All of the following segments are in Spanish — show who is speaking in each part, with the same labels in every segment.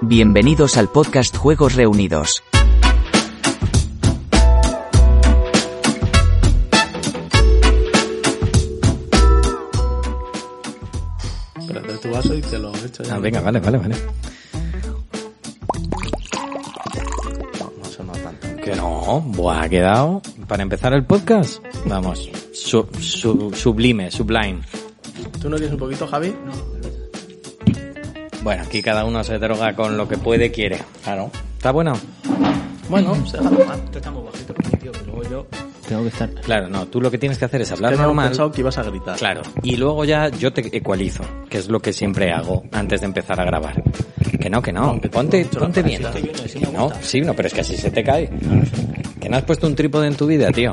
Speaker 1: Bienvenidos al podcast Juegos Reunidos.
Speaker 2: Espérate tu vaso y te lo echo. ya.
Speaker 3: Ah, venga, vale, vale, vale.
Speaker 2: No sonó tanto.
Speaker 3: Que no, buah, ha quedado. Para empezar el podcast, vamos, su- su- sublime, sublime.
Speaker 2: ¿Tú no tienes un poquito, Javi?
Speaker 3: Bueno, aquí cada uno se droga con lo que puede, quiere. Claro. ¿Está bueno?
Speaker 2: Bueno, se deja tomar.
Speaker 4: Tengo que estar.
Speaker 3: Claro, no, tú lo que tienes que hacer es hablar
Speaker 2: Teníamos
Speaker 3: normal.
Speaker 2: pensado que ibas a gritar.
Speaker 3: Claro, y luego ya yo te ecualizo, que es lo que siempre hago antes de empezar a grabar. Que no, que no, ponte, ponte bien. Que no, sí, no, pero es que así se te cae. Que no has puesto un trípode en tu vida, tío.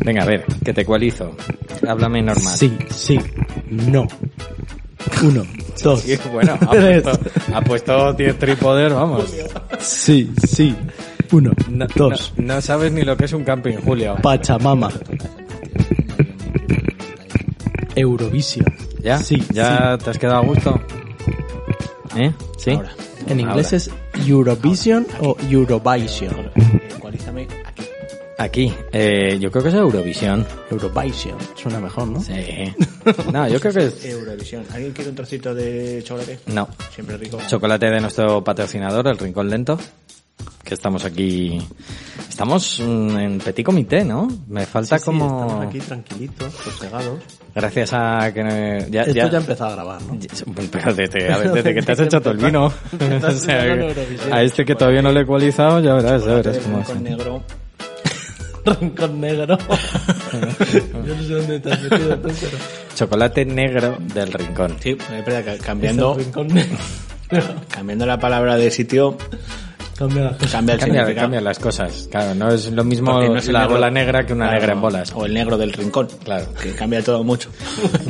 Speaker 3: Venga, a ver, que te ecualizo. Háblame normal.
Speaker 4: Sí, sí, no. Uno, dos,
Speaker 3: Sí, Bueno, ha
Speaker 4: tres.
Speaker 3: puesto- ha puesto 10 trípodes, vamos.
Speaker 4: Sí, sí. Uno,
Speaker 3: No,
Speaker 4: dos,
Speaker 3: no- no sabes ni lo que es un camping, Julio.
Speaker 4: Pachamama. Eurovisión.
Speaker 3: ¿Ya?
Speaker 4: Sí,
Speaker 3: ¿Ya te has quedado a gusto? ¿Eh? ¿Sí?
Speaker 2: Ahora.
Speaker 4: En inglés
Speaker 3: Ahora.
Speaker 4: es Eurovision o Eurovision.
Speaker 2: eh, Ecualízame aquí.
Speaker 3: Aquí, eh, yo creo que es Eurovisión.
Speaker 4: Eurovision. Suena mejor, ¿no?
Speaker 3: Sí. No, yo creo que es...
Speaker 2: Eurovisión. ¿Alguien quiere un trocito de chocolate?
Speaker 3: No.
Speaker 2: Siempre rico.
Speaker 3: Mm. Chocolate de nuestro patrocinador, el Rincón Lento. Que estamos aquí... Estamos mm, en petit comité, ¿no? Me falta
Speaker 2: Sí, sí,
Speaker 3: como...
Speaker 2: Estamos aquí tranquilitos, sosegados.
Speaker 3: Gracias a que... eh, Ya,
Speaker 2: Esto
Speaker 3: ya-
Speaker 2: ya, ha empezado a grabar, ¿no?
Speaker 3: Pero desde, a ver, desde que te has echado todo el vino.
Speaker 2: Estás
Speaker 3: O sea,
Speaker 2: escuchando Eurovisión.
Speaker 3: a este que todavía no le he ecualizado, ya verás, ya verás
Speaker 2: Del
Speaker 3: cómo
Speaker 2: rincón
Speaker 3: es.
Speaker 2: negro. rincón negro. Yo no sé dónde te has metido tú, pero...
Speaker 3: Chocolate negro del rincón.
Speaker 2: Sí, eh, espera, ca- cambiando... cambiando la palabra de sitio... Cambia el
Speaker 3: Cambia,
Speaker 2: significado.
Speaker 3: cambia las cosas. Claro, no es lo mismo
Speaker 2: Porque no es el
Speaker 3: la
Speaker 2: negro-
Speaker 3: bola negra que una
Speaker 2: Claro,
Speaker 3: negra en bolas.
Speaker 2: O el negro del rincón.
Speaker 3: Claro.
Speaker 2: Que cambia todo mucho.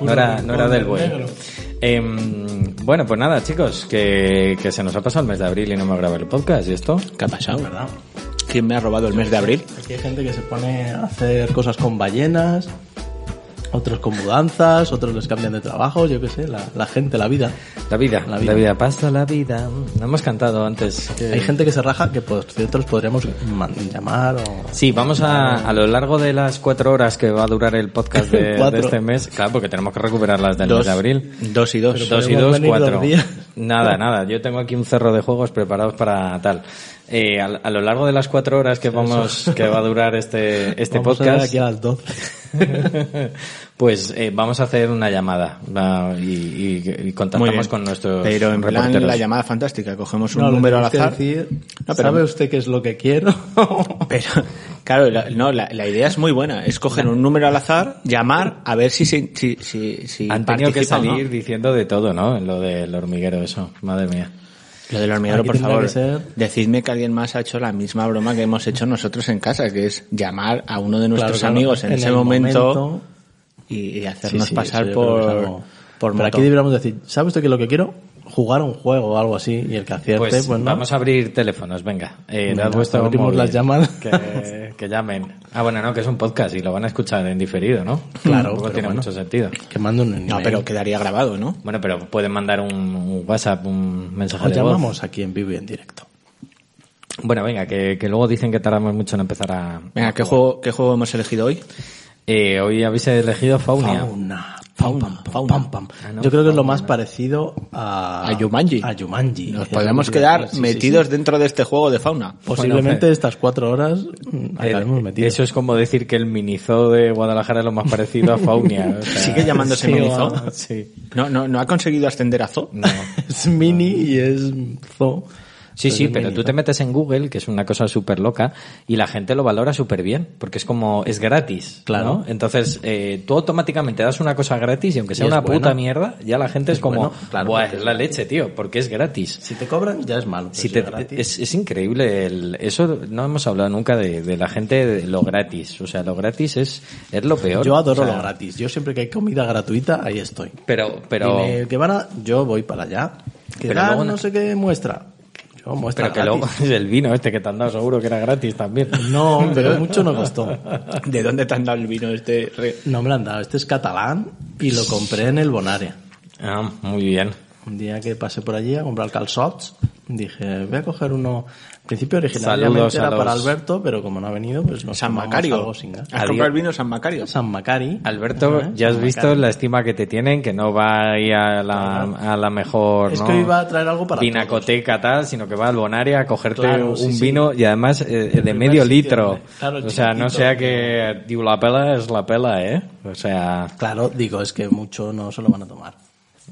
Speaker 3: no era, no era del buey. Em, bueno, pues nada, chicos, que, que se nos ha pasado el mes de abril y no hemos grabado el podcast. ¿Y esto?
Speaker 2: ¿Qué ha pasado? ¿Verdad? ¿Quién me ha robado el mes de abril?
Speaker 4: Aquí hay gente que se pone a hacer cosas con ballenas, otros con mudanzas, otros les cambian de trabajo, yo qué sé, la, la gente, la vida.
Speaker 3: La vida, la
Speaker 4: La
Speaker 3: vida,
Speaker 4: vida.
Speaker 3: pasa la vida. No hemos cantado antes.
Speaker 4: Hay gente que se raja que por cierto los podríamos man- llamar o...
Speaker 3: Sí, vamos a, a lo largo de las cuatro horas que va a durar el podcast de,
Speaker 4: Cuatro.
Speaker 3: de este mes. Claro, porque tenemos que recuperar las del mes de abril.
Speaker 2: Dos y dos.
Speaker 3: Dos y
Speaker 4: podemos
Speaker 3: dos,
Speaker 4: venir
Speaker 3: cuatro.
Speaker 4: dos días.
Speaker 3: Nada, nada. Yo tengo aquí un cerro de juegos preparados para tal. Eh, a, a lo largo de las cuatro horas que vamos, que va a durar este, este
Speaker 4: Vamos a llegar
Speaker 3: podcast,
Speaker 4: aquí a las 12.
Speaker 3: pues eh, vamos a hacer una llamada va, y, y- y
Speaker 2: Muy
Speaker 3: contactamos
Speaker 2: bien.
Speaker 3: con nuestros
Speaker 2: Pero en plan Pues
Speaker 3: reporteros.
Speaker 2: la llamada fantástica. Cogemos un
Speaker 4: No, lo
Speaker 2: número al
Speaker 4: tenemos que
Speaker 2: azar.
Speaker 4: decir,
Speaker 2: No, pero-
Speaker 4: ¿Sabe usted qué es lo que quiero?
Speaker 2: Pero, claro, la, no, la, la idea es muy buena. Es coger un número al azar, llamar, a ver si, si, si, si, si
Speaker 3: Han tenido que
Speaker 2: participa o no.
Speaker 3: salir diciendo de todo, ¿no? En lo del hormiguero, eso. Madre mía.
Speaker 2: Lo del hormiguero,
Speaker 4: Aquí
Speaker 2: por
Speaker 4: tendrá
Speaker 2: favor.
Speaker 4: que ser-
Speaker 2: Decidme que alguien más ha hecho la misma broma que hemos hecho nosotros en casa, que es llamar a uno de nuestros
Speaker 4: Claro, claro,
Speaker 2: amigos en, ese
Speaker 4: el
Speaker 2: momento,
Speaker 4: momento.
Speaker 2: y, y hacernos
Speaker 4: Sí, sí,
Speaker 2: pasar
Speaker 4: eso yo creo que es
Speaker 2: por,
Speaker 4: algo-
Speaker 2: por
Speaker 4: Pero aquí
Speaker 2: moto.
Speaker 4: deberíamos decir, ¿sabe usted qué es lo que quiero? Jugar a un juego o algo así y el que acierte,
Speaker 3: Pues,
Speaker 4: pues, no.
Speaker 3: vamos a abrir teléfonos, venga. Eh,
Speaker 4: Venga,
Speaker 3: dad vuestro
Speaker 4: abrimos
Speaker 3: móvil.
Speaker 4: las llamadas.
Speaker 3: Que, que llamen. Ah, bueno, no, que es un podcast y lo van a escuchar en diferido, ¿no?
Speaker 4: Claro,
Speaker 3: Tampoco
Speaker 4: pero
Speaker 3: tiene
Speaker 4: bueno.
Speaker 3: mucho sentido.
Speaker 4: Que mando un
Speaker 2: No,
Speaker 4: email.
Speaker 2: pero quedaría grabado, ¿no?
Speaker 3: Bueno, pero pueden mandar un, un WhatsApp, un mensaje
Speaker 4: O
Speaker 3: de voz.
Speaker 4: llamamos aquí en vivo y en directo.
Speaker 3: Bueno, venga, que, que luego dicen que tardamos mucho en empezar a...
Speaker 2: Venga, ¿qué juego, ¿qué juego hemos elegido hoy?
Speaker 3: Eh, hoy habéis elegido Faunia.
Speaker 4: Fauna.
Speaker 2: Fauna,
Speaker 4: Pam, pam, pam,
Speaker 2: fauna.
Speaker 4: pam, pam.
Speaker 3: Ah, no,
Speaker 4: Yo creo que es
Speaker 3: fauna.
Speaker 4: lo más parecido a...
Speaker 2: A Jumanji.
Speaker 4: A Jumanji.
Speaker 2: Nos
Speaker 4: Es
Speaker 2: podríamos
Speaker 4: lo que
Speaker 2: quedar
Speaker 4: decir, sí, sí,
Speaker 2: metidos
Speaker 4: sí. Pues
Speaker 2: dentro de este juego de fauna.
Speaker 4: Posiblemente
Speaker 3: Bueno,
Speaker 4: estas cuatro horas mm,
Speaker 3: Eh,
Speaker 4: acabemos metidos.
Speaker 3: eso es como decir que el minizo de Guadalajara es lo más parecido a Faunia. o sea,
Speaker 2: ¿Sigue llamándose
Speaker 3: sí,
Speaker 2: minizo?
Speaker 3: va, Sí.
Speaker 4: Ah.
Speaker 2: No, no, no ha conseguido ascender a Zoo.
Speaker 3: No.
Speaker 4: Es mini y es zoo.
Speaker 3: Sí,
Speaker 4: Pero
Speaker 3: sí,
Speaker 4: es
Speaker 3: pero
Speaker 4: mínimo.
Speaker 3: tú te metes en Google, que es una cosa súper loca, y la gente lo valora súper bien, porque es como, es gratis.
Speaker 4: Claro.
Speaker 3: ¿no? Entonces, eh, tú automáticamente das una cosa gratis y aunque sea
Speaker 4: Y es
Speaker 3: una
Speaker 4: buena.
Speaker 3: puta mierda, ya la gente es, como,
Speaker 4: bueno, claro,
Speaker 3: "Buah,
Speaker 4: porque
Speaker 3: es la leche, tío, porque es gratis.
Speaker 4: Si te cobran, ya es malo. pero
Speaker 3: Si te-
Speaker 4: es gratis.
Speaker 3: es, es increíble el- eso no hemos hablado nunca de, de la gente de lo gratis o sea lo gratis es es lo peor
Speaker 4: Yo adoro
Speaker 3: O sea,
Speaker 4: lo gratis. Yo siempre que hay comida gratuita, ahí estoy.
Speaker 3: pero pero
Speaker 4: Dime que van a... Yo voy para allá. Que
Speaker 3: Pero
Speaker 4: dan
Speaker 3: luego no-
Speaker 4: no sé qué muestra. Yo muestra
Speaker 3: pero que luego
Speaker 4: gratis.
Speaker 3: es el vino este que te han dado seguro que era gratis también
Speaker 4: No, pero mucho no costó.
Speaker 2: ¿De dónde te han dado el vino este? re-
Speaker 4: No me lo han dado. Este es catalán y lo compré en el Bonaria.
Speaker 3: ah, muy bien
Speaker 4: Un día que pasé por allí a comprar calzots, dije, voy a coger uno... En principio
Speaker 3: Saludos
Speaker 4: originalmente
Speaker 3: a
Speaker 4: era para
Speaker 3: los-
Speaker 4: Alberto, pero como no ha venido, pues nos
Speaker 2: San
Speaker 4: tomamos
Speaker 2: Macario.
Speaker 4: algo
Speaker 2: ¿Has
Speaker 4: sin gas.
Speaker 2: comprado el vino San Macario?
Speaker 4: San Macari.
Speaker 3: Alberto
Speaker 4: Ajá.
Speaker 3: ya has
Speaker 4: San
Speaker 3: visto
Speaker 4: Macari.
Speaker 3: la estima que te tienen que no va ahí a la, a la mejor
Speaker 4: Es
Speaker 3: ¿no?
Speaker 4: que iba a traer algo para
Speaker 3: vinacoteca tal sino que va al bonaria a cogerte
Speaker 4: Claro,
Speaker 3: un
Speaker 4: sí, sí.
Speaker 3: vino y además eh, de
Speaker 4: primer
Speaker 3: medio
Speaker 4: sitio,
Speaker 3: litro
Speaker 4: hombre. Claro,
Speaker 3: o sea no
Speaker 4: chiquitito.
Speaker 3: sea que diu la pela es la pela eh o sea
Speaker 4: Claro, digo, es que mucho no se lo van a tomar.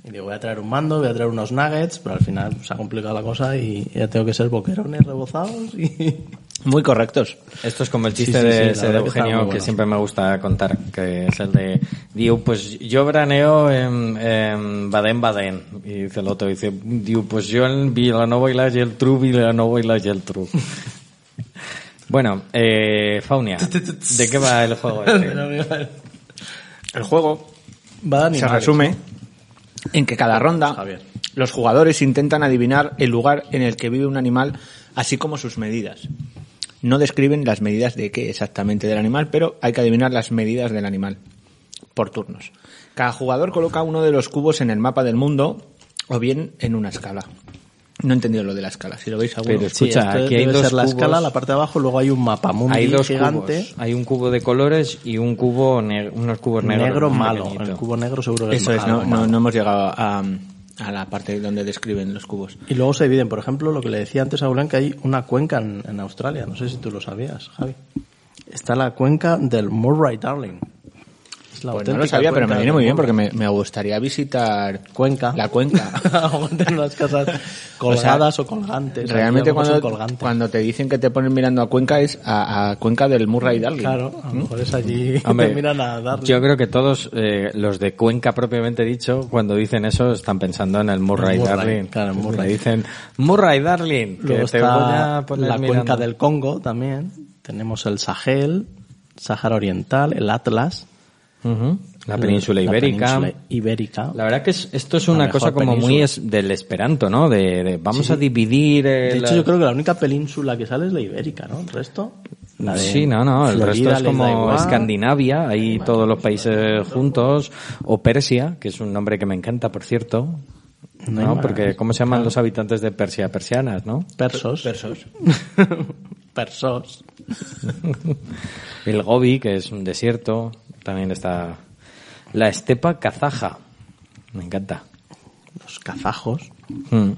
Speaker 4: Y digo, voy a traer un mando, voy a traer unos nuggets, pero al final se ha complicado la cosa y ya tengo que ser boquerones rebozados y...
Speaker 2: Muy correctos.
Speaker 3: Esto es como el chiste
Speaker 4: Sí, sí, sí,
Speaker 3: de
Speaker 4: la
Speaker 3: ese de
Speaker 4: verdad que está
Speaker 3: Eugenio
Speaker 4: muy
Speaker 3: que,
Speaker 4: bueno.
Speaker 3: siempre me gusta contar, que es el de, digo, pues yo veraneo en, en Baden-Baden. Y dice el otro, dice, digo, pues yo en Villanova y la Geltrú, Villanova y la Geltrú. bueno, eh, Faunia, ¿de qué va el juego este?
Speaker 2: El juego
Speaker 4: Va a
Speaker 2: se
Speaker 4: animales.
Speaker 2: resume en que cada ronda
Speaker 4: Javier.
Speaker 2: los jugadores intentan adivinar el lugar en el que vive un animal, así como sus medidas. No describen las medidas de qué exactamente del animal, pero hay que adivinar las medidas del animal por turnos. Cada jugador coloca uno de los cubos en el mapa del mundo o bien en una escala. No he entendido lo de la escala, si lo veis alguno.
Speaker 3: Pero
Speaker 4: Sí,
Speaker 3: escucha,
Speaker 4: esto
Speaker 3: aquí hay
Speaker 4: debe
Speaker 3: dos
Speaker 4: ser la
Speaker 3: cubos.
Speaker 4: escala, la parte de abajo, luego hay un mapa mundi
Speaker 3: Hay dos
Speaker 4: gigante,
Speaker 3: cubos, hay un cubo de colores y un cubo, neg- unos cubos negros.
Speaker 4: negro,
Speaker 3: muy
Speaker 4: malo.
Speaker 3: pequeñito.
Speaker 4: El cubo negro seguro que
Speaker 2: Eso es,
Speaker 4: algo
Speaker 2: no, no,
Speaker 4: malo.
Speaker 2: no hemos llegado a, a la parte donde describen los cubos.
Speaker 4: Y luego se dividen, por ejemplo, lo que le decía antes a Aulán, que hay una cuenca en, en Australia, no sé si tú lo sabías, Javi. Está la cuenca del Murray Darling. Es la
Speaker 2: Pues no lo
Speaker 4: auténtica
Speaker 2: sabía, pero me
Speaker 4: cuenca
Speaker 2: viene
Speaker 4: del
Speaker 2: muy bien
Speaker 4: Murray.
Speaker 2: porque me, me gustaría visitar
Speaker 4: Cuenca.
Speaker 2: La cuenca.
Speaker 4: Aguanten las casas colgadas o, colgantes. Aquí
Speaker 2: Realmente
Speaker 4: llamamos
Speaker 2: cuando,
Speaker 4: un colgante.
Speaker 2: cuando te dicen que te ponen mirando a Cuenca es a, a Cuenca del Murray Darling.
Speaker 4: Claro, a lo mejor es allí que
Speaker 3: Hombre,
Speaker 4: te miran a darle.
Speaker 3: Yo creo que todos eh, los de Cuenca propiamente dicho, cuando dicen eso, están pensando en el Murray,
Speaker 4: El Murray,
Speaker 3: Darling.
Speaker 4: claro, el
Speaker 3: Le
Speaker 4: Murray.
Speaker 3: dicen Murray Darling. que
Speaker 4: Luego
Speaker 3: te
Speaker 4: está
Speaker 3: voy a
Speaker 4: la
Speaker 3: poner mirando".
Speaker 4: cuenca del Congo también. Tenemos el Sahel, Sahara Oriental, el Atlas.
Speaker 3: Ujú. La península ibérica.
Speaker 4: La península ibérica.
Speaker 3: La verdad que es- esto es
Speaker 4: La
Speaker 3: una
Speaker 4: mejor
Speaker 3: cosa como muy
Speaker 4: península.
Speaker 3: es- del esperanto, ¿no? De, de vamos a dividir. eh,
Speaker 4: de
Speaker 3: la-
Speaker 4: hecho, yo creo que la única península que sale es la ibérica, ¿no? El resto. la de
Speaker 3: Sí, no, no, el
Speaker 4: Florida
Speaker 3: resto es
Speaker 4: les da
Speaker 3: como
Speaker 4: igual.
Speaker 3: Escandinavia, ahí todos los países juntos, o Persia, que es un nombre que me encanta, por cierto.
Speaker 4: No hay
Speaker 3: ¿No?
Speaker 4: más.
Speaker 3: Porque, ¿cómo se llaman los habitantes de Persia? Persianas, ¿no?
Speaker 4: Persos. Persos. Persos.
Speaker 3: El Gobi, que es un desierto, también está la estepa kazaja. Me encanta.
Speaker 4: Los kazajos.
Speaker 3: Mm.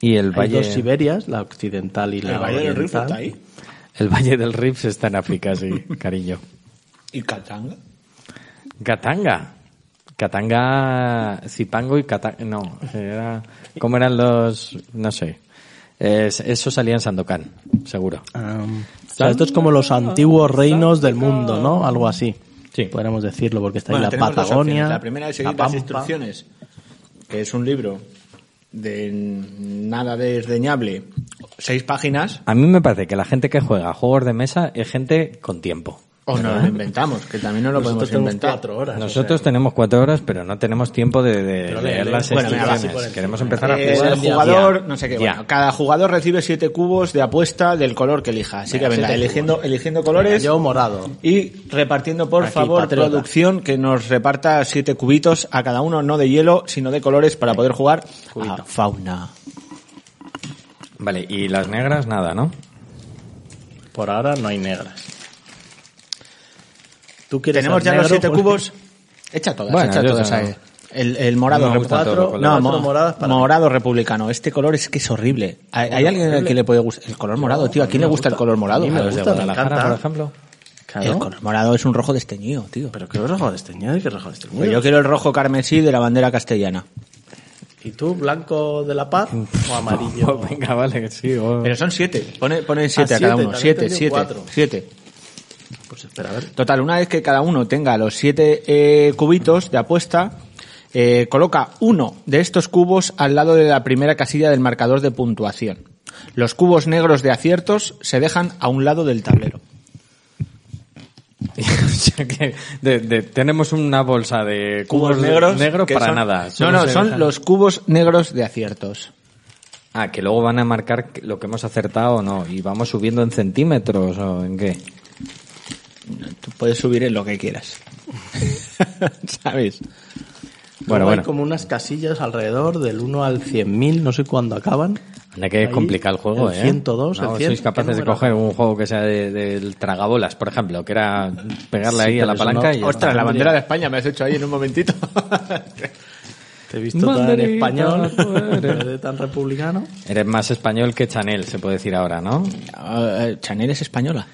Speaker 3: Y el
Speaker 4: Hay
Speaker 3: valle
Speaker 4: dos Siberias, la occidental y la oriental.
Speaker 3: el valle del Rift está en África, sí, cariño.
Speaker 2: ¿Y Katanga?
Speaker 3: Katanga. Katanga, Zipango y Katanga, no, era, ¿cómo eran los, no sé, Es- eso salía en Sandokan, seguro.
Speaker 4: Am, o sea, esto es como los antiguos reinos del mundo, ¿no? Algo así.
Speaker 3: Sí.
Speaker 4: Podríamos decirlo, porque está ahí
Speaker 2: Bueno,
Speaker 4: la
Speaker 2: tenemos dos
Speaker 4: Patagonia.
Speaker 2: opciones. La primera es seguir
Speaker 4: la
Speaker 2: las
Speaker 4: Pampa.
Speaker 2: instrucciones, que es un libro de nada desdeñable, seis páginas,
Speaker 3: A mí me parece que la gente que juega a juegos de mesa es gente con tiempo.
Speaker 2: o ¿eh? nos lo inventamos, que también no lo podemos
Speaker 4: Nosotros tenemos
Speaker 2: inventar.
Speaker 4: cuatro horas. o
Speaker 3: Nosotros tenemos cuatro horas, pero no tenemos tiempo de, de leer
Speaker 4: leer.
Speaker 3: las
Speaker 4: Bueno, venga, va,
Speaker 3: instrucciones.
Speaker 4: sí, por encima.
Speaker 3: Queremos empezar a
Speaker 2: Eh,
Speaker 3: jugar.
Speaker 2: el jugador, no sé qué.
Speaker 3: Ya.
Speaker 2: Bueno, cada jugador recibe siete cubos de apuesta del color que elija. Así que venga,
Speaker 4: siete
Speaker 2: eligiendo, eligiendo
Speaker 4: sea,
Speaker 2: colores.
Speaker 4: yo morado.
Speaker 2: Y repartiendo, por
Speaker 4: Aquí,
Speaker 2: favor,
Speaker 4: patriota.
Speaker 2: producción, que nos reparta siete cubitos a cada uno, no de hielo, sino de colores, para poder jugar a fauna.
Speaker 3: Vale, y las negras nada, ¿no?
Speaker 4: Por ahora no hay negras. ¿Tú quieres
Speaker 2: Tenemos
Speaker 4: ser
Speaker 2: ya los
Speaker 4: negro?
Speaker 2: siete
Speaker 4: Pues-
Speaker 2: cubos. Echa todas,
Speaker 3: Bueno,
Speaker 2: echa
Speaker 3: yo
Speaker 2: todas
Speaker 3: no.
Speaker 2: ahí. El, el morado
Speaker 3: No me gustan
Speaker 2: repu-
Speaker 3: todos los colores.
Speaker 2: no,
Speaker 4: Cuatro
Speaker 2: mo-
Speaker 4: moradas para mí.
Speaker 2: morado republicano. Este color es que es horrible. ¿Hay, hay alguien al que le puede gustar? El color morado, tío. ¿A quién le gusta el color morado?
Speaker 4: mí me
Speaker 2: A los de
Speaker 4: gusta, me
Speaker 2: Guadalajara.
Speaker 3: Guadalajara,
Speaker 4: encanta.
Speaker 3: por ejemplo.
Speaker 4: Claro.
Speaker 2: El color morado es un rojo desteñido, tío.
Speaker 4: Pero este, qué rojo desteñido y qué rojo desteñido.
Speaker 2: Pues yo quiero el rojo carmesí de la bandera castellana.
Speaker 4: ¿Y tú, blanco de la paz o amarillo?
Speaker 3: Venga, Ah, vale, sí. o-
Speaker 2: Pero son siete. Pone, pone siete a
Speaker 4: siete,
Speaker 2: cada uno.
Speaker 4: también
Speaker 2: Siete,
Speaker 4: tenía
Speaker 2: siete,
Speaker 4: cuatro.
Speaker 2: siete.
Speaker 4: Pues espera, a ver.
Speaker 2: Total, una vez que cada uno tenga los siete eh, cubitos de apuesta, eh, coloca uno de estos cubos al lado de la primera casilla del marcador de puntuación. Los cubos negros de aciertos se dejan a un lado del tablero.
Speaker 3: o sea que de- de- tenemos una bolsa de cubos,
Speaker 2: Cubos negros. que
Speaker 3: para
Speaker 2: son-
Speaker 3: nada.
Speaker 2: No,
Speaker 3: Solo
Speaker 2: no,
Speaker 3: se
Speaker 2: son
Speaker 3: dejan-
Speaker 2: los cubos negros de aciertos.
Speaker 3: Ah, que luego van a marcar que- lo que hemos acertado o no. Y vamos subiendo en centímetros o en qué.
Speaker 2: Tú puedes subir en lo que quieras. ¿Sabes?
Speaker 3: Bueno,
Speaker 4: Luego
Speaker 3: bueno.
Speaker 4: Hay como unas casillas alrededor del 1 al 100.000, no sé cuándo acaban.
Speaker 3: Anda que es
Speaker 4: Ahí,
Speaker 3: complicado el juego,
Speaker 4: el
Speaker 3: ¿eh?
Speaker 4: 102,
Speaker 3: no,
Speaker 4: el 100,
Speaker 3: sois capaces
Speaker 4: ¿qué
Speaker 3: de
Speaker 4: número?
Speaker 3: coger un juego que sea de- del tragabolas, por ejemplo, que era pegarle
Speaker 4: Sí,
Speaker 3: ahí a la
Speaker 4: pero eso
Speaker 3: palanca
Speaker 4: no-
Speaker 3: y... ya
Speaker 2: Ostras,
Speaker 3: está.
Speaker 2: la bandera de España me has hecho ahí en un momentito.
Speaker 4: Te he visto tan
Speaker 3: Banderita,
Speaker 4: español,
Speaker 3: tú eres.
Speaker 4: eres tan republicano.
Speaker 3: Eres más español que Chanel, se puede decir ahora, ¿no?
Speaker 2: Ah, Chanel es española.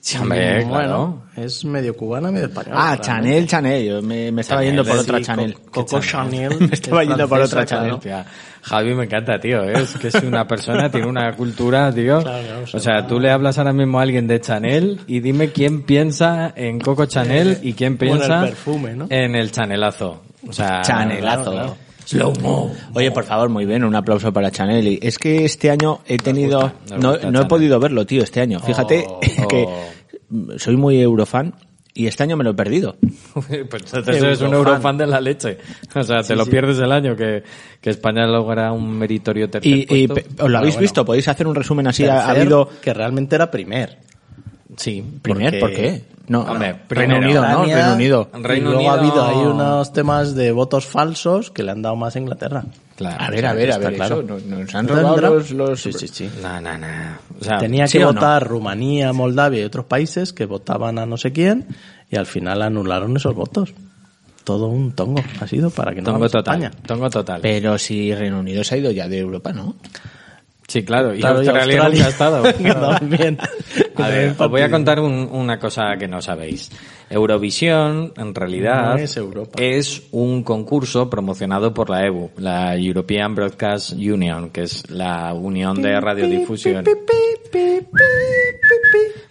Speaker 3: Sí, hombre, claro.
Speaker 4: Mm, Bueno, es medio cubana, medio española.
Speaker 2: Eh, Ah,
Speaker 4: claro.
Speaker 2: Chanel, Chanel. Yo me, me estaba
Speaker 3: Chanel,
Speaker 2: yendo por
Speaker 3: sí,
Speaker 2: otra
Speaker 4: Co-
Speaker 2: Chanel.
Speaker 4: Coco Chanel.
Speaker 2: Me estaba yendo por otra Chanel.
Speaker 3: Hostia, Javi me encanta, tío. ¿eh? Es que es una persona, tiene una cultura, tío.
Speaker 4: Claro, claro,
Speaker 3: o sea, tú le hablas ahora mismo a alguien de Chanel y dime quién piensa en Coco Chanel y quién
Speaker 4: Eh, bueno, el
Speaker 3: piensa
Speaker 4: perfume, ¿no?
Speaker 3: en el Chanelazo. O sea,
Speaker 2: Chanelazo.
Speaker 4: Claro, claro.
Speaker 2: Slow mo. Oye, por favor, muy bien, un aplauso para Chanel. Y Es que este año he tenido,
Speaker 3: gusta, nos
Speaker 2: no,
Speaker 3: gusta
Speaker 2: no he
Speaker 3: Chanel.
Speaker 2: podido verlo, tío, este año. Fíjate que soy muy eurofan y este año me lo he perdido.
Speaker 3: pues entonces eres un eurofan de la leche. O sea, te lo pierdes el año que, que España logra un meritorio tercer
Speaker 2: Y, y
Speaker 3: puesto.
Speaker 2: pe- os lo habéis visto, podéis hacer un resumen así. Ha- ha
Speaker 4: Tercer,
Speaker 2: habido
Speaker 4: Que realmente era primer.
Speaker 3: Sí.
Speaker 2: primer, ¿por qué? No,
Speaker 3: Hombre,
Speaker 2: no.
Speaker 3: primero,
Speaker 2: Reino Unido, ¿no?
Speaker 4: Ucrania,
Speaker 2: Reino Unido.
Speaker 3: Reino
Speaker 4: y luego ha
Speaker 3: Unido-
Speaker 4: habido ahí unos temas de votos falsos que le han dado más a Inglaterra.
Speaker 3: Claro.
Speaker 2: A ver, a ver, a
Speaker 4: Está
Speaker 2: ver,
Speaker 4: claro.
Speaker 2: eso, nos, nos han
Speaker 4: ¿Tendrá?
Speaker 2: robado los, los- Ah,
Speaker 4: Sí, sí, sí.
Speaker 3: No, no, no. O sea,
Speaker 4: Tenía
Speaker 2: ¿sí
Speaker 4: que
Speaker 2: o no?
Speaker 4: votar Rumanía, Moldavia y otros países que votaban a no sé quién y al final anularon esos votos. Todo un tongo ha sido para que no
Speaker 3: Tongo
Speaker 4: vamos a
Speaker 3: total.
Speaker 4: España.
Speaker 3: Tongo total.
Speaker 2: Pero si Reino Unido se ha ido ya de Europa, ¿no?
Speaker 3: Sí, claro. Y
Speaker 4: Claro, y
Speaker 3: Australia, nunca ha estado.
Speaker 4: que también.
Speaker 3: A ver, os voy a contar un- una cosa que no sabéis. Eurovisión, en realidad,
Speaker 4: No es Europa.
Speaker 3: es un concurso promocionado por la EBU, la European Broadcast Union, que es la unión de radiodifusión.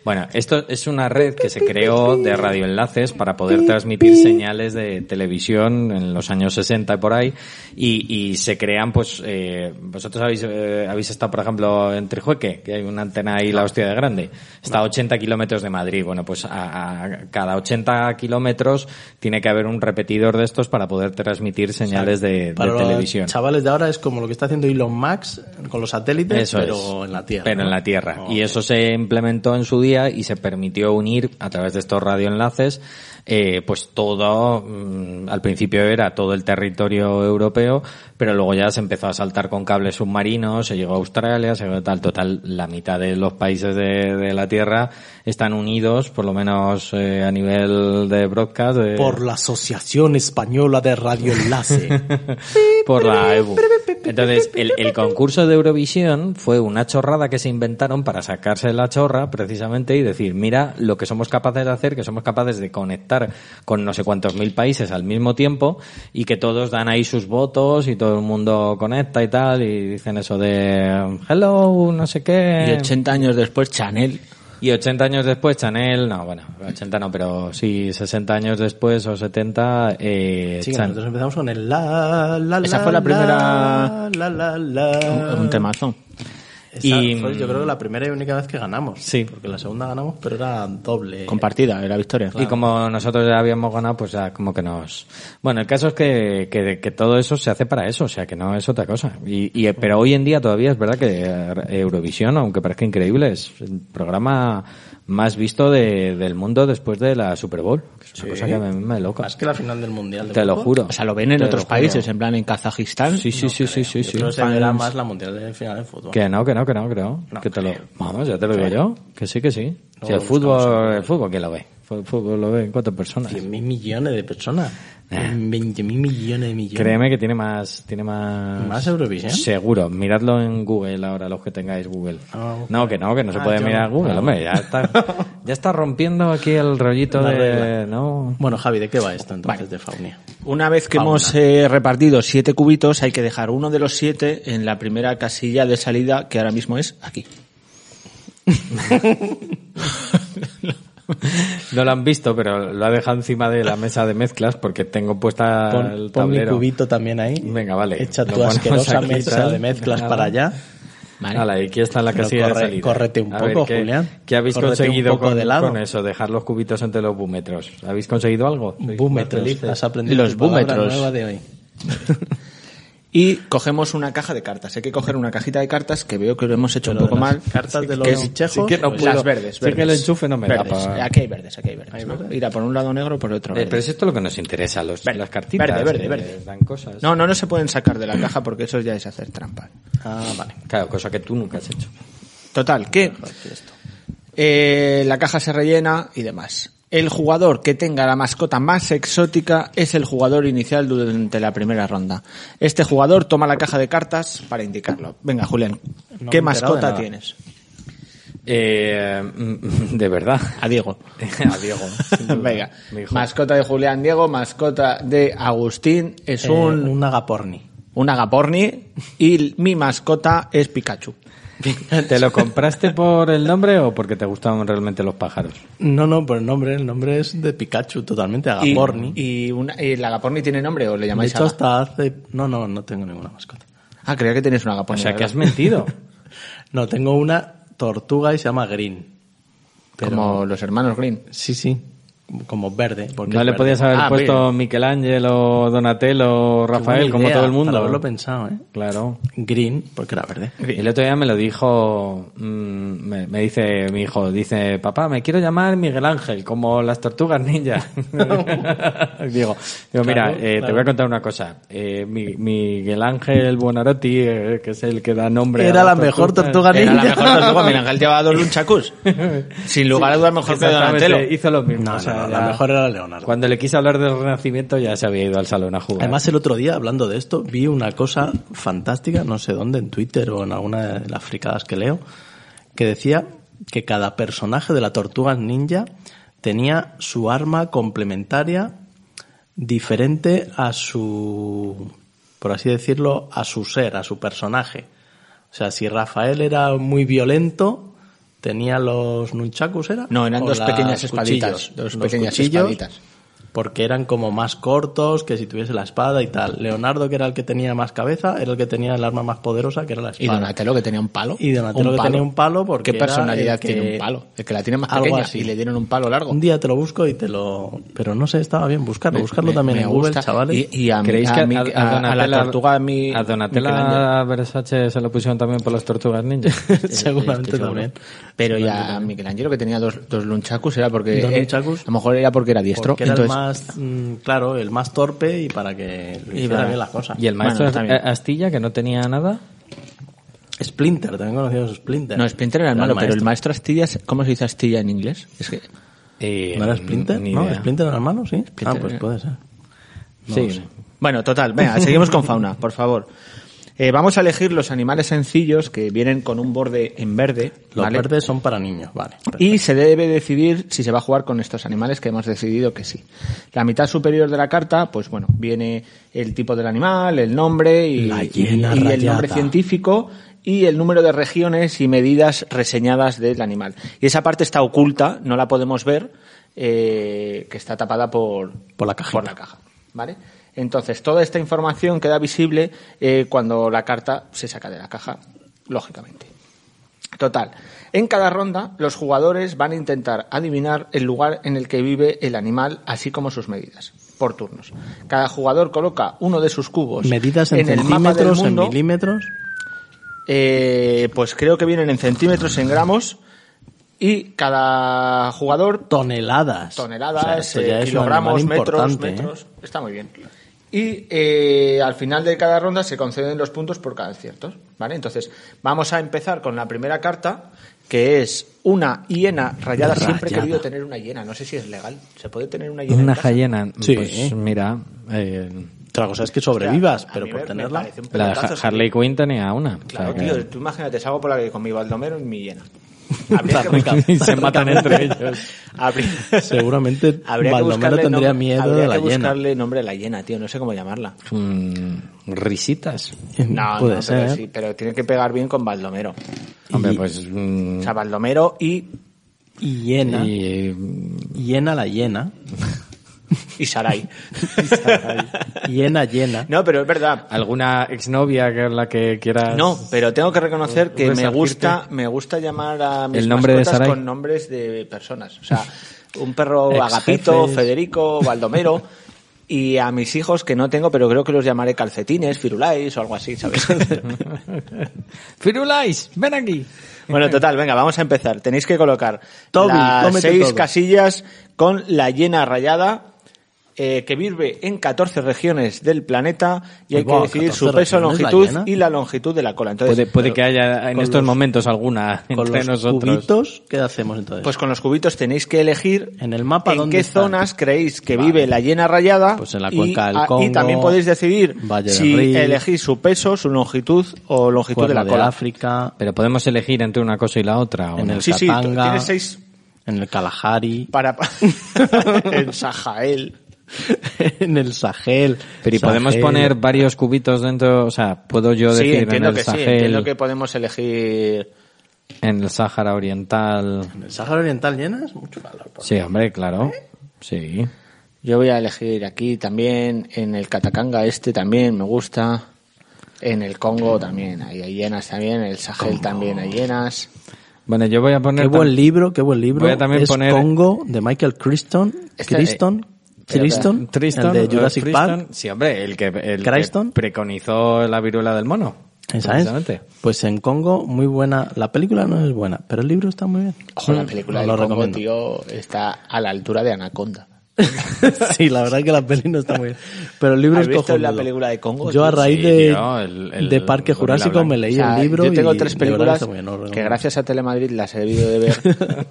Speaker 3: Bueno, esto es una red que se creó de radioenlaces para poder transmitir señales de televisión en los años 60 y por ahí. Y, y se crean, pues, eh, vosotros habéis, eh, habéis estado, por ejemplo, en Trijueque, que hay una antena ahí, la hostia de grande. Está a 80 kilómetros de Madrid. Bueno, pues a, a cada 80 kilómetros tiene que haber un repetidor de estos para poder transmitir señales de,
Speaker 4: Para
Speaker 3: de
Speaker 4: los
Speaker 3: televisión.
Speaker 4: chavales de ahora es como lo que está haciendo Elon Musk con los satélites,
Speaker 3: Eso
Speaker 4: pero
Speaker 3: es.
Speaker 4: en la Tierra.
Speaker 3: Pero
Speaker 4: ¿no?
Speaker 3: en la Tierra.
Speaker 4: Oh.
Speaker 3: Y eso se implementó en su día y se permitió unir a través de estos radioenlaces, eh, pues todo, mm, al principio era todo el territorio europeo, pero luego ya se empezó a saltar con cables submarinos, se llegó a Australia, se llegó a tal, total, la mitad de los países de, de la Tierra están unidos, por lo menos eh, a nivel de broadcast. de-
Speaker 4: Por la Asociación Española de Radioenlace.
Speaker 3: por la EBU. Entonces, el, el concurso de Eurovisión fue una chorrada que se inventaron para sacarse la chorra, precisamente, y decir, mira lo que somos capaces de hacer, que somos capaces de conectar con no sé cuántos mil países al mismo tiempo, y que todos dan ahí sus votos, y todo el mundo conecta y tal, y dicen eso de, hello, no sé qué.
Speaker 2: Y 80 años después, Chanel.
Speaker 3: Y 80 años después, Chanel, no, bueno, 80 no, pero sí, 60 años después o 70, eh,
Speaker 4: Sí, que
Speaker 3: Chan-
Speaker 4: nosotros empezamos con el la, la,
Speaker 2: Esa
Speaker 4: la,
Speaker 2: fue la primera-
Speaker 4: La, la, la.
Speaker 2: Un, un temazo.
Speaker 4: Esa
Speaker 3: Y- mm,
Speaker 4: fue, yo creo que la primera y única vez que ganamos.
Speaker 3: Sí.
Speaker 4: Porque la segunda ganamos, pero era doble.
Speaker 2: Compartida, era victoria.
Speaker 3: Y como nosotros ya habíamos ganado, pues ya como que nos... Bueno, el caso es que, que, que todo eso se hace para eso, o sea, que no es otra cosa. Y, y- pero hoy en día todavía es verdad que eh, Eurovisión, aunque parezca increíble, es el programa más visto de- del mundo después de la Super Bowl. que es una cosa que a mí me loca.
Speaker 4: Más que la final del mundial. de
Speaker 3: Te lo
Speaker 4: fútbol.
Speaker 3: juro.
Speaker 2: O sea, lo ven en
Speaker 3: Te
Speaker 2: otros
Speaker 3: lo juro.
Speaker 2: países, en plan en Kazajistán.
Speaker 3: Sí, sí, sí, sí, sí,
Speaker 4: Yo
Speaker 3: sí.
Speaker 4: creo que se verá
Speaker 2: Fans.
Speaker 4: más la mundial de final de fútbol.
Speaker 3: Que no, que no, que no, creo. que te lo... Vamos, ya te lo digo yo. Que sí, que sí. Si el fútbol, el fútbol, ¿quién lo ve? El fútbol lo ve en cuatro personas.
Speaker 4: 100.000 millones de personas.
Speaker 3: Eh.
Speaker 4: 20 mil millones de millones.
Speaker 3: Créeme que tiene más, tiene más.
Speaker 4: ¿Más Eurovision?
Speaker 3: Seguro. Miradlo en Google ahora, los que tengáis Google.
Speaker 4: Ah, ok.
Speaker 3: No, que no, que no se
Speaker 4: Ah,
Speaker 3: puede
Speaker 4: yo
Speaker 3: mirar
Speaker 4: no.
Speaker 3: Google,
Speaker 4: Ah,
Speaker 3: hombre. Ya está, ya está rompiendo aquí el rollito
Speaker 4: La
Speaker 3: de,
Speaker 4: regla.
Speaker 3: no.
Speaker 4: Bueno, Javi, ¿de qué va esto entonces de Faunia?
Speaker 2: Una vez que
Speaker 4: Fauna.
Speaker 2: hemos eh, repartido siete cubitos, hay que dejar uno de los siete en la primera casilla de salida, que ahora mismo es aquí.
Speaker 3: No lo han visto, pero lo ha dejado encima de la mesa de mezclas porque tengo puesta
Speaker 4: Pon,
Speaker 3: el
Speaker 4: pon mi
Speaker 3: tablero.
Speaker 4: cubito también ahí.
Speaker 3: Venga, vale.
Speaker 4: Echa
Speaker 3: Lo
Speaker 4: tu
Speaker 3: ponemos
Speaker 4: asquerosa
Speaker 3: aquí,
Speaker 4: mesa
Speaker 3: tal.
Speaker 4: de mezclas
Speaker 3: Nada.
Speaker 4: para allá.
Speaker 2: Vale.
Speaker 3: Vale, y aquí está la
Speaker 4: Pero
Speaker 3: casilla
Speaker 4: corre-
Speaker 3: de salida.
Speaker 4: córrete un
Speaker 3: A ver,
Speaker 4: poco,
Speaker 3: ¿qué-
Speaker 4: Julián.
Speaker 3: ¿Qué habéis
Speaker 4: Córrete un
Speaker 3: conseguido
Speaker 4: poco
Speaker 3: con,
Speaker 4: de lado.
Speaker 3: con eso? Dejar los cubitos entre los búmetros. ¿Habéis conseguido algo? ¿Sois más
Speaker 4: Búmetros.
Speaker 3: felices?
Speaker 4: Has aprendido
Speaker 2: Los
Speaker 4: tu palabra
Speaker 2: búmetros.
Speaker 4: nueva de hoy.
Speaker 2: Y cogemos una caja de cartas. Hay que coger una cajita de cartas que veo que lo hemos hecho
Speaker 4: Pero
Speaker 2: un poco
Speaker 4: de las
Speaker 2: mal.
Speaker 4: cartas de los
Speaker 2: Que es-
Speaker 4: chejos,
Speaker 2: sí que no
Speaker 4: pues-
Speaker 2: puedo.
Speaker 3: las
Speaker 2: Las
Speaker 3: verdes,
Speaker 2: verdes.
Speaker 3: sí que el enchufe no me da
Speaker 2: Verdes.
Speaker 3: pa-
Speaker 2: Aquí hay verdes, aquí hay verdes. ¿no? Ir a por un lado negro, por el otro.
Speaker 3: Eh,
Speaker 2: verde.
Speaker 3: pero es esto lo que nos interesa, los,
Speaker 2: Verde,
Speaker 3: las cartitas.
Speaker 2: verde, verde,
Speaker 3: que
Speaker 2: verde.
Speaker 3: Dan cosas.
Speaker 2: No, no, no se pueden sacar de la caja porque eso ya es hacer trampa.
Speaker 4: Ah, vale.
Speaker 3: Claro, cosa que tú nunca has hecho.
Speaker 2: Total, que eh, la caja se rellena y demás. El jugador que tenga la mascota más exótica es el jugador inicial durante la primera ronda. Este jugador toma la caja de cartas para indicarlo. Venga, Julián,
Speaker 4: No me he
Speaker 2: ¿qué
Speaker 4: enterado de
Speaker 2: mascota
Speaker 4: nada.
Speaker 2: tienes?
Speaker 3: Eh, mm, de verdad.
Speaker 2: A Diego.
Speaker 3: A Diego. sin duda.
Speaker 2: Venga,
Speaker 3: Mi hijo.
Speaker 2: mascota de Julián Diego, mascota de Agustín, es
Speaker 4: Eh,
Speaker 2: un,
Speaker 4: un agaporni.
Speaker 2: un agaporni y mi mascota es Pikachu.
Speaker 3: ¿Te lo compraste por el nombre o porque te gustaban realmente los pájaros?
Speaker 4: No, no, por el nombre. El nombre es de Pikachu, totalmente.
Speaker 2: Y-
Speaker 4: Agaporni.
Speaker 2: Y, una- y el agaporni tiene nombre o le
Speaker 4: De
Speaker 2: llamáis
Speaker 4: hecho,
Speaker 2: aga?
Speaker 4: hasta hace... No, no, no tengo ninguna mascota.
Speaker 2: Ah, creía que tenías un
Speaker 3: O
Speaker 2: agaporni.
Speaker 3: sea, que
Speaker 2: ¿verdad?
Speaker 3: has mentido.
Speaker 4: No, tengo una tortuga y se llama Green. Pero-
Speaker 2: Como los hermanos Green.
Speaker 4: Sí, sí. Como verde. Porque
Speaker 3: No
Speaker 4: es
Speaker 3: le
Speaker 4: verde.
Speaker 3: podías haber
Speaker 2: Ah,
Speaker 3: puesto Michelangelo, Donatello,
Speaker 4: Qué buena
Speaker 3: Rafael, como
Speaker 4: idea,
Speaker 3: todo el
Speaker 4: para
Speaker 3: mundo.
Speaker 4: haberlo pensado, ¿eh?
Speaker 3: Claro.
Speaker 4: Green, porque era verde.
Speaker 3: El otro día me lo dijo, mm, me, me dice mi hijo, dice, papá, me quiero llamar Miguel Ángel, como las tortugas ninja. digo, digo, mira,
Speaker 4: Claro,
Speaker 3: eh, te
Speaker 4: claro.
Speaker 3: voy a contar una cosa. Eh, mi- Miguel Ángel Buonarotti, eh, que es el que da nombre
Speaker 4: Era
Speaker 3: a
Speaker 4: la
Speaker 3: las
Speaker 4: mejor
Speaker 3: tortugas.
Speaker 4: tortuga
Speaker 2: Era la
Speaker 4: ninja.
Speaker 2: mejor tortuga. Miguel Ángel llevaba dos lunchacus. Sin lugar a dudas, mejor que
Speaker 3: Exactamente,
Speaker 2: Donatello.
Speaker 3: hizo lo mismo.
Speaker 4: No,
Speaker 3: o sea, ya-
Speaker 4: no, la mejor era Leonardo.
Speaker 3: Cuando le quise hablar del Renacimiento ya se había ido al salón a jugar.
Speaker 4: Además, el otro día, hablando de esto, vi una cosa fantástica, no sé dónde, en Twitter o en alguna de las fricadas que leo, que decía que cada personaje de la Tortuga Ninja tenía su arma complementaria diferente a su, por así decirlo, a su ser, a su personaje. O sea, si Rafael era muy violento, tenía los nunchakus, ¿era?
Speaker 2: No, eran
Speaker 4: O
Speaker 2: dos
Speaker 4: las
Speaker 2: pequeñas espaditas,
Speaker 4: cuchillos.
Speaker 2: dos
Speaker 4: Los
Speaker 2: pequeñas
Speaker 4: cuchillos,
Speaker 2: espaditas.
Speaker 4: porque eran como más cortos que si tuviese la espada y tal. Leonardo, que era el que tenía más cabeza, era el que tenía el arma más poderosa, que era la
Speaker 2: Y
Speaker 4: espada.
Speaker 2: Donatello, que tenía un palo.
Speaker 4: Y Donatello, que
Speaker 2: palo.
Speaker 4: tenía un palo porque
Speaker 2: ¿Qué
Speaker 4: era
Speaker 2: personalidad
Speaker 4: el que-
Speaker 2: tiene un palo? El que la tiene más
Speaker 4: Algo
Speaker 2: pequeña
Speaker 4: así.
Speaker 2: y le dieron un palo largo.
Speaker 4: Un día te lo busco y te lo... Pero no sé, estaba bien buscarlo. Buscarlo
Speaker 2: Me-
Speaker 4: también
Speaker 2: me
Speaker 4: en Google,
Speaker 2: gusta.
Speaker 4: chavales.
Speaker 2: Y, y a, mí-
Speaker 3: ¿Creéis
Speaker 2: a
Speaker 3: que
Speaker 2: mí-
Speaker 3: a,
Speaker 2: a- a la
Speaker 3: Donatella-
Speaker 2: tortuga a mí...
Speaker 3: a Donatella
Speaker 2: Michelangelo.
Speaker 3: Versace se lo pusieron también por las tortugas ninja?
Speaker 2: este,
Speaker 4: Seguramente
Speaker 2: Estoy seguro.
Speaker 4: también.
Speaker 2: Pero ya a Michelangelo, que tenía dos, dos lunchacus, era porque...
Speaker 4: Dos
Speaker 2: eh,
Speaker 4: nunchakus.
Speaker 2: a lo mejor era porque era diestro.
Speaker 4: Porque era
Speaker 2: entonces,
Speaker 4: el más, mm, claro, el más torpe y para que lo
Speaker 2: Y
Speaker 4: hiciera
Speaker 2: para-
Speaker 4: bien las cosas.
Speaker 3: ¿Y el maestro
Speaker 2: Bueno, está bien.
Speaker 3: eh, Astilla, que no tenía nada?
Speaker 4: Splinter, también conocido Splinter.
Speaker 2: No, Splinter era el malo, pero el maestro Astilla... es- ¿Cómo se dice Astilla en inglés? Es que...
Speaker 3: Eh,
Speaker 4: ¿No era Splinter?
Speaker 3: ni
Speaker 4: ¿No?
Speaker 3: idea.
Speaker 4: ¿Splinter era el malo? Sí.
Speaker 2: Splinter
Speaker 4: ah, pues
Speaker 2: era-
Speaker 4: puede ser.
Speaker 3: Sí.
Speaker 2: Bueno, total, venga, seguimos con fauna, por favor. Eh, vamos a elegir los animales sencillos que vienen con un borde en verde.
Speaker 4: Los
Speaker 2: ¿vale?
Speaker 4: verdes son para niños, vale.
Speaker 2: Y se debe decidir si se va a jugar con estos animales que hemos decidido que sí. La mitad superior de la carta, pues bueno, viene el tipo del animal, el nombre y,
Speaker 4: La hiena
Speaker 2: y- y el
Speaker 4: rayada.
Speaker 2: nombre científico y el número de regiones y medidas reseñadas del animal. Y esa parte está oculta, no la podemos ver, eh, que está tapada por,
Speaker 4: Por la cajita.
Speaker 2: por la caja. ¿Vale? Entonces, toda esta información queda visible eh, cuando la carta se saca de la caja, lógicamente. Total. En cada ronda, los jugadores van a intentar adivinar el lugar en el que vive el animal, así como sus medidas, por turnos. Cada jugador coloca uno de sus cubos
Speaker 4: Pues Medidas en,
Speaker 2: en el mapa del
Speaker 4: centímetros,
Speaker 2: mundo.
Speaker 4: en milímetros.
Speaker 2: eh, pues creo que vienen en centímetros, en gramos. Y cada jugador
Speaker 4: Toneladas.
Speaker 2: toneladas,
Speaker 4: O sea, esto
Speaker 2: eh,
Speaker 4: ya es un
Speaker 2: kilogramos,
Speaker 4: animal
Speaker 2: metros,
Speaker 4: importante, ¿eh?
Speaker 2: metros. Está muy bien. Y eh, al final de cada ronda se conceden los puntos por cada acierto. ¿vale? Entonces, vamos a empezar con la primera carta, que es una hiena rayada. Siempre he
Speaker 4: Rayada.
Speaker 2: querido tener una hiena. No sé si es legal. ¿Se puede tener una hiena? en
Speaker 3: Una
Speaker 2: casa?
Speaker 3: hyena,
Speaker 4: Sí.
Speaker 3: pues mira, eh,
Speaker 4: Otra cosa es que sobrevivas,
Speaker 2: O sea, a
Speaker 4: pero
Speaker 2: mí
Speaker 4: por
Speaker 2: me- me
Speaker 4: tenerla.
Speaker 2: parece un
Speaker 3: la de
Speaker 2: pelotazo,
Speaker 3: Ha- Harley Quinn tenía una. o sea
Speaker 2: Claro,
Speaker 3: que-
Speaker 2: tío, tú imagínate, salgo por la calle con mi baldomero y mi hiena.
Speaker 4: Está
Speaker 2: Habría que
Speaker 4: rica.
Speaker 2: buscar-
Speaker 3: y se matan entre ellos.
Speaker 2: habría-
Speaker 4: Seguramente
Speaker 2: habría que
Speaker 4: Baldomero
Speaker 2: buscarle
Speaker 4: tendría
Speaker 2: nom-
Speaker 4: miedo
Speaker 2: habría
Speaker 4: de la
Speaker 2: que
Speaker 4: hiena.
Speaker 2: buscarle nombre a la hiena, tío, no sé cómo llamarla.
Speaker 3: Mm, risitas.
Speaker 2: No,
Speaker 4: Puede
Speaker 2: no,
Speaker 4: ser.
Speaker 2: Pero, sí, pero tiene que pegar bien con Baldomero.
Speaker 3: Hombre, pues. mm,
Speaker 2: O sea, Baldomero y,
Speaker 4: Hiena.
Speaker 3: y, mm,
Speaker 4: Hiena la hiena.
Speaker 2: y Sarai.
Speaker 4: Hiena llena.
Speaker 2: no, pero es verdad.
Speaker 3: ¿Alguna exnovia que es la que quieras?
Speaker 2: No, pero tengo que reconocer que me
Speaker 3: Resarcirte.
Speaker 2: gusta, me gusta llamar a mis
Speaker 3: El nombre de
Speaker 2: mascotas
Speaker 3: Sarai.
Speaker 2: con nombres de personas. O sea, un perro
Speaker 3: Ex
Speaker 2: Agapito,
Speaker 3: jefes.
Speaker 2: Federico, Baldomero. Y a mis hijos que no tengo, pero creo que los llamaré calcetines, firulais o algo así, ¿sabes?
Speaker 3: Firulais, ven aquí.
Speaker 2: bueno, total, venga, vamos a empezar. Tenéis que colocar
Speaker 4: Toby,
Speaker 2: las
Speaker 4: cómete
Speaker 2: seis
Speaker 4: todo.
Speaker 2: casillas con la llena rayada eh, que vive en 14 regiones del planeta
Speaker 3: Pues
Speaker 2: y
Speaker 4: Ahí
Speaker 2: hay que
Speaker 4: va,
Speaker 2: decidir
Speaker 4: 14
Speaker 2: su peso,
Speaker 4: regiones, la
Speaker 2: longitud
Speaker 4: hiena.
Speaker 2: y la longitud de la cola. Entonces,
Speaker 3: Puede, puede que haya en
Speaker 4: con
Speaker 3: estos
Speaker 4: los-
Speaker 3: momentos alguna
Speaker 4: Con
Speaker 3: entre
Speaker 4: los
Speaker 3: nosotros.
Speaker 4: cubitos, ¿qué hacemos entonces?
Speaker 2: Pues con los cubitos tenéis que elegir
Speaker 4: En el mapa,
Speaker 2: en
Speaker 4: ¿dónde
Speaker 2: qué
Speaker 4: están?
Speaker 2: zonas creéis que vive la llena rayada.
Speaker 4: Pues en la
Speaker 2: y-
Speaker 4: cuenca del
Speaker 2: ah, y,
Speaker 4: Congo,
Speaker 2: también podéis decidir
Speaker 4: Valle del
Speaker 2: si
Speaker 4: Rin,
Speaker 2: elegís su peso, su longitud o longitud de
Speaker 4: Cuerno
Speaker 2: la
Speaker 4: de,
Speaker 2: cola.
Speaker 4: África,
Speaker 3: Pero podemos elegir entre una cosa y la otra. ¿o
Speaker 4: en
Speaker 3: no?
Speaker 4: el
Speaker 2: Sí, sí,
Speaker 4: Katanga,
Speaker 2: tienes seis
Speaker 4: en el Kalahari,
Speaker 2: para en Sahael.
Speaker 4: en el Sahel.
Speaker 3: Pero ¿y podemos
Speaker 4: Sahel.
Speaker 3: poner varios cubitos dentro, o sea, puedo yo
Speaker 2: Sí,
Speaker 3: decir en
Speaker 2: entiendo
Speaker 3: el
Speaker 2: que sí,
Speaker 3: Sahel,
Speaker 2: entiendo que podemos elegir.
Speaker 3: en el Sáhara Oriental.
Speaker 4: ¿En el Sahara Oriental llenas? Mucho calor. por-
Speaker 3: Sí, hombre, claro. Sí.
Speaker 2: Yo voy a elegir aquí también, en el Katakanga este también me gusta. En el Congo también hay hienas también, en el Sahel también hay hienas.
Speaker 3: Bueno, yo voy a
Speaker 4: Qué
Speaker 3: poner
Speaker 4: buen libro, qué buen libro.
Speaker 3: Voy a también
Speaker 4: es
Speaker 3: poner-
Speaker 4: Congo de Michael Criston.
Speaker 2: Este-
Speaker 4: Criston.
Speaker 2: Pero-
Speaker 4: Criston.
Speaker 3: eh, Tristan,
Speaker 4: el de Jurassic
Speaker 3: Tristan,
Speaker 4: Park.
Speaker 3: Sí, hombre, el que, el que
Speaker 4: Crayston.
Speaker 3: preconizó la viruela del mono.
Speaker 4: Esa es.
Speaker 3: Precisamente.
Speaker 4: Pues en Congo, muy buena. La película no es buena, pero el libro está muy bien.
Speaker 2: Ojo, la película del
Speaker 4: No lo
Speaker 2: Congo,
Speaker 4: recomiendo.
Speaker 2: tío, está a la altura de Anaconda.
Speaker 4: sí, la verdad es que la peli no está muy bien. Pero el libro
Speaker 2: ¿Has
Speaker 4: es
Speaker 2: visto
Speaker 4: cojonudo.
Speaker 2: la película de Congo,
Speaker 4: Yo a
Speaker 2: tío?
Speaker 4: raíz
Speaker 3: Sí,
Speaker 4: de,
Speaker 3: tío, el- el
Speaker 4: de Parque
Speaker 3: Gorila
Speaker 4: Jurassico
Speaker 3: Blanco.
Speaker 4: me leí
Speaker 2: O sea,
Speaker 4: el libro.
Speaker 2: yo tengo
Speaker 4: y
Speaker 2: tres
Speaker 4: de verdad
Speaker 2: películas
Speaker 4: está muy bien, no lo
Speaker 2: que
Speaker 4: recomiendo.
Speaker 2: gracias a Telemadrid las he debido de ver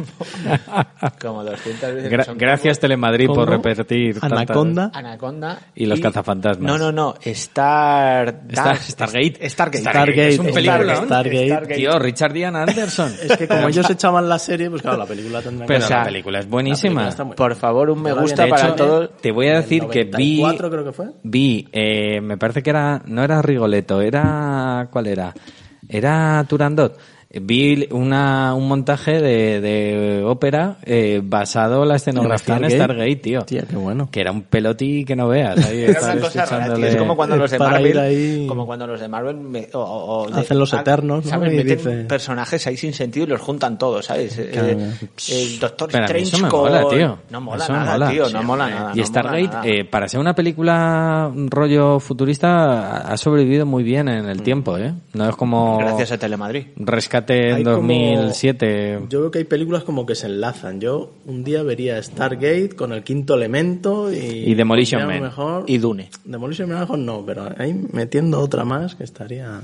Speaker 2: como, como 200 veces.
Speaker 3: Gra-
Speaker 2: Son
Speaker 3: gracias Telemadrid por
Speaker 4: Congo,
Speaker 3: repetir. tantas-
Speaker 4: Anaconda.
Speaker 2: como Anaconda.
Speaker 3: Y los cazafantasmas.
Speaker 2: No, no, no. Star...
Speaker 3: Star-
Speaker 2: Dance-
Speaker 3: Stargate.
Speaker 2: Stargate.
Speaker 3: Stargate. Es un película, ¿no?
Speaker 4: Stargate.
Speaker 3: Tío, Richard Ian Anderson.
Speaker 4: Es que como ellos echaban la serie, pues claro, la película tendrá
Speaker 3: Pero
Speaker 4: que...
Speaker 3: la película es buenísima.
Speaker 4: está muy-
Speaker 2: Por favor, un me
Speaker 4: Ahora
Speaker 2: gusta
Speaker 4: viene
Speaker 2: para
Speaker 4: hecho,
Speaker 2: todos.
Speaker 3: Te voy a decir que vi...
Speaker 4: 94 creo que fue.
Speaker 3: Vi, eh, me parece que era, no era Rigoletto, era, ¿cuál era? Era Turandot. Vi una, un montaje de, de ópera eh, basado la escenografía en
Speaker 4: Stargate?
Speaker 3: Stargate, tío.
Speaker 4: Tía, qué bueno.
Speaker 3: Que era un pelotí que no veas. Ahí
Speaker 2: Era
Speaker 3: estar
Speaker 2: una cosa rara, tío.
Speaker 3: escuchándole-
Speaker 2: Es como cuando los de
Speaker 4: Para
Speaker 2: Marvel,
Speaker 4: ir ahí-
Speaker 2: como cuando los de Marvel me- o- o- o de-
Speaker 4: Hacen los eternos, ¿no?
Speaker 2: ¿sabes?
Speaker 4: Y
Speaker 2: Meten
Speaker 4: dice-
Speaker 2: personajes ahí sin sentido y los juntan todos, ¿sabes? Eh,
Speaker 4: Claro.
Speaker 2: eh, el Doctor
Speaker 3: Pero a mí
Speaker 2: Strange
Speaker 3: eso me
Speaker 2: con-
Speaker 3: mola, tío.
Speaker 2: No mola
Speaker 3: Eso me
Speaker 2: nada,
Speaker 3: mola.
Speaker 2: tío, no
Speaker 3: Sí,
Speaker 2: mola
Speaker 3: hombre.
Speaker 2: nada.
Speaker 3: Y
Speaker 2: no mola nada.
Speaker 3: Stargate, eh, para ser una película un rollo futurista, ha- ha sobrevivido muy bien en el tiempo, ¿eh? No es como
Speaker 2: Gracias a Telemadrid.
Speaker 3: Rescate en
Speaker 4: Hay como-
Speaker 3: 2007.
Speaker 4: Yo veo que hay películas como que se enlazan. Yo un día vería Stargate con el quinto elemento y...
Speaker 3: Y Demolition
Speaker 4: a lo
Speaker 3: Man.
Speaker 4: Mejor,
Speaker 2: Y Dune.
Speaker 4: Demolition Man a lo mejor no, pero ahí metiendo otra más que estaría...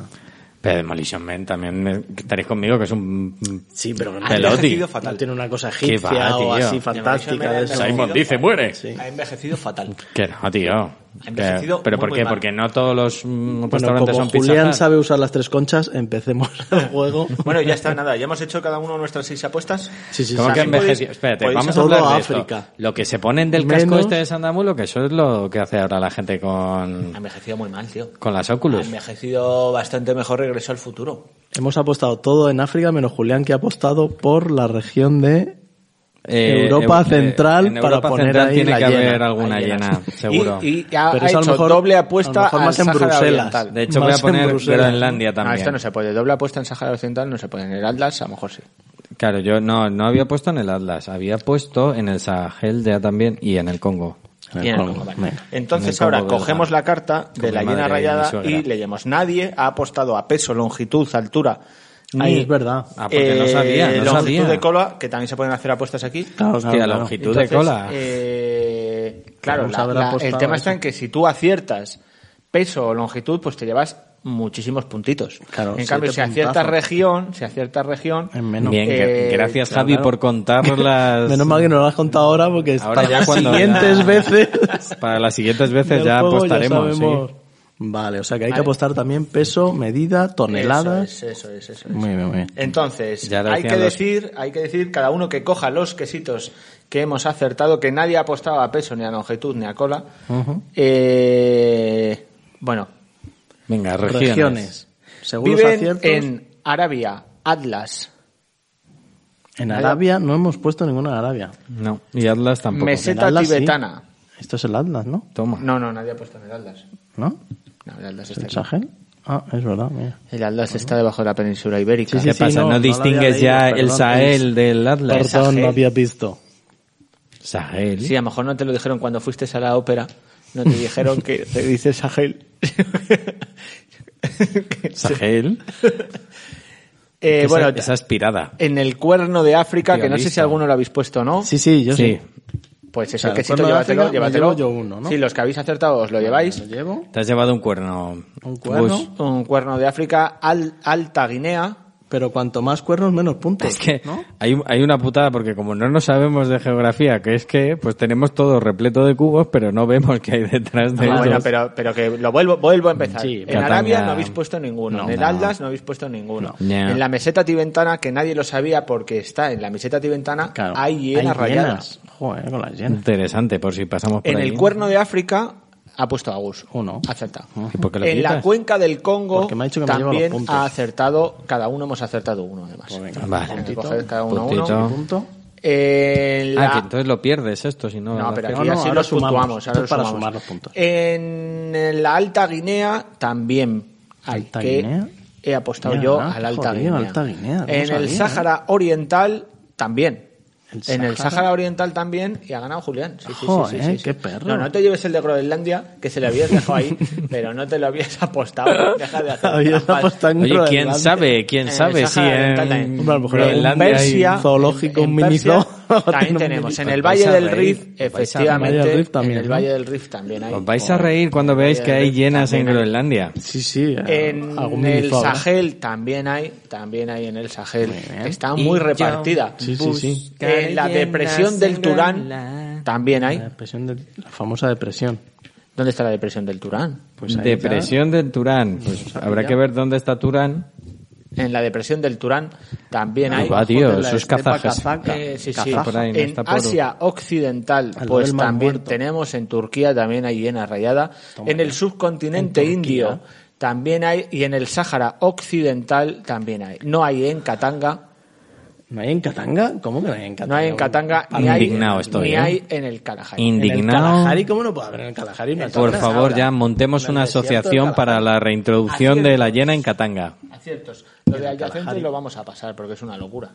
Speaker 3: Pero Demolition Man también me- estaréis conmigo que es un
Speaker 4: Sí, pero no,
Speaker 3: Ah, Peloti.
Speaker 4: tiene-
Speaker 2: envejecido fatal.
Speaker 4: no tiene una cosa
Speaker 3: Qué
Speaker 4: egipcia
Speaker 3: va,
Speaker 4: o
Speaker 3: tío.
Speaker 4: así fantástica. de eso.
Speaker 3: Simon dice muere.
Speaker 4: Sí.
Speaker 2: Ha envejecido fatal.
Speaker 3: Que no, tío.
Speaker 2: Ha envejecido
Speaker 3: Que- pero
Speaker 2: muy,
Speaker 3: ¿por
Speaker 2: muy
Speaker 3: qué?
Speaker 2: mal.
Speaker 3: Porque no todos los mm,
Speaker 4: Bueno,
Speaker 3: restaurantes
Speaker 4: como
Speaker 3: son pizza
Speaker 4: Julián
Speaker 3: Hut.
Speaker 4: sabe usar las tres conchas, empecemos el juego.
Speaker 2: Bueno, ya está, nada. Ya hemos hecho cada uno nuestras seis apuestas.
Speaker 4: Sí, sí,
Speaker 3: ¿Cómo
Speaker 4: sí.
Speaker 3: que
Speaker 4: También
Speaker 3: envejeció?
Speaker 2: podéis-
Speaker 3: Espérate,
Speaker 2: podéis
Speaker 3: vamos a
Speaker 4: todo
Speaker 3: hablar de
Speaker 4: África.
Speaker 3: esto. Lo que se ponen del casco
Speaker 4: Menos-
Speaker 3: este de Sandamulo, que eso es lo que hace ahora la gente
Speaker 2: Ha
Speaker 3: con,
Speaker 2: envejecido muy mal, tío.
Speaker 3: con las
Speaker 2: Ha
Speaker 3: Oculus.
Speaker 2: envejecido bastante mejor Regreso al Futuro.
Speaker 4: Hemos apostado todo en África, menos Julián que ha apostado por la región de...
Speaker 3: Eh,
Speaker 4: Europa
Speaker 3: eh,
Speaker 4: Central
Speaker 3: en
Speaker 4: para
Speaker 3: Europa
Speaker 4: poner
Speaker 3: Central
Speaker 4: ahí
Speaker 3: tiene
Speaker 4: la
Speaker 3: que
Speaker 4: hiena.
Speaker 3: haber alguna
Speaker 4: Ahí
Speaker 3: llena, seguro.
Speaker 2: Y, y ha,
Speaker 4: Pero
Speaker 2: ha
Speaker 4: eso
Speaker 2: hecho
Speaker 4: a lo mejor-
Speaker 2: doble
Speaker 4: a lo
Speaker 2: apuesta
Speaker 4: mejor
Speaker 2: al
Speaker 4: más en
Speaker 2: Sáhara
Speaker 4: Bruselas.
Speaker 2: Oriental.
Speaker 3: de hecho, voy a
Speaker 4: más en
Speaker 3: poner
Speaker 4: Bruselas.
Speaker 3: Groenlandia también.
Speaker 2: No, esto no se puede. Doble apuesta en Sahara Occidental no se puede. En el Atlas, a lo mejor sí.
Speaker 3: Claro, yo no, no había puesto en el Atlas, había puesto en el Sahel ya también y en el Congo.
Speaker 2: Y en el Congo, vale. Entonces ahora cogemos la carta de
Speaker 3: Con
Speaker 2: la
Speaker 3: mi
Speaker 2: llena
Speaker 3: madre y mi
Speaker 2: rayada
Speaker 3: suegra.
Speaker 2: y leemos. Nadie ha apostado a peso, longitud, altura.
Speaker 4: Ahí
Speaker 2: ni,
Speaker 4: es verdad.
Speaker 3: Ah, porque no
Speaker 2: eh,
Speaker 3: sabía, no
Speaker 2: longitud
Speaker 3: sabía.
Speaker 2: de cola, que también se pueden hacer apuestas aquí.
Speaker 4: Claro,
Speaker 3: Ah, Hostia,
Speaker 4: claro, claro.
Speaker 3: longitud
Speaker 2: Entonces,
Speaker 3: de cola. Pues
Speaker 2: eh, claro,
Speaker 4: Vamos
Speaker 2: la-
Speaker 4: a ver
Speaker 2: la-
Speaker 4: apostado
Speaker 2: el tema
Speaker 4: a
Speaker 2: está
Speaker 4: eso.
Speaker 2: en que si tú aciertas peso o longitud, pues te llevas muchísimos puntitos.
Speaker 4: Claro,
Speaker 2: en cambio,
Speaker 4: siete
Speaker 2: si acierta
Speaker 4: puntazos.
Speaker 2: región, si acierta región,
Speaker 4: En menos.
Speaker 3: Bien, que-
Speaker 2: Eh,
Speaker 3: gracias
Speaker 2: claro,
Speaker 3: Javi
Speaker 2: claro.
Speaker 3: por contarlas.
Speaker 4: Menos mal que no lo has contado ahora porque
Speaker 3: Ahora
Speaker 4: para
Speaker 3: ya
Speaker 4: las
Speaker 3: cuando
Speaker 4: siguientes
Speaker 3: ya-
Speaker 4: veces.
Speaker 3: Para las siguientes veces
Speaker 4: del
Speaker 3: ya
Speaker 4: juego
Speaker 3: apostaremos.
Speaker 4: sabemos.
Speaker 3: sí.
Speaker 4: Vale, o sea que hay que
Speaker 2: Vale.
Speaker 4: apostar también peso, medida, toneladas.
Speaker 2: Eso es, eso es, eso es.
Speaker 4: Muy bien, muy bien.
Speaker 2: Entonces,
Speaker 3: Ya lo
Speaker 2: hay que
Speaker 3: decían los-
Speaker 2: decir, hay que decir cada uno que coja los quesitos que hemos acertado, que nadie ha apostado a peso, ni a longitud, ni a cola. Eh, bueno,
Speaker 3: Venga, regiones.
Speaker 4: Regiones. Según los
Speaker 2: viven
Speaker 4: aciertos. En,
Speaker 2: en Arabia, Atlas,
Speaker 4: Arabia no hemos puesto ninguna Arabia.
Speaker 3: No, y Atlas tampoco.
Speaker 2: meseta
Speaker 4: Atlas, sí.
Speaker 2: tibetana.
Speaker 4: Esto es el Atlas, ¿no?
Speaker 3: Toma.
Speaker 2: No, no, nadie ha puesto en el Atlas.
Speaker 4: ¿No?
Speaker 2: No, el Atlas
Speaker 4: ¿Es el
Speaker 2: está aquí.
Speaker 4: Sahel? Ah, es verdad, mira.
Speaker 2: El Atlas está debajo de la península ibérica.
Speaker 4: Sí,
Speaker 3: ¿Qué
Speaker 4: sí,
Speaker 3: pasa?
Speaker 4: no,
Speaker 3: ¿No,
Speaker 4: no lo había
Speaker 3: distingues
Speaker 4: leído,
Speaker 3: ya
Speaker 4: perdón,
Speaker 3: el Sahel
Speaker 4: es-
Speaker 3: del Atlas?
Speaker 4: Perdón, no
Speaker 3: Sahel.
Speaker 4: había visto.
Speaker 3: Sahel.
Speaker 2: Sí, a lo mejor no te lo dijeron cuando fuiste a la ópera. No te dijeron que te dice Sahel.
Speaker 3: Sahel.
Speaker 2: Eh,
Speaker 3: Esa-
Speaker 2: bueno,
Speaker 3: esa aspirada.
Speaker 2: en el cuerno de África, que no sé si
Speaker 3: Realista.
Speaker 2: alguno lo habéis puesto o no.
Speaker 4: Sí, sí, yo sí.
Speaker 3: Sí.
Speaker 2: Pues ese
Speaker 4: sea, el
Speaker 2: quesito,
Speaker 4: cuerno de
Speaker 2: llévatelo,
Speaker 4: África me
Speaker 2: llévatelo.
Speaker 4: llevo yo uno, ¿no?
Speaker 2: Sí, los que habéis acertado os lo lleváis.
Speaker 4: Lo llevo.
Speaker 3: Te has llevado un cuerno.
Speaker 4: Un cuerno.
Speaker 3: Gus.
Speaker 2: Un cuerno de África, al- Alta Guinea.
Speaker 4: Pero cuanto más cuernos, menos puntos.
Speaker 3: Es
Speaker 2: Pues,
Speaker 3: que
Speaker 4: ¿no?
Speaker 3: hay, hay una putada porque como no nos sabemos de geografía, que es que pues tenemos todo repleto de cubos, pero no vemos qué hay detrás de
Speaker 2: Ah,
Speaker 3: ellos.
Speaker 2: bueno, pero, pero que lo vuelvo, vuelvo a empezar.
Speaker 4: Sí,
Speaker 2: en
Speaker 3: Catania.
Speaker 2: Arabia no habéis puesto ninguno.
Speaker 3: No,
Speaker 2: en el
Speaker 3: no.
Speaker 2: Atlas no habéis puesto ninguno.
Speaker 3: No. Yeah.
Speaker 2: En la meseta tibetana, que nadie lo sabía porque está en la meseta tibetana,
Speaker 4: Claro.
Speaker 2: hay hienas rayadas.
Speaker 4: Joder, con las hienas.
Speaker 3: Interesante, por si pasamos por
Speaker 2: En
Speaker 3: ahí.
Speaker 2: el cuerno de África ha puesto Agus.
Speaker 4: Uno.
Speaker 2: Acertado.
Speaker 3: Ah. ¿Y por qué lo
Speaker 2: en la
Speaker 3: quitas?
Speaker 2: cuenca del Congo
Speaker 4: Porque me ha dicho que me lleva los
Speaker 2: también
Speaker 4: puntos.
Speaker 2: ha acertado, cada uno hemos acertado uno además.
Speaker 3: Pues Vale.
Speaker 2: Venga,
Speaker 3: Puntito,
Speaker 2: coged cada uno
Speaker 3: puntito.
Speaker 2: uno.
Speaker 4: Punto.
Speaker 2: En la-
Speaker 3: Ah, que entonces lo pierdes esto, si no...
Speaker 2: No, pero
Speaker 3: hace-
Speaker 2: aquí
Speaker 4: No, no,
Speaker 2: así
Speaker 4: ahora
Speaker 2: los
Speaker 4: sumamos.
Speaker 2: puntuamos. Ahora
Speaker 4: Esto es para
Speaker 2: los sumamos.
Speaker 4: sumar los puntos.
Speaker 2: En la Alta Guinea también hay
Speaker 4: ¿Alta
Speaker 2: que...
Speaker 4: Guinea?
Speaker 2: He apostado
Speaker 4: Mira,
Speaker 2: yo
Speaker 4: ah,
Speaker 2: al Alta
Speaker 4: joder,
Speaker 2: Guinea.
Speaker 4: Alta Guinea, no
Speaker 2: en
Speaker 4: sabía,
Speaker 2: el
Speaker 4: ¿eh?
Speaker 2: Sáhara Oriental también.
Speaker 4: ¿El
Speaker 2: en el
Speaker 4: Sáhara?
Speaker 2: Sáhara Oriental también y ha ganado Julián. Sí, sí, sí, sí,
Speaker 4: Joder,
Speaker 2: sí, sí.
Speaker 4: qué perro.
Speaker 2: No, no te lleves el de Groenlandia, que se le habías dejado ahí, pero no te lo habías apostado. Deja de hacer
Speaker 4: Habías
Speaker 2: trampas.
Speaker 4: apostado en
Speaker 3: Oye, ¿quién
Speaker 4: Groenlandia.
Speaker 3: sabe? ¿Quién
Speaker 2: En
Speaker 3: sabe
Speaker 2: el
Speaker 3: si
Speaker 2: Sáhara Oriental
Speaker 3: en
Speaker 2: también.
Speaker 4: Hombre, a lo mejor en
Speaker 3: Groenlandia hay-
Speaker 2: Persia,
Speaker 4: un zoológico,
Speaker 2: en-
Speaker 4: un
Speaker 2: en
Speaker 4: mini
Speaker 2: Persia
Speaker 4: zoo.
Speaker 2: También
Speaker 4: Un
Speaker 2: tenemos. En
Speaker 4: mini-
Speaker 2: el
Speaker 3: Os vais
Speaker 2: Valle
Speaker 3: a
Speaker 2: del
Speaker 3: reír,
Speaker 2: Rift,
Speaker 3: os vais a-
Speaker 2: efectivamente.
Speaker 4: Valle del Rift
Speaker 2: en
Speaker 4: también,
Speaker 2: el
Speaker 4: ¿no?
Speaker 2: Valle del Rift también hay.
Speaker 3: Os vais a reír cuando veáis que hay llenas en
Speaker 2: También hay.
Speaker 3: Groenlandia.
Speaker 4: Sí, sí.
Speaker 2: En
Speaker 4: Ah, algún
Speaker 2: el
Speaker 4: minifabra.
Speaker 2: Sahel también hay, también hay en el Sahel.
Speaker 4: bien.
Speaker 2: Está muy
Speaker 3: Y
Speaker 2: repartida.
Speaker 4: Sí, sí, sí.
Speaker 2: En la depresión del Turán
Speaker 3: Groenlandia.
Speaker 2: también
Speaker 4: La,
Speaker 2: hay.
Speaker 4: depresión del- la famosa depresión.
Speaker 2: ¿Dónde está la depresión del Turán?
Speaker 4: Pues ahí
Speaker 3: Depresión del Turán. Pues habrá que ver dónde está Turán.
Speaker 2: En la depresión del Turán también
Speaker 3: Ahí
Speaker 2: hay.
Speaker 3: va, tío,
Speaker 4: joder, la
Speaker 3: esos
Speaker 4: estepa
Speaker 3: kazajes.
Speaker 4: kazaca.
Speaker 2: Eh, sí, sí.
Speaker 3: Cazaja. Por ahí, no
Speaker 2: en
Speaker 3: está por-
Speaker 2: Asia Occidental,
Speaker 4: Al lado
Speaker 2: pues
Speaker 4: del Mar
Speaker 2: también
Speaker 4: Muerto.
Speaker 2: tenemos en Turquía también hay hiena rayada. en el subcontinente
Speaker 4: En Turquía.
Speaker 2: indio también hay y en el Sáhara Occidental también hay. No hay en Katanga,
Speaker 4: ¿No hay en Katanga? ¿Cómo que no hay en Katanga?
Speaker 2: no hay en Katanga ni hay,
Speaker 3: Indignado estoy,
Speaker 2: ni
Speaker 3: ¿eh?
Speaker 2: hay en el Kalahari.
Speaker 4: En el
Speaker 3: Indignado.
Speaker 4: Kalahari, ¿Cómo no puede haber en el Kalahari?
Speaker 2: Eh,
Speaker 4: una
Speaker 3: Por
Speaker 4: zona?
Speaker 3: favor,
Speaker 4: Ahora.
Speaker 3: ya montemos
Speaker 4: En el
Speaker 3: una
Speaker 4: desierto
Speaker 3: asociación
Speaker 4: del
Speaker 3: para la reintroducción de la hiena en Katanga.
Speaker 2: Aciertos. Lo de
Speaker 4: el
Speaker 2: adyacentes
Speaker 4: Kalahari.
Speaker 2: lo vamos a pasar porque es una locura.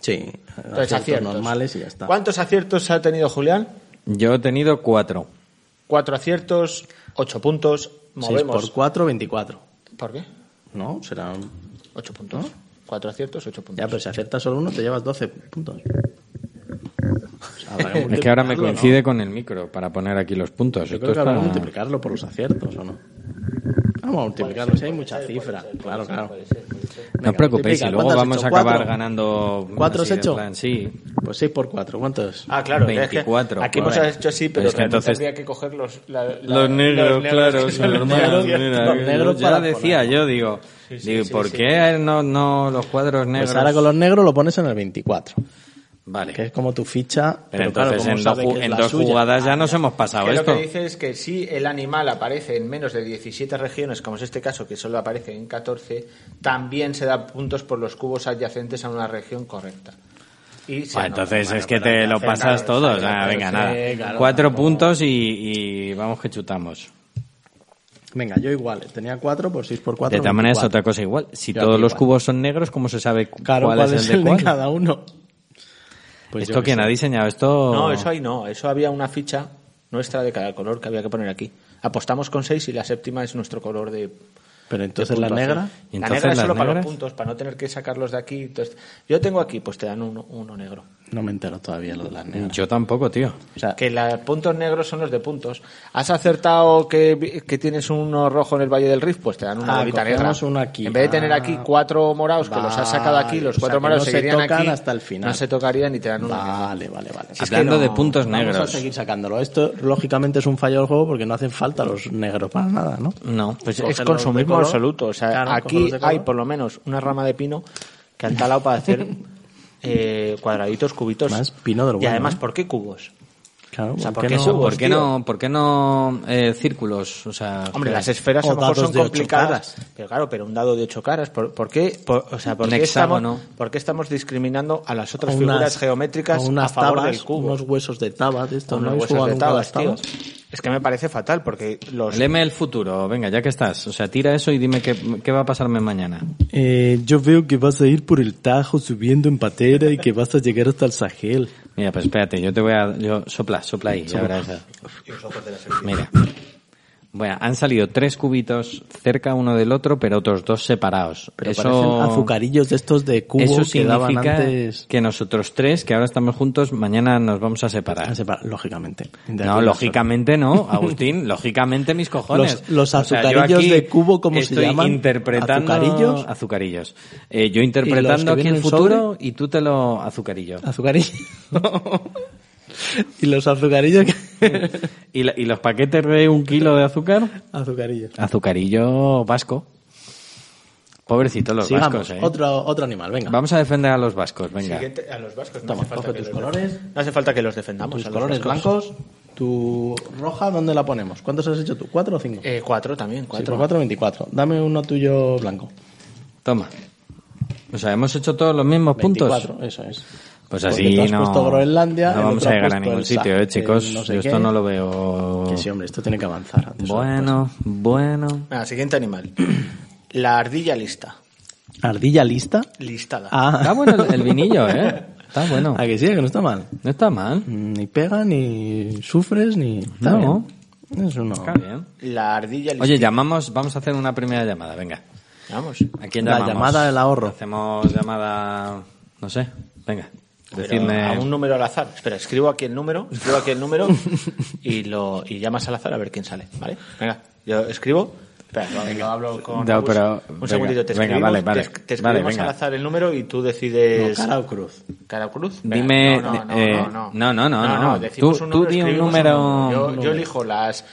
Speaker 4: Sí,
Speaker 2: Entonces, aciertos.
Speaker 4: normales y ya está.
Speaker 2: ¿Cuántos aciertos ha tenido Julián?
Speaker 3: Yo he tenido cuatro.
Speaker 2: Cuatro aciertos, ocho puntos.
Speaker 4: 6
Speaker 2: Movemos.
Speaker 4: por 4, 24.
Speaker 2: ¿Por qué?
Speaker 4: ¿No? Serán...
Speaker 2: Ocho puntos. Cuatro aciertos, ocho puntos.
Speaker 4: Ya, pero si aciertas solo uno, te llevas 12 puntos. Habrá
Speaker 3: Es que ahora me
Speaker 4: multiplicarlo,
Speaker 3: coincide con el micro para poner aquí los puntos.
Speaker 4: ¿no? Yo
Speaker 3: Esto
Speaker 4: creo que habrá que
Speaker 3: está-
Speaker 4: multiplicarlo por los aciertos, ¿o no? Vamos a multiplicarlo, si hay mucha cifra. claro, claro.
Speaker 3: No os preocupéis, y luego vamos a acabar ganando.
Speaker 4: ¿Cuatro has
Speaker 3: así de
Speaker 4: hecho?
Speaker 3: plan, sí.
Speaker 4: Pues 6 por 4, ¿cuánto es?
Speaker 2: Ah, claro, es que
Speaker 3: 24,
Speaker 2: aquí hemos
Speaker 3: joder.
Speaker 2: hecho así, pero
Speaker 3: pues Es que
Speaker 2: realmente
Speaker 3: entonces-
Speaker 2: habría que coger los, la- la-
Speaker 3: Los negros, claro,
Speaker 2: que
Speaker 3: sí,
Speaker 2: son
Speaker 3: los
Speaker 2: los
Speaker 3: negros,
Speaker 2: negros.
Speaker 3: mira,
Speaker 4: Los
Speaker 3: yo-
Speaker 4: negros
Speaker 3: ya
Speaker 4: para
Speaker 3: decía,
Speaker 4: poner.
Speaker 3: yo digo, digo, ¿por qué no, no los cuadros negros?
Speaker 4: Pues ahora con los negros lo pones en el 24,
Speaker 3: Vale,
Speaker 4: que es como tu ficha.
Speaker 3: pero
Speaker 4: claro,
Speaker 3: entonces
Speaker 4: ¿cómo
Speaker 3: en,
Speaker 4: sabe
Speaker 3: dos, ju-
Speaker 4: que es
Speaker 3: en
Speaker 4: la
Speaker 3: dos
Speaker 4: suya?
Speaker 3: jugadas ya nos hemos pasado
Speaker 2: Que lo que
Speaker 3: ah, esto.
Speaker 2: dice es que si el animal aparece en menos de 17 regiones, como es este caso, que solo aparece en 14, también se da puntos por los cubos adyacentes a una región correcta. Y se
Speaker 3: Pues
Speaker 2: anota.
Speaker 3: entonces
Speaker 2: Bueno,
Speaker 3: es que
Speaker 2: bueno,
Speaker 3: te lo
Speaker 2: acerca,
Speaker 3: pasas
Speaker 2: claro,
Speaker 3: todo, o
Speaker 2: claro,
Speaker 3: sea,
Speaker 2: claro,
Speaker 3: venga,
Speaker 2: sí,
Speaker 3: nada.
Speaker 2: claro,
Speaker 3: Cuatro
Speaker 2: como-
Speaker 3: puntos y, y vamos que chutamos.
Speaker 4: Venga, yo igual, tenía 4 por 6 por 4.
Speaker 3: De todas maneras, otra cosa igual. Si
Speaker 4: Yo
Speaker 3: todos
Speaker 4: aquí
Speaker 3: los
Speaker 4: igual.
Speaker 3: cubos son negros, ¿cómo se sabe cu-
Speaker 4: Claro,
Speaker 3: cuál, es el de cuál?
Speaker 4: cada uno? Pues yo
Speaker 3: ¿Esto
Speaker 4: qué
Speaker 3: quién
Speaker 4: sé.
Speaker 3: ha diseñado? Esto...
Speaker 2: No, eso ahí no. Eso había una ficha nuestra de cada color que había que poner aquí. Apostamos con 6 y la séptima es nuestro color de.
Speaker 4: Pero
Speaker 2: de
Speaker 4: entonces la
Speaker 2: puntuación.
Speaker 4: negra.
Speaker 3: ¿Y
Speaker 2: La
Speaker 3: entonces
Speaker 2: negra es
Speaker 3: las
Speaker 2: solo para los
Speaker 3: negras?
Speaker 2: puntos, para no tener que sacarlos de aquí. Entonces, yo tengo aquí, pues te dan uno, uno negro.
Speaker 4: No me entero todavía lo de las negras.
Speaker 3: Yo tampoco, tío.
Speaker 4: O sea,
Speaker 2: Que los puntos negros son los de puntos. ¿Has acertado que, vi- que tienes uno rojo en el Valle del Rift? Pues te dan una
Speaker 4: Ah,
Speaker 2: bobita negra.
Speaker 4: cogemos uno aquí.
Speaker 2: En vez de tener
Speaker 4: Ah.
Speaker 2: aquí cuatro morados que los has sacado aquí,
Speaker 4: Vale,
Speaker 2: los
Speaker 4: o sea,
Speaker 2: cuatro
Speaker 4: que
Speaker 2: morados
Speaker 4: no se
Speaker 2: seguirían
Speaker 4: tocan
Speaker 2: aquí,
Speaker 4: hasta el final.
Speaker 2: No se tocarían y te dan una. negra.
Speaker 4: vale, vale, vale.
Speaker 3: es que Hablando no- de puntos
Speaker 4: vamos
Speaker 3: negros.
Speaker 4: a seguir sacándolo. Esto, lógicamente, es un fallo del juego porque no hacen falta los negros para nada, ¿no?
Speaker 3: No.
Speaker 2: Pues
Speaker 4: Cogerlos
Speaker 2: es
Speaker 4: de
Speaker 2: consumismo
Speaker 4: color.
Speaker 2: absoluto. O sea,
Speaker 4: Claro,
Speaker 2: aquí
Speaker 4: cogerlos de color.
Speaker 2: hay por lo menos una rama de pino que han talado para hacer eh, cuadraditos, cubitos.
Speaker 4: Más pino de lo
Speaker 2: Y
Speaker 4: bueno,
Speaker 2: además,
Speaker 4: ¿eh?
Speaker 2: ¿por qué cubos?
Speaker 4: Claro,
Speaker 2: O sea,
Speaker 4: ¿por
Speaker 2: ¿por
Speaker 4: qué
Speaker 2: qué
Speaker 4: no?
Speaker 2: son-
Speaker 3: ¿Por qué
Speaker 2: tío.
Speaker 3: no, por qué no eh, círculos? O sea,
Speaker 2: Hombre,
Speaker 3: que-
Speaker 2: las esferas a
Speaker 4: O
Speaker 2: lo mejor
Speaker 4: dados
Speaker 2: son
Speaker 4: de ocho
Speaker 2: complicadas.
Speaker 4: caras.
Speaker 2: Pero claro, pero un dado de ocho caras, ¿por, por qué? Por- o sea, ¿por
Speaker 3: Un
Speaker 2: qué, estamos,
Speaker 3: hexágono.
Speaker 2: por qué estamos discriminando a las otras
Speaker 4: o
Speaker 2: figuras
Speaker 4: unas-
Speaker 2: geométricas
Speaker 4: o unas
Speaker 2: a favor
Speaker 4: tabas,
Speaker 2: del cubo?
Speaker 4: Unos huesos de taba, de
Speaker 2: O
Speaker 4: estos,
Speaker 2: unos
Speaker 4: ¿no? ¿Habéis
Speaker 2: huesos
Speaker 4: jugado
Speaker 2: de
Speaker 4: nunca a
Speaker 2: tabas,
Speaker 4: las
Speaker 2: tío.
Speaker 4: tabas?
Speaker 2: Es que me parece fatal porque los...
Speaker 3: Leme el futuro, venga, ya que estás. O sea, tira eso y dime qué, qué va a pasarme mañana.
Speaker 4: Eh, yo veo que vas a ir por el Tajo subiendo en patera y que vas a llegar hasta el Sahel.
Speaker 3: Mira, pues espérate, yo te voy a... Yo, sopla, sopla ahí. ya verás. Mira. Bueno, han salido tres cubitos cerca uno del otro, pero otros dos separados.
Speaker 4: Pero
Speaker 3: eso,
Speaker 4: parecen azucarillos de estos de cubo
Speaker 3: eso
Speaker 4: que daban
Speaker 3: significa
Speaker 4: antes.
Speaker 3: que nosotros tres, que ahora estamos juntos, mañana nos vamos a separar.
Speaker 4: Ah, separa- lógicamente. De
Speaker 3: No,
Speaker 4: alguna
Speaker 3: lógicamente no, Agustín, lógicamente mis cojones.
Speaker 4: Los- los
Speaker 3: O sea, yo
Speaker 4: azucarillos
Speaker 3: aquí
Speaker 4: de cubo, ¿cómo se
Speaker 3: estoy
Speaker 4: llaman?
Speaker 3: interpretando...
Speaker 4: ¿Azucarillos?
Speaker 3: Azucarillos. Eh, yo interpretando aquí
Speaker 4: vienen
Speaker 3: el
Speaker 4: Ah. en
Speaker 3: futuro y tú te lo... Azucarillo.
Speaker 4: forma. Azucarillos. y los azucarillos que...
Speaker 3: ¿Y, la- y los paquetes de un kilo de azúcar?
Speaker 4: azucarillos.
Speaker 3: Azucarillo vasco. Pobrecito los
Speaker 4: Sigamos,
Speaker 3: vascos, ¿eh?
Speaker 4: otro, otro animal, venga.
Speaker 3: Vamos a defender a los vascos, venga.
Speaker 2: Siguiente, a los vascos. No
Speaker 4: Toma,
Speaker 2: hace falta
Speaker 4: coge
Speaker 2: que
Speaker 4: tus
Speaker 2: los-
Speaker 4: colores.
Speaker 2: No hace falta que los defendamos.
Speaker 4: Tus
Speaker 2: a los
Speaker 4: colores
Speaker 2: vascos.
Speaker 4: blancos, tu roja, ¿dónde la ponemos? ¿Cuántos has hecho tú? ¿Cuatro o cinco?
Speaker 2: Eh, cuatro también,
Speaker 4: cuatro.
Speaker 2: cuatro.
Speaker 4: cuatro, veinticuatro. Dame uno tuyo blanco.
Speaker 3: Toma. O sea, hemos hecho todos los mismos puntos.
Speaker 4: Veinticuatro, eso es.
Speaker 3: Pues
Speaker 4: Porque
Speaker 3: así
Speaker 4: tú has
Speaker 3: no,
Speaker 4: puesto Groenlandia,
Speaker 3: no
Speaker 4: el
Speaker 3: vamos
Speaker 4: otro
Speaker 3: a
Speaker 4: ha
Speaker 3: llegar a
Speaker 4: puesto
Speaker 3: ningún
Speaker 4: el
Speaker 3: sitio,
Speaker 4: Sa-
Speaker 3: ¿eh, chicos?
Speaker 4: el no sé
Speaker 3: Yo esto
Speaker 4: qué.
Speaker 3: no lo veo...
Speaker 4: Que sí, hombre, esto tiene que avanzar. antes o
Speaker 3: Bueno, bueno.
Speaker 2: Venga, siguiente animal. La ardilla lista.
Speaker 4: después. Ardilla lista.
Speaker 2: Listada.
Speaker 4: Ah,
Speaker 3: Está bueno el, el vinillo, ¿eh? Está bueno.
Speaker 4: ¿A que sí? ¿A que no está mal? Mm,
Speaker 3: No está mal.
Speaker 4: Ni pega, ni sufres, ni... Está
Speaker 3: No.
Speaker 4: bien. Es uno...
Speaker 3: Está bien.
Speaker 2: La ardilla lista.
Speaker 3: Oye, llamamos, vamos a hacer una primera llamada, venga.
Speaker 2: Vamos.
Speaker 3: ¿A quién
Speaker 4: La
Speaker 3: llamamos?
Speaker 4: llamada del ahorro.
Speaker 3: Hacemos llamada, no sé, venga, decidme...
Speaker 2: A un número al azar. Espera, escribo aquí el número, escribo aquí el número y lo y llamas al azar a ver quién sale, ¿vale? Venga, yo escribo. Espera, yo- yo hablo con
Speaker 3: No,
Speaker 2: Agus.
Speaker 3: pero-
Speaker 2: un
Speaker 3: venga,
Speaker 2: segundito te
Speaker 3: venga,
Speaker 2: escribimos,
Speaker 3: vale,
Speaker 2: te,
Speaker 3: vale,
Speaker 2: es- te
Speaker 3: vale,
Speaker 2: escribimos
Speaker 3: venga.
Speaker 2: al azar el número y tú decides
Speaker 4: Cara o cruz.
Speaker 2: cara o cruz. Venga,
Speaker 3: Dime,
Speaker 2: no, no,
Speaker 3: eh,
Speaker 2: no, no,
Speaker 3: no, no, no, no, no.
Speaker 2: decimos
Speaker 3: Tú-
Speaker 2: un
Speaker 3: tú
Speaker 2: número,
Speaker 3: di un
Speaker 2: escribimos
Speaker 3: número-
Speaker 2: Yo, yo elijo las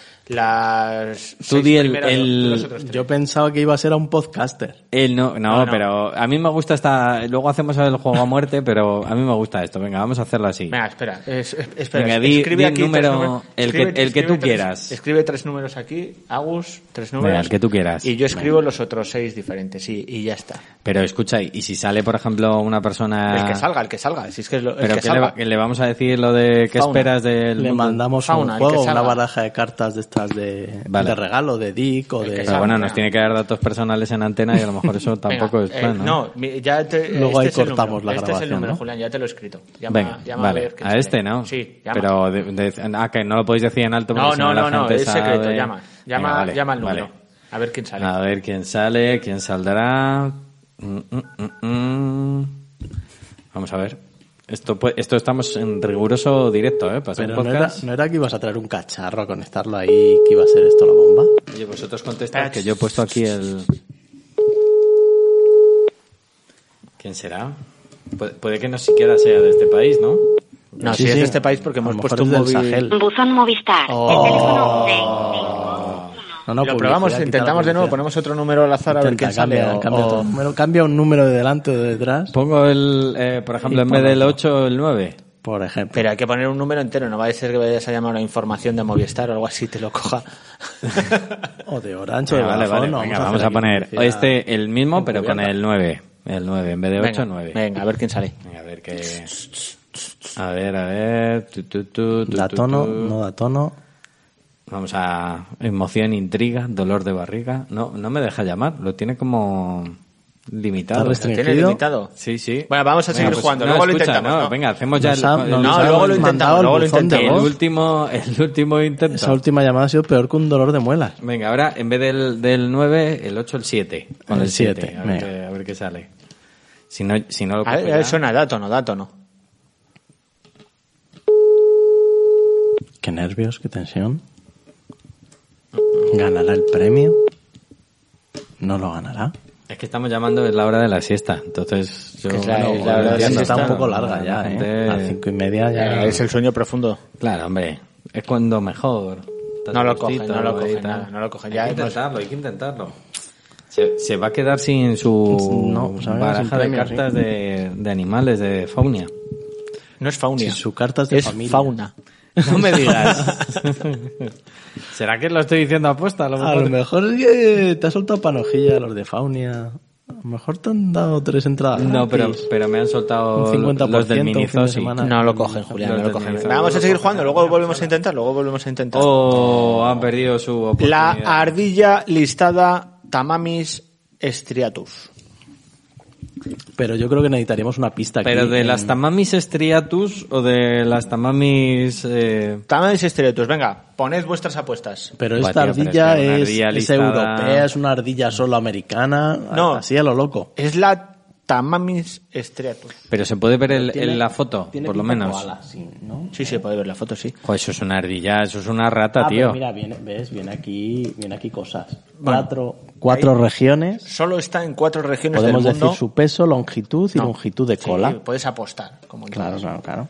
Speaker 2: las
Speaker 3: Tú
Speaker 2: seis
Speaker 3: di el-
Speaker 2: primeras,
Speaker 3: el-
Speaker 2: los otros tres.
Speaker 4: Yo pensaba que iba a ser a un podcaster.
Speaker 3: Él no, no,
Speaker 2: No, no.
Speaker 3: pero a mí me gusta esta... Luego hacemos el juego a muerte, pero a mí me gusta esto. Venga, vamos a hacerlo así.
Speaker 2: Venga, espera, es- es- espera,
Speaker 3: Venga,
Speaker 2: es-
Speaker 3: di-
Speaker 2: escribe
Speaker 3: di el
Speaker 2: aquí tres
Speaker 3: número-
Speaker 2: números-
Speaker 3: el que- el que tú
Speaker 2: tres-
Speaker 3: quieras.
Speaker 2: Escribe tres números aquí, Agus, tres números.
Speaker 3: Venga, el que tú quieras.
Speaker 2: Y yo escribo los otros seis diferentes, sí, y ya está.
Speaker 3: Pero escucha, y si sale, por ejemplo, una persona...
Speaker 2: El que salga, el que salga, si es que es lo, el
Speaker 3: Ah. Pero
Speaker 2: que
Speaker 3: que le,
Speaker 2: salga.
Speaker 3: va- que le vamos a decir lo de qué
Speaker 2: Fauna.
Speaker 3: esperas del...
Speaker 4: Le
Speaker 3: mundo?
Speaker 4: mandamos
Speaker 2: Fauna, el
Speaker 4: un juego,
Speaker 2: que
Speaker 4: una
Speaker 2: salga.
Speaker 4: baraja de cartas de estas de,
Speaker 3: Vale.
Speaker 4: de regalo, de Dick o
Speaker 2: El
Speaker 4: de...
Speaker 2: que
Speaker 3: Pero
Speaker 2: salga.
Speaker 3: bueno,
Speaker 2: Venga.
Speaker 3: nos tiene que dar datos personales en antena y a lo mejor eso
Speaker 2: Venga,
Speaker 3: tampoco es
Speaker 2: eh,
Speaker 3: plan, ¿no?
Speaker 2: no, mi- ya te,
Speaker 4: Luego
Speaker 2: este
Speaker 4: ahí
Speaker 2: es el
Speaker 4: cortamos
Speaker 2: número,
Speaker 4: la
Speaker 2: Este es
Speaker 4: grabación,
Speaker 2: el número,
Speaker 4: ¿no?
Speaker 2: Julián, ya te lo he escrito. Llama,
Speaker 3: Venga,
Speaker 2: llama
Speaker 3: vale.
Speaker 2: a ver qué
Speaker 3: a
Speaker 2: sale.
Speaker 3: este, ¿no?
Speaker 2: Sí, llama.
Speaker 3: Pero, de, de- ah, que no lo podéis decir en alto porque
Speaker 2: no,
Speaker 3: si no,
Speaker 2: no,
Speaker 3: la
Speaker 2: no, no,
Speaker 3: gente
Speaker 2: es secreto,
Speaker 3: sabe.
Speaker 2: llama. Llama,
Speaker 3: Venga, vale,
Speaker 2: llama al número.
Speaker 3: vale.
Speaker 2: A ver quién sale.
Speaker 3: A ver quién sale, quién saldrá. Mm, mm, mm, mm. Vamos a ver. Esto, pu- esto estamos en riguroso directo, ¿eh? Para hacer
Speaker 4: Pero
Speaker 3: un
Speaker 4: no era,
Speaker 3: podcast.
Speaker 4: ¿no era que ibas a traer un cacharro a conectarlo ahí que iba a ser esto la bomba?
Speaker 3: Oye, vosotros contestad que yo he puesto aquí el... ¿Quién será? Pu- puede que no siquiera sea de este país, ¿no?
Speaker 2: No,
Speaker 4: Sí,
Speaker 2: si es
Speaker 4: sí.
Speaker 2: de este país porque
Speaker 4: A lo
Speaker 2: hemos
Speaker 4: mejor
Speaker 2: puesto
Speaker 4: es
Speaker 2: un
Speaker 4: del
Speaker 2: móvil.
Speaker 4: Sahel.
Speaker 5: Buzón Movistar. El teléfono de
Speaker 4: No, no,
Speaker 2: lo
Speaker 4: publicidad,
Speaker 2: probamos,
Speaker 4: quita la
Speaker 2: intentamos de nuevo,
Speaker 4: publicidad.
Speaker 2: ponemos otro número al azar a ver
Speaker 4: Intenta,
Speaker 2: quién sale.
Speaker 4: cambia,
Speaker 2: o-
Speaker 4: cambia
Speaker 2: o-
Speaker 4: otro número. Cambia un número de delante o de detrás.
Speaker 3: Pongo el, eh, por ejemplo, en vez del 8, el 9.
Speaker 4: Por ejemplo.
Speaker 2: Pero hay que poner un número entero, no va a ser que vayas a llamar a información de Movistar o algo así, te lo coja.
Speaker 4: O de Orange o de
Speaker 3: Vale, vale,
Speaker 4: Vodafone,
Speaker 3: vale.
Speaker 4: no,
Speaker 3: Venga, vamos
Speaker 4: hacer
Speaker 3: a
Speaker 4: aquí
Speaker 3: poner
Speaker 4: publicidad.
Speaker 3: este, el mismo, pero con
Speaker 4: encubierta.
Speaker 3: el 9. El 9, en vez de 8,
Speaker 2: Venga,
Speaker 3: 9.
Speaker 2: Venga, a ver quién sale.
Speaker 3: Venga, a ver qué... A ver, a ver... tu, tu, tu, tu,
Speaker 4: Da
Speaker 3: tu,
Speaker 4: tono,
Speaker 3: tu.
Speaker 4: no da tono.
Speaker 3: Vamos a... Emoción, intriga, dolor de barriga. No, no me deja llamar, lo tiene como... Limitado.
Speaker 2: ¿Lo
Speaker 4: Está
Speaker 2: tienes
Speaker 4: Restringido.
Speaker 2: limitado?
Speaker 3: Sí, sí.
Speaker 2: Bueno, vamos a
Speaker 3: Venga,
Speaker 2: seguir
Speaker 3: pues,
Speaker 2: jugando,
Speaker 3: no,
Speaker 2: luego
Speaker 3: escucha,
Speaker 2: lo intentamos.
Speaker 3: No,
Speaker 2: ¿no?
Speaker 3: Venga, hacemos ya
Speaker 4: Nos
Speaker 3: el,
Speaker 4: ha-
Speaker 3: el-
Speaker 4: nos
Speaker 3: el
Speaker 2: No,
Speaker 4: ha
Speaker 2: luego lo
Speaker 4: mandado
Speaker 2: intentamos,
Speaker 4: el
Speaker 2: luego lo
Speaker 4: buzón de
Speaker 2: intentamos.
Speaker 4: voz.
Speaker 3: último, el último intento.
Speaker 4: Esa última llamada ha sido peor que un dolor de muelas.
Speaker 3: Venga, ahora en vez del, del 9, el 8, el 7. Con el,
Speaker 4: El
Speaker 3: 7.
Speaker 4: siete,
Speaker 3: a, ver
Speaker 4: venga.
Speaker 3: qué, a ver qué sale. Si no, si no lo
Speaker 2: A
Speaker 3: cojo
Speaker 2: ver, a ver,
Speaker 3: ya-
Speaker 2: suena dato, no, dato, no.
Speaker 4: Qué nervios, qué tensión. ¿Ganará el premio? ¿No lo ganará?
Speaker 3: Es que estamos llamando, es la hora de la siesta. Entonces, yo.
Speaker 2: es la-
Speaker 3: Bueno,
Speaker 2: es la hora de la
Speaker 3: entiendo,
Speaker 4: siesta
Speaker 2: siesta,
Speaker 4: está un poco
Speaker 2: no,
Speaker 4: larga ya, ¿eh?
Speaker 3: gente-
Speaker 4: A cinco y media
Speaker 3: Eh,
Speaker 4: ya.
Speaker 2: Es el sueño profundo.
Speaker 3: Claro, hombre. Es cuando mejor. Estás
Speaker 2: No lo
Speaker 3: a gustito,
Speaker 2: coge, no lo
Speaker 3: ahí
Speaker 2: coge,
Speaker 3: tal.
Speaker 2: nada, no lo coge.
Speaker 3: Hay
Speaker 2: Ya
Speaker 3: que
Speaker 2: hemos-
Speaker 3: intentarlo, hay que intentarlo. Se, se va a quedar sin su
Speaker 4: No, se va a quedar sin
Speaker 3: baraja de
Speaker 4: premio,
Speaker 3: cartas de, de animales, de faunia.
Speaker 2: No es faunia.
Speaker 4: Si su carta es de
Speaker 2: es
Speaker 4: familia.
Speaker 2: fauna.
Speaker 3: No me digas. ¿Será que lo estoy diciendo apuesta? A lo
Speaker 4: A
Speaker 3: mejor.
Speaker 4: lo mejor es que te has soltado panojilla a los de Faunia. A lo mejor te han dado tres entradas.
Speaker 3: No, pero,
Speaker 4: gratis.
Speaker 3: pero me han soltado
Speaker 4: Un 50%
Speaker 3: los del
Speaker 4: un fin de
Speaker 3: Minizosi.
Speaker 4: semana.
Speaker 2: No lo cogen, Julián, no
Speaker 3: Los
Speaker 2: lo
Speaker 3: de
Speaker 2: cogen.
Speaker 3: Minizosi.
Speaker 2: Vamos a seguir jugando, luego volvemos a intentar, luego volvemos a intentar.
Speaker 3: Oh, han perdido su
Speaker 2: La
Speaker 3: oportunidad.
Speaker 2: ardilla listada Tamamis striatus.
Speaker 4: Pero yo creo que necesitaríamos una pista
Speaker 3: Pero
Speaker 4: aquí
Speaker 3: de
Speaker 4: en-
Speaker 3: las tamamis estriatus o de las tamamis... Eh...
Speaker 2: Tamamis striatus, venga, poned vuestras apuestas.
Speaker 4: Pero
Speaker 3: Buah,
Speaker 4: esta
Speaker 3: tío, pero
Speaker 4: ardilla
Speaker 3: es que una
Speaker 4: es,
Speaker 3: ardilla
Speaker 4: es
Speaker 3: listada-
Speaker 4: europea, es una ardilla solo americana.
Speaker 2: No.
Speaker 4: Así a lo loco.
Speaker 2: Es la Tamamis striatus.
Speaker 3: Pero se puede ver el-
Speaker 4: Tiene-
Speaker 3: en la foto,
Speaker 4: tiene
Speaker 3: por lo
Speaker 4: pinta
Speaker 3: menos.
Speaker 4: koala, sí, ¿no?
Speaker 2: Sí, se puede ver la foto, sí.
Speaker 3: Joder, eso es una ardilla, eso es una rata,
Speaker 4: Ah,
Speaker 3: tío.
Speaker 4: pero mira, viene, ves, viene aquí, viene aquí cosas. cuatro cuatro regiones.
Speaker 2: Solo está en cuatro regiones
Speaker 4: Podemos
Speaker 2: del mundo.
Speaker 4: decir su peso, longitud y
Speaker 2: No.
Speaker 4: longitud de
Speaker 2: Sí,
Speaker 4: cola.
Speaker 2: puedes apostar. Como
Speaker 4: Claro, claro, claro.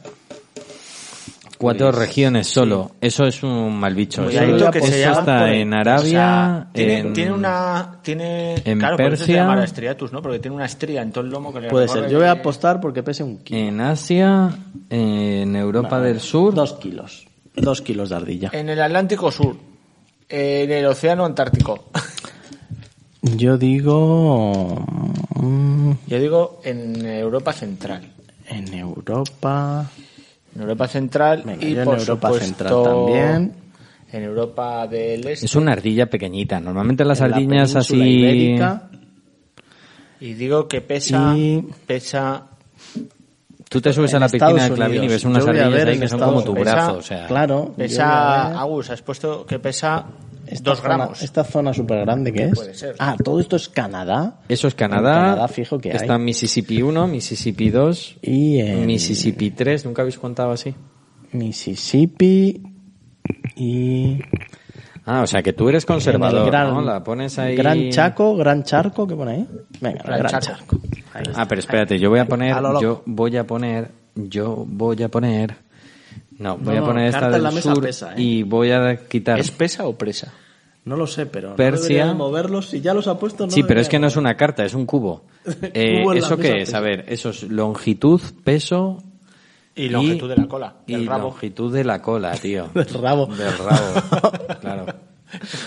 Speaker 3: Cuatro
Speaker 4: pues,
Speaker 3: regiones solo. Eso es un mal bicho.
Speaker 2: Pues
Speaker 3: Eso,
Speaker 2: hay lo que
Speaker 3: eso
Speaker 2: se llama
Speaker 3: está
Speaker 2: por-
Speaker 3: en
Speaker 2: O
Speaker 3: Arabia,
Speaker 2: sea, tiene,
Speaker 3: en-
Speaker 2: tiene una tiene
Speaker 3: en
Speaker 2: claro, por eso se
Speaker 3: Persia.
Speaker 2: llama estriatus, ¿no? Porque tiene una estría en todo el lomo que le
Speaker 4: Puede
Speaker 2: recorre
Speaker 4: ser. Yo voy a
Speaker 2: que-
Speaker 4: apostar porque pese un kilo.
Speaker 3: en Asia, en Europa del Sur. Eh.
Speaker 4: Dos kilos. Dos kilos de ardilla.
Speaker 2: en el Atlántico Sur, en el Océano Antártico.
Speaker 4: Yo digo... mm,
Speaker 2: Yo digo en Europa Central.
Speaker 4: En Europa...
Speaker 2: En Europa Central
Speaker 4: Venga,
Speaker 2: y
Speaker 4: yo en
Speaker 2: por
Speaker 4: Europa
Speaker 2: supuesto,
Speaker 4: Central también.
Speaker 2: En Europa del Este
Speaker 3: Es una ardilla pequeñita. Normalmente las
Speaker 4: en la
Speaker 3: ardillas así...
Speaker 4: península ibérica.
Speaker 2: y digo que pesa
Speaker 4: Y-
Speaker 2: pesa
Speaker 3: Tú te subes a
Speaker 4: En
Speaker 3: la
Speaker 4: Estados
Speaker 3: piscina de Clarín y
Speaker 4: Unidos.
Speaker 3: ves unas
Speaker 4: Yo voy a
Speaker 3: ardillas
Speaker 4: ver
Speaker 3: ahí
Speaker 4: en
Speaker 3: que son
Speaker 4: Estados
Speaker 3: como tu
Speaker 4: Unidos.
Speaker 3: brazo.
Speaker 2: Esa-
Speaker 3: O sea,
Speaker 4: Claro. yo voy
Speaker 2: pesa
Speaker 4: a ver
Speaker 2: Agus, has puesto que pesa
Speaker 4: esta
Speaker 2: dos
Speaker 4: zona-
Speaker 2: gramos.
Speaker 4: Esta zona súper grande que es.
Speaker 2: puede ser?
Speaker 4: Ah, todo esto es Canadá.
Speaker 3: Eso es Canadá.
Speaker 4: En Canadá, fijo que hay.
Speaker 3: Está Mississippi 1, Mississippi 2,
Speaker 4: Y en
Speaker 3: Mississippi 3. ¿Nunca habéis contado así?
Speaker 4: Mississippi y
Speaker 3: Ah, o sea que tú eres
Speaker 4: en
Speaker 3: conservador,
Speaker 4: el gran,
Speaker 3: ¿no? La pones ahí...
Speaker 4: Gran Chaco, Gran Charco, ¿qué pone ahí? Venga,
Speaker 2: Gran
Speaker 4: Gran,
Speaker 2: Charco.
Speaker 4: Charco.
Speaker 3: Ah, pero espérate, yo voy a poner,
Speaker 4: A lo loco.
Speaker 3: yo voy a poner, yo voy a poner, no, voy
Speaker 4: No,
Speaker 3: a
Speaker 4: no,
Speaker 3: poner
Speaker 4: carta
Speaker 3: esta
Speaker 4: en
Speaker 3: del
Speaker 4: la mesa
Speaker 3: sur
Speaker 4: pesa, ¿eh?
Speaker 3: y voy a quitar.
Speaker 2: ¿Es pesa o presa?
Speaker 4: No lo sé, pero
Speaker 3: Persia.
Speaker 4: debería moverlos si ya los ha puesto. No
Speaker 3: sí, pero
Speaker 4: debería
Speaker 3: es que no es
Speaker 4: moverlos.
Speaker 3: una carta, es un cubo. Eh,
Speaker 4: Cubo en la
Speaker 3: ¿Eso
Speaker 4: mesa
Speaker 3: qué es?
Speaker 4: pesa.
Speaker 3: A ver, eso es longitud, peso
Speaker 2: Y longitud de la cola,
Speaker 3: y
Speaker 2: del rabo.
Speaker 3: longitud de la cola, tío,
Speaker 4: Del rabo.
Speaker 3: del rabo, claro.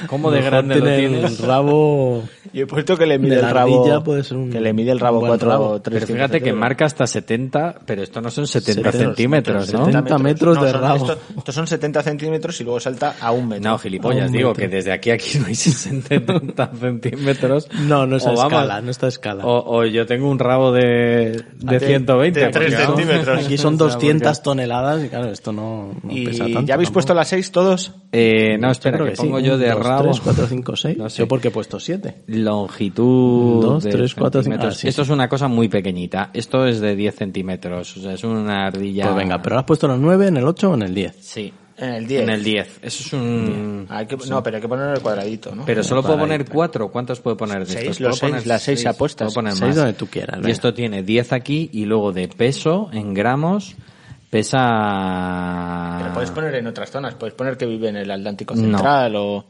Speaker 3: ¿Cómo de
Speaker 4: Mejor
Speaker 3: grande lo
Speaker 4: tiene
Speaker 3: tienes?
Speaker 4: El rabo.
Speaker 2: Y he puesto que le
Speaker 4: De
Speaker 2: mide
Speaker 4: la
Speaker 2: el
Speaker 4: ardilla
Speaker 2: rabo.
Speaker 4: puede ser un-
Speaker 2: que le mide el rabo
Speaker 4: un buen
Speaker 2: 4
Speaker 4: rabo.
Speaker 2: o 3
Speaker 3: Pero fíjate que marca hasta 70, pero esto no son 70 centímetros, ¿no?
Speaker 4: 70 metros de
Speaker 2: son-
Speaker 4: rabo.
Speaker 2: Estos, estos son 70 centímetros y luego salta a un metro.
Speaker 3: No, gilipollas, digo que desde aquí a aquí no hay 60 y 70 centímetros.
Speaker 4: No, no es a
Speaker 3: O vamos-
Speaker 4: escala, no está a escala.
Speaker 3: O, o yo tengo un rabo de, de 120.
Speaker 2: de tres
Speaker 3: porque vamos.
Speaker 2: centímetros.
Speaker 4: Aquí son
Speaker 3: O sea,
Speaker 4: 200 toneladas y claro, esto no, no
Speaker 2: Y
Speaker 4: pesa tanto.
Speaker 2: ya habéis
Speaker 4: tampoco.
Speaker 2: puesto las 6 todos.
Speaker 3: Eh, no, espera,
Speaker 4: Yo creo
Speaker 3: que,
Speaker 4: que
Speaker 3: pongo
Speaker 4: sí.
Speaker 3: yo de
Speaker 4: Un, dos,
Speaker 3: rabo.
Speaker 4: tres, cuatro, cinco, seis.
Speaker 3: No sé.
Speaker 4: Yo porque he puesto siete.
Speaker 3: Longitud.
Speaker 4: Un, dos,
Speaker 3: de
Speaker 4: tres, cuatro, cinco,
Speaker 3: centímetros.
Speaker 4: ah, sí.
Speaker 3: Esto es una cosa muy pequeñita. Esto es de 10 centímetros. O sea, es una ardilla.
Speaker 4: Pues venga, pero lo has puesto en el 9, en el 8 o en el 10.
Speaker 3: Sí.
Speaker 2: En el 10.
Speaker 3: En el 10. Eso es un.
Speaker 2: Hay que- No, pero hay que poner el cuadradito, ¿no?
Speaker 3: Pero solo puedo
Speaker 4: Para
Speaker 3: poner cuatro. ¿Cuántos puedo poner de
Speaker 2: Seis,
Speaker 3: estos?
Speaker 2: los
Speaker 3: Puedo
Speaker 2: seis,
Speaker 3: poner
Speaker 2: las seis apuestas.
Speaker 3: Puedo poner
Speaker 4: Seis
Speaker 3: más.
Speaker 4: donde tú quieras,
Speaker 3: Y
Speaker 4: venga.
Speaker 3: esto tiene 10 aquí y luego de peso en gramos pesa.
Speaker 2: Pero
Speaker 4: Ah.
Speaker 2: puedes poner en otras zonas. Puedes poner que vive en el Atlántico
Speaker 3: No.
Speaker 2: Central o...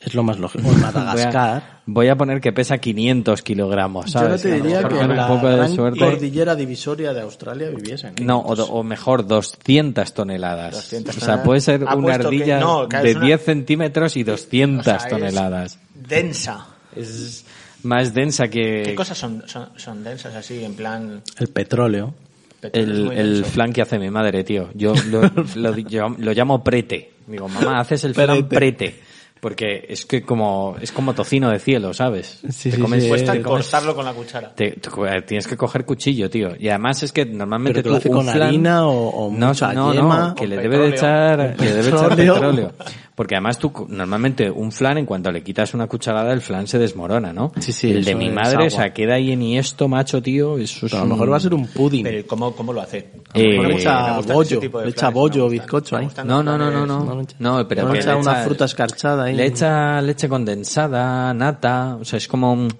Speaker 4: Es lo más lógico. En
Speaker 3: Voy a,
Speaker 4: Madagascar.
Speaker 3: voy a poner que pesa 500 kilogramos,
Speaker 4: Yo no
Speaker 3: ¿sabes?
Speaker 4: te
Speaker 3: A lo
Speaker 4: diría
Speaker 3: mejor
Speaker 4: que
Speaker 3: con
Speaker 4: en
Speaker 3: un
Speaker 4: la
Speaker 3: poco de
Speaker 4: gran
Speaker 3: suerte.
Speaker 4: cordillera divisoria de Australia viviesen.
Speaker 3: No, o, do- o mejor, 200 toneladas.
Speaker 2: 200
Speaker 3: o sea,
Speaker 2: toneladas.
Speaker 3: puede ser
Speaker 2: Ha
Speaker 3: una
Speaker 2: puesto que-
Speaker 3: ardilla
Speaker 2: no, claro,
Speaker 3: de
Speaker 2: es una-
Speaker 3: 10 centímetros y 200
Speaker 2: o sea, es-
Speaker 3: toneladas.
Speaker 2: Densa.
Speaker 3: Es más densa que,
Speaker 4: Eh,
Speaker 2: ¿Qué cosas son, son, son densas así, en plan...
Speaker 4: El petróleo.
Speaker 2: petróleo es
Speaker 3: El,
Speaker 2: muy
Speaker 3: el
Speaker 2: denso?
Speaker 3: flan que hace mi madre, tío. Yo lo, lo- yo lo llamo prete. Digo, mamá, haces el flan prete. Porque es que como, es como tocino de cielo, ¿sabes?
Speaker 4: Sí,
Speaker 3: Te
Speaker 4: sí,
Speaker 3: comes-
Speaker 4: sí.
Speaker 3: te
Speaker 2: Cuesta
Speaker 4: eh,
Speaker 3: comes-
Speaker 2: cortarlo con la cuchara.
Speaker 3: te- te co- tienes que coger cuchillo, tío. Y además es que normalmente
Speaker 4: Pero que lo
Speaker 3: tú
Speaker 4: hace
Speaker 3: un
Speaker 4: con
Speaker 3: flan-
Speaker 4: harina o- o
Speaker 3: no,
Speaker 4: mucha
Speaker 3: no, no,
Speaker 4: yema,
Speaker 3: que
Speaker 2: o
Speaker 3: le debe de
Speaker 2: petróleo.
Speaker 3: echar, le debe echar
Speaker 4: Petróleo.
Speaker 3: petróleo. Porque además tú, normalmente, un flan, en cuanto le quitas una cucharada, el flan se desmorona, ¿no?
Speaker 4: Sí, sí,
Speaker 3: El de
Speaker 4: eso
Speaker 3: mi
Speaker 4: es
Speaker 3: madre, o sea,
Speaker 4: agua.
Speaker 3: queda ahí en esto, macho, tío. Eso es
Speaker 4: Pero a lo
Speaker 3: Pues un-
Speaker 4: mejor va a ser un pudding.
Speaker 2: Pero ¿cómo, cómo lo hace? Me
Speaker 3: Eh, le
Speaker 2: gustan
Speaker 4: echa
Speaker 2: ese
Speaker 4: bollo,
Speaker 2: tipo de
Speaker 4: le echa
Speaker 2: planes,
Speaker 4: bollo,
Speaker 2: me gustan,
Speaker 4: bizcocho
Speaker 2: me
Speaker 4: ahí.
Speaker 2: gustan
Speaker 3: No,
Speaker 2: los
Speaker 3: no, no, no,
Speaker 2: planes.
Speaker 3: no.
Speaker 4: no le echa-
Speaker 3: No, pero
Speaker 4: no le
Speaker 3: que
Speaker 4: echa una fruta escarchada ahí.
Speaker 3: Le echa leche condensada, nata, o sea, es como un...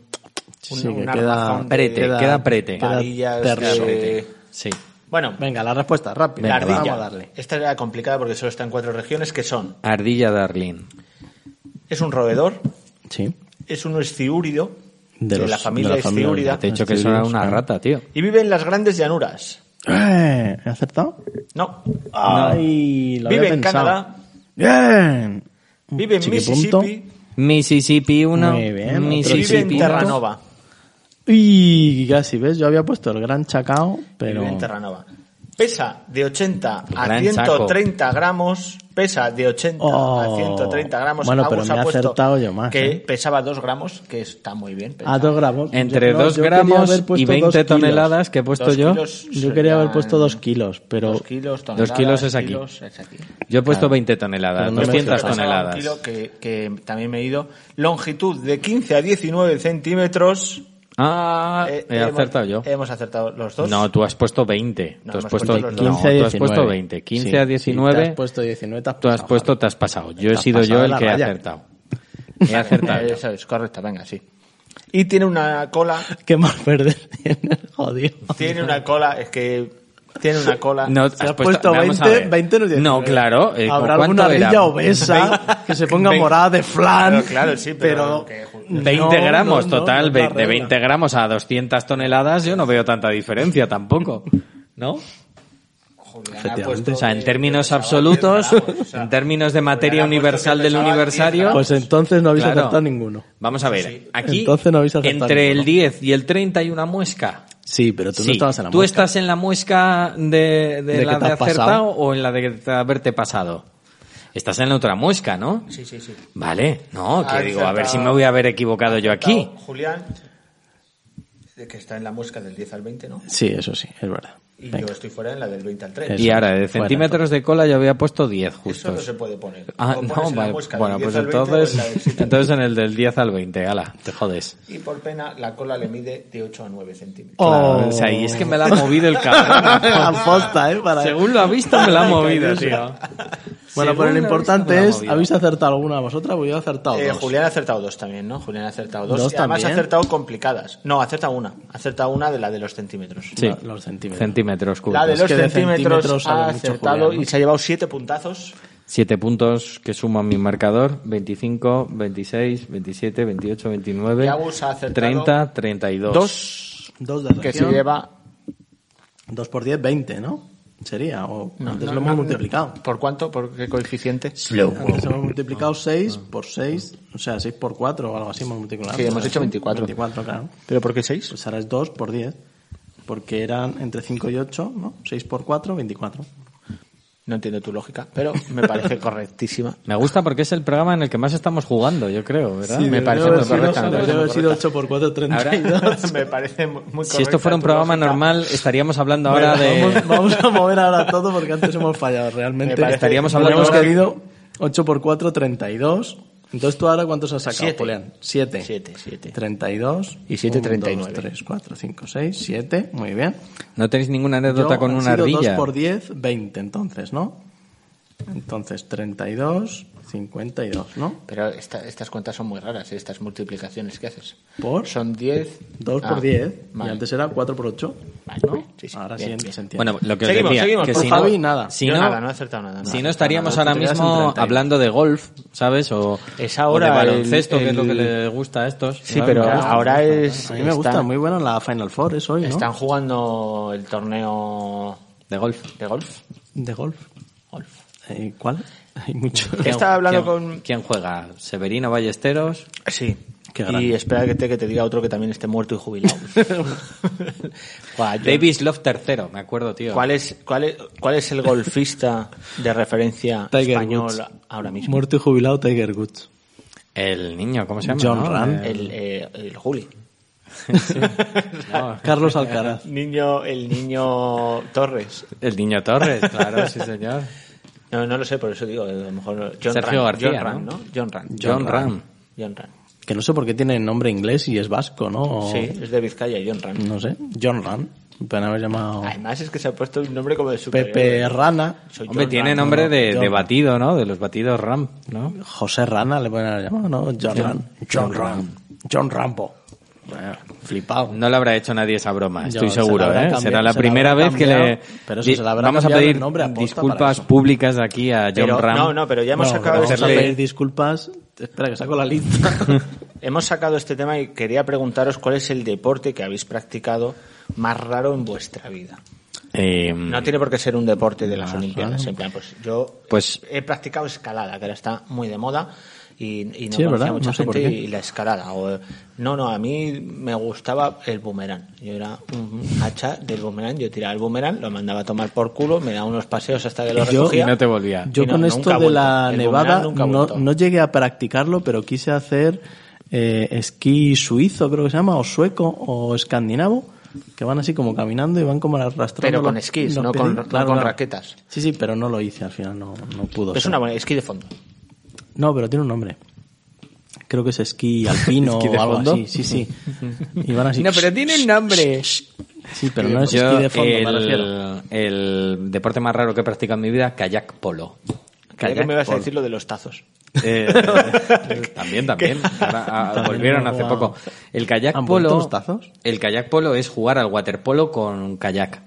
Speaker 4: Sí,
Speaker 2: un
Speaker 4: que
Speaker 2: armazón
Speaker 4: queda
Speaker 2: de-
Speaker 3: Prete, queda, prete.
Speaker 4: queda
Speaker 2: varillas
Speaker 4: terso.
Speaker 2: de-
Speaker 3: Sí.
Speaker 2: Bueno,
Speaker 4: Venga, la respuesta, rápida.
Speaker 2: la
Speaker 3: Venga,
Speaker 2: ardilla.
Speaker 4: Vamos a darle.
Speaker 2: Esta era complicada porque solo está en cuatro regiones que son.
Speaker 3: Ardilla Darling.
Speaker 2: Es un roedor,
Speaker 4: Sí.
Speaker 2: es un esciúrido de,
Speaker 4: De los-
Speaker 2: la familia
Speaker 4: de la familia
Speaker 2: esciúrida
Speaker 3: Te he dicho que eso era una rata, tío.
Speaker 2: y vive en las grandes llanuras.
Speaker 4: Eh, ¿He acertado?
Speaker 2: No,
Speaker 4: Ay, lo
Speaker 2: Ah. vive
Speaker 4: Ah. había
Speaker 2: en
Speaker 4: pensado.
Speaker 2: Canadá,
Speaker 4: Bien.
Speaker 2: vive en
Speaker 4: Chiquipunto.
Speaker 2: Mississippi,
Speaker 3: Mississippi 1.
Speaker 4: Muy bien, otro
Speaker 2: pero vive en
Speaker 3: Mississippi dos.
Speaker 2: Terranova.
Speaker 4: Y casi, ¿ves? Yo había puesto el gran chacao, pero...
Speaker 2: Vive en Terranova. Pesa de 80 a
Speaker 3: Gran
Speaker 2: 130 gramos. Pesa de 80 a
Speaker 4: Oh.
Speaker 2: 130 gramos.
Speaker 4: Bueno, pero
Speaker 2: Agus ha
Speaker 4: me he
Speaker 2: puesto
Speaker 4: acertado yo más,
Speaker 2: Que
Speaker 4: ¿eh?
Speaker 2: pesaba 2 gramos, que está muy bien. pensado.
Speaker 4: Ah, dos gramos.
Speaker 3: Entre
Speaker 4: Yo-
Speaker 3: 2
Speaker 4: yo quería
Speaker 3: gramos
Speaker 4: haber
Speaker 3: y
Speaker 4: puesto
Speaker 3: 20
Speaker 4: dos kilos.
Speaker 3: toneladas que he puesto
Speaker 2: Dos
Speaker 3: yo.
Speaker 2: kilos
Speaker 4: Yo quería haber
Speaker 2: serían
Speaker 4: puesto dos kilos, pero...
Speaker 2: Dos kilos,
Speaker 3: Dos
Speaker 2: toneladas,
Speaker 3: kilos es aquí.
Speaker 2: kilos, es aquí.
Speaker 3: Yo he puesto 20 toneladas,
Speaker 4: Pero no me
Speaker 3: 200
Speaker 4: fijaba.
Speaker 2: Pesaba un
Speaker 3: toneladas.
Speaker 2: kilo que, que también me he ido. Longitud de 15 a 19 centímetros.
Speaker 3: Ah,
Speaker 2: Eh,
Speaker 3: he
Speaker 2: hemos-
Speaker 3: acertado yo.
Speaker 2: Hemos acertado los dos.
Speaker 3: No, tú has puesto 20.
Speaker 2: No,
Speaker 3: tú has
Speaker 2: hemos
Speaker 3: puesto,
Speaker 2: puesto los dos.
Speaker 3: no,
Speaker 4: 15 a
Speaker 3: tú has
Speaker 4: 19.
Speaker 3: puesto 20. 15
Speaker 4: Sí,
Speaker 3: a
Speaker 4: sí,
Speaker 3: 19.
Speaker 4: te has puesto 19, te has
Speaker 3: tú has
Speaker 4: pasado,
Speaker 3: puesto,
Speaker 4: Javi.
Speaker 3: te has pasado. Yo he
Speaker 4: has
Speaker 3: sido yo
Speaker 4: pasado
Speaker 3: el
Speaker 4: la
Speaker 3: que he
Speaker 4: raya.
Speaker 3: acertado. He acertado.
Speaker 2: Eso es, correcto, venga, sí. Y tiene una cola
Speaker 4: ¿Qué más perder tiene? Jodido.
Speaker 2: Tiene una cola, es que tiene una cola.
Speaker 3: No,
Speaker 4: Se
Speaker 3: has
Speaker 4: ha puesto
Speaker 3: vamos a
Speaker 4: 20,
Speaker 3: ver.
Speaker 4: 20 no tiene
Speaker 3: No,
Speaker 4: nada.
Speaker 3: claro. eh,
Speaker 4: Habrá
Speaker 3: ¿cuánto
Speaker 4: alguna
Speaker 3: era?
Speaker 4: ardilla obesa que se ponga
Speaker 2: Vein-
Speaker 4: morada de flan.
Speaker 2: Claro, claro, sí, pero-
Speaker 4: no,
Speaker 3: 20 gramos,
Speaker 4: no, no,
Speaker 3: total.
Speaker 4: no,
Speaker 3: ve-
Speaker 4: no,
Speaker 3: de
Speaker 4: no.
Speaker 3: 20 gramos a 200 toneladas, yo no veo tanta diferencia tampoco. ¿No? O sea, Pues en términos absolutos, en términos
Speaker 2: pues
Speaker 3: de materia universal del universario.
Speaker 4: Pues entonces no habéis
Speaker 3: Claro.
Speaker 4: acertado ninguno.
Speaker 3: Vamos a ver, aquí
Speaker 4: Entonces no habéis acertado
Speaker 3: entre el
Speaker 4: ninguno.
Speaker 3: 10 y el 30 hay una muesca.
Speaker 4: Sí, pero tú
Speaker 3: Sí.
Speaker 4: no estabas en la
Speaker 3: ¿Tú
Speaker 4: mosca.
Speaker 3: estás en la muesca de, de
Speaker 4: ¿De que
Speaker 3: la
Speaker 4: te
Speaker 3: de
Speaker 4: has pasado?
Speaker 3: acertado o en la de te- haberte pasado? Estás en la otra muesca, ¿no?
Speaker 2: Sí, sí, sí.
Speaker 3: Vale, no, que
Speaker 2: Has
Speaker 3: digo, a ver si
Speaker 2: acertado.
Speaker 3: me voy a haber equivocado yo aquí.
Speaker 2: Julián, de que está en la muesca del 10 al 20, ¿no?
Speaker 4: Sí, eso sí, es verdad.
Speaker 2: Y
Speaker 4: Venga.
Speaker 2: yo estoy fuera en la del 20 al 3.
Speaker 4: Eso.
Speaker 3: Y ahora, de
Speaker 4: Fuera,
Speaker 3: centímetros de cola yo había puesto 10
Speaker 2: Eso no se
Speaker 3: justos.
Speaker 2: puede poner.
Speaker 3: Ah,
Speaker 2: O pones
Speaker 3: no,
Speaker 2: en la
Speaker 3: vale.
Speaker 2: muesca del
Speaker 3: Bueno,
Speaker 2: 10
Speaker 3: pues
Speaker 2: al 20 o en la del
Speaker 3: entonces,
Speaker 2: 7 al
Speaker 3: entonces en el del 10 al 20, ala, te jodes.
Speaker 2: 20. Y por pena, la cola le mide de 8 a 9 centímetros.
Speaker 4: Oh.
Speaker 3: Claro, o sea, y es que me la ha movido el cabrón.
Speaker 4: Aposta, ¿eh? Para...
Speaker 3: Según lo ha visto, me la ha movido, tío.
Speaker 4: Bueno,
Speaker 3: Según
Speaker 4: pero lo
Speaker 3: lo ha visto,
Speaker 4: importante
Speaker 3: me la ha
Speaker 4: es,
Speaker 3: movido.
Speaker 4: ¿habéis acertado alguna vosotras? Pues yo he acertado
Speaker 2: Eh,
Speaker 4: dos.
Speaker 2: Julián ha acertado dos también, ¿no? Julián ha acertado dos.
Speaker 4: Dos
Speaker 2: y además ha
Speaker 4: también.
Speaker 2: acertado complicadas. No, ha acertado una. Ha acertado una de la de los centímetros.
Speaker 3: Sí,
Speaker 4: La- los centímetros.
Speaker 3: Centímetros
Speaker 2: La de
Speaker 3: cúbicos.
Speaker 2: los
Speaker 4: que de
Speaker 2: centímetros,
Speaker 4: centímetros
Speaker 2: ha
Speaker 4: sabe mucho
Speaker 2: acertado
Speaker 4: Julián, ¿no?
Speaker 2: y se ha llevado siete puntazos.
Speaker 3: Siete puntos que suman mi marcador. 25, 26, 27, 28, 29,
Speaker 2: Y Agus ha acertado
Speaker 3: 30, 32.
Speaker 2: Dos
Speaker 4: Dos de
Speaker 2: que se
Speaker 4: región.
Speaker 2: lleva.
Speaker 4: Dos por diez, veinte, ¿no? Sería. O antes
Speaker 2: no,
Speaker 4: lo
Speaker 2: no,
Speaker 4: hemos
Speaker 2: no.
Speaker 4: multiplicado.
Speaker 2: ¿Por cuánto? ¿Por qué coeficiente?
Speaker 4: Antes hemos multiplicado 6 por 6, o sea, 6 por 4 o algo así hemos multiplicado.
Speaker 2: Sí, hemos hecho 24.
Speaker 4: 24, claro.
Speaker 2: ¿Pero por qué seis?
Speaker 4: Pues ahora es 2 por 10, porque eran entre 5 y 8, ¿no? 6 por 4, 24.
Speaker 2: No entiendo tu lógica, pero me parece correctísima.
Speaker 3: Me gusta porque es el programa en el que más estamos jugando, yo creo, ¿verdad?
Speaker 2: me
Speaker 4: Debería
Speaker 2: parece
Speaker 4: haber
Speaker 2: muy
Speaker 4: sido-
Speaker 2: correcta, me parece
Speaker 4: Debería
Speaker 2: muy
Speaker 4: haber sido
Speaker 2: correcta.
Speaker 4: 8 por 4, 32.
Speaker 2: me parece muy correcta.
Speaker 3: si esto fuera un
Speaker 2: tu
Speaker 3: programa
Speaker 2: lógica.
Speaker 3: normal, estaríamos hablando ahora
Speaker 4: Bueno,
Speaker 3: de...
Speaker 4: Vamos, vamos a mover ahora todo porque antes hemos fallado realmente.
Speaker 2: Me parece-
Speaker 3: Estaríamos hablando
Speaker 4: Hemos
Speaker 3: ahora-
Speaker 4: querido 8 por 4, 32. Entonces tú ahora cuántos has sacado,
Speaker 2: Siete.
Speaker 4: Julián? 7.
Speaker 2: Siete, siete.
Speaker 4: 32.
Speaker 2: Y siete, 39.
Speaker 4: 3, 4, 5, 6, 7. Muy bien.
Speaker 3: No tenéis ninguna anécdota
Speaker 4: Yo
Speaker 3: con
Speaker 4: han
Speaker 3: una
Speaker 4: sido
Speaker 3: ardilla.
Speaker 4: 2 por 10, 20 entonces, ¿no? Entonces 32, 52, ¿no?
Speaker 2: Pero esta- estas cuentas son muy raras, ¿eh? estas multiplicaciones que haces.
Speaker 4: ¿Por?
Speaker 2: Son 10.
Speaker 4: 2
Speaker 2: Ah,
Speaker 4: por 10.
Speaker 2: vale.
Speaker 4: Y antes era 4 por 8.
Speaker 2: Vale,
Speaker 4: ¿no?
Speaker 2: vale. Sí, sí.
Speaker 4: Ahora
Speaker 2: Bien,
Speaker 4: sí
Speaker 2: bien.
Speaker 4: se entiende.
Speaker 3: Bueno, lo que os
Speaker 2: Seguimos,
Speaker 3: decía,
Speaker 2: seguimos,
Speaker 3: que
Speaker 2: por
Speaker 3: si
Speaker 4: Javi,
Speaker 3: no,
Speaker 4: nada.
Speaker 3: Si
Speaker 2: Yo
Speaker 3: no,
Speaker 2: nada, no he acertado nada, nada.
Speaker 3: si no estaríamos
Speaker 4: Nada,
Speaker 3: ahora
Speaker 4: tú te quedas en
Speaker 3: mismo
Speaker 4: 31.
Speaker 3: hablando de golf, ¿sabes? O,
Speaker 2: Es ahora
Speaker 3: o de baloncesto,
Speaker 2: el-
Speaker 3: que es lo que
Speaker 2: el-
Speaker 3: le gusta a estos.
Speaker 2: Sí,
Speaker 3: ¿sabes?
Speaker 2: pero
Speaker 3: Me gusta,
Speaker 2: ahora
Speaker 3: me gusta.
Speaker 2: es.
Speaker 4: a mí me gusta,
Speaker 2: están-
Speaker 4: muy buena la Final Four, es hoy, ¿no?
Speaker 2: Están jugando el torneo
Speaker 3: De golf.
Speaker 2: de golf.
Speaker 4: De golf. golf. Eh, ¿Cuál? Hay mucho.
Speaker 2: ¿Qué Estaba hablando
Speaker 3: ¿Quién-
Speaker 2: con-
Speaker 3: ¿Quién juega? ¿Severino Ballesteros?
Speaker 2: Sí.
Speaker 4: Qué
Speaker 2: y
Speaker 4: grande.
Speaker 2: espera que te, que te diga otro que también esté muerto y jubilado. Guau, yo-
Speaker 3: Davis Love tercero, me acuerdo, tío.
Speaker 2: ¿Cuál es, cuál, es, ¿Cuál es el golfista de referencia
Speaker 4: Tiger
Speaker 2: español
Speaker 4: Woods.
Speaker 2: ahora mismo?
Speaker 4: Muerto y jubilado Tiger Woods.
Speaker 3: El niño, ¿cómo se llama?
Speaker 4: John
Speaker 3: no?
Speaker 4: Ram.
Speaker 3: Eh,
Speaker 2: El, eh, el Juli.
Speaker 3: no,
Speaker 4: Carlos Alcaraz.
Speaker 2: Niño, el niño Torres.
Speaker 3: el niño Torres, claro, sí señor.
Speaker 2: No, no lo sé, por eso digo, a lo mejor John
Speaker 3: Sergio
Speaker 2: Ram,
Speaker 3: García,
Speaker 2: John Ram,
Speaker 3: ¿no?
Speaker 2: ¿no? John Ram.
Speaker 3: John Ram.
Speaker 2: John Ram.
Speaker 4: Que no sé por qué tiene nombre inglés y es vasco, ¿no? O-
Speaker 2: Sí, es de Vizcaya, John Ram.
Speaker 4: No sé. John Ram. Pueden haber llamado
Speaker 2: Además es que se ha puesto un nombre como de superhéroe.
Speaker 4: Pepe Rana.
Speaker 2: eh, Soy
Speaker 3: Hombre,
Speaker 2: John
Speaker 3: tiene
Speaker 2: Ram,
Speaker 3: nombre
Speaker 2: ¿no?
Speaker 3: de,
Speaker 4: John
Speaker 3: de
Speaker 4: Ram.
Speaker 3: batido, ¿no? De los batidos RAM, ¿no?
Speaker 4: José Rana le pueden haber llamado, ¿no? John Ram. John Ram. John Rambo. Bueno, flipado.
Speaker 3: No le habrá hecho nadie esa broma, estoy
Speaker 4: se la
Speaker 3: seguro.
Speaker 4: habrá
Speaker 3: ¿eh?
Speaker 4: cambiado,
Speaker 3: Será la
Speaker 4: se la
Speaker 3: primera
Speaker 4: habrá
Speaker 3: vez que le.
Speaker 4: cambiado, pero eso, se la habrá
Speaker 3: Vamos a
Speaker 4: cambiado
Speaker 3: pedir
Speaker 4: el nombre aposta para
Speaker 3: disculpas
Speaker 4: eso.
Speaker 3: públicas aquí a John
Speaker 2: Pero-
Speaker 3: Ram.
Speaker 2: No, no, pero ya hemos
Speaker 4: No,
Speaker 2: sacado
Speaker 4: vamos a
Speaker 2: este-
Speaker 4: pedir disculpas. Espera, que saco la lista.
Speaker 2: Hemos sacado este tema y quería preguntaros cuál es el deporte que habéis practicado más raro en vuestra vida.
Speaker 3: Eh,
Speaker 2: No tiene por qué ser un deporte de las Olimpiadas. En plan, pues yo
Speaker 3: Pues-
Speaker 2: he practicado escalada, que ahora está muy de moda y, y no
Speaker 4: Sí, es
Speaker 2: conocía
Speaker 4: verdad,
Speaker 2: mucha
Speaker 4: no sé por
Speaker 2: gente
Speaker 4: qué.
Speaker 2: y la escalada. O, no, no, a mí me gustaba el boomerang. Yo era un hacha del boomerang. Yo tiraba el boomerang, lo mandaba a tomar por culo, me daba unos paseos hasta que lo
Speaker 4: Y yo-
Speaker 2: recogía.
Speaker 3: y no te volvía.
Speaker 4: Yo
Speaker 2: Y no,
Speaker 4: con
Speaker 2: nunca
Speaker 4: esto
Speaker 2: ha
Speaker 4: de
Speaker 2: vuelto.
Speaker 4: la
Speaker 2: El
Speaker 4: nevada
Speaker 2: boomerang nunca ha
Speaker 4: no,
Speaker 2: vuelto.
Speaker 4: no llegué a practicarlo, pero quise hacer eh, esquí suizo, creo que se llama, o sueco, o escandinavo, que van así como caminando y van como arrastrando.
Speaker 2: Pero con
Speaker 4: los-
Speaker 2: esquís,
Speaker 4: los
Speaker 2: no con-
Speaker 4: pieditos.
Speaker 2: no con raquetas.
Speaker 4: Sí, sí, pero no lo hice al final, no, no pudo.
Speaker 2: Es
Speaker 4: ser.
Speaker 2: una buena esquí de fondo.
Speaker 4: No, pero tiene un nombre. Creo que es esquí alpino
Speaker 3: ¿Esquí de
Speaker 4: o algo
Speaker 3: fondo?
Speaker 4: así, sí, sí. Y van así.
Speaker 3: tiene nombre.
Speaker 4: Sí, pero no es
Speaker 3: Yo,
Speaker 4: esquí de fondo, me refiero.
Speaker 3: el, el deporte más raro que he practicado en mi vida, kayak polo.
Speaker 2: Creía que
Speaker 3: Kayak
Speaker 2: me ibas a
Speaker 3: polo.
Speaker 2: decir lo de los tazos.
Speaker 3: Eh, también, también. Ahora, ah,
Speaker 4: También
Speaker 3: volvieron
Speaker 4: luego
Speaker 3: hace
Speaker 4: a-
Speaker 3: poco. El kayak
Speaker 4: ¿Han vuelto
Speaker 3: polo.
Speaker 4: los tazos?
Speaker 3: El kayak polo es jugar al waterpolo con kayak.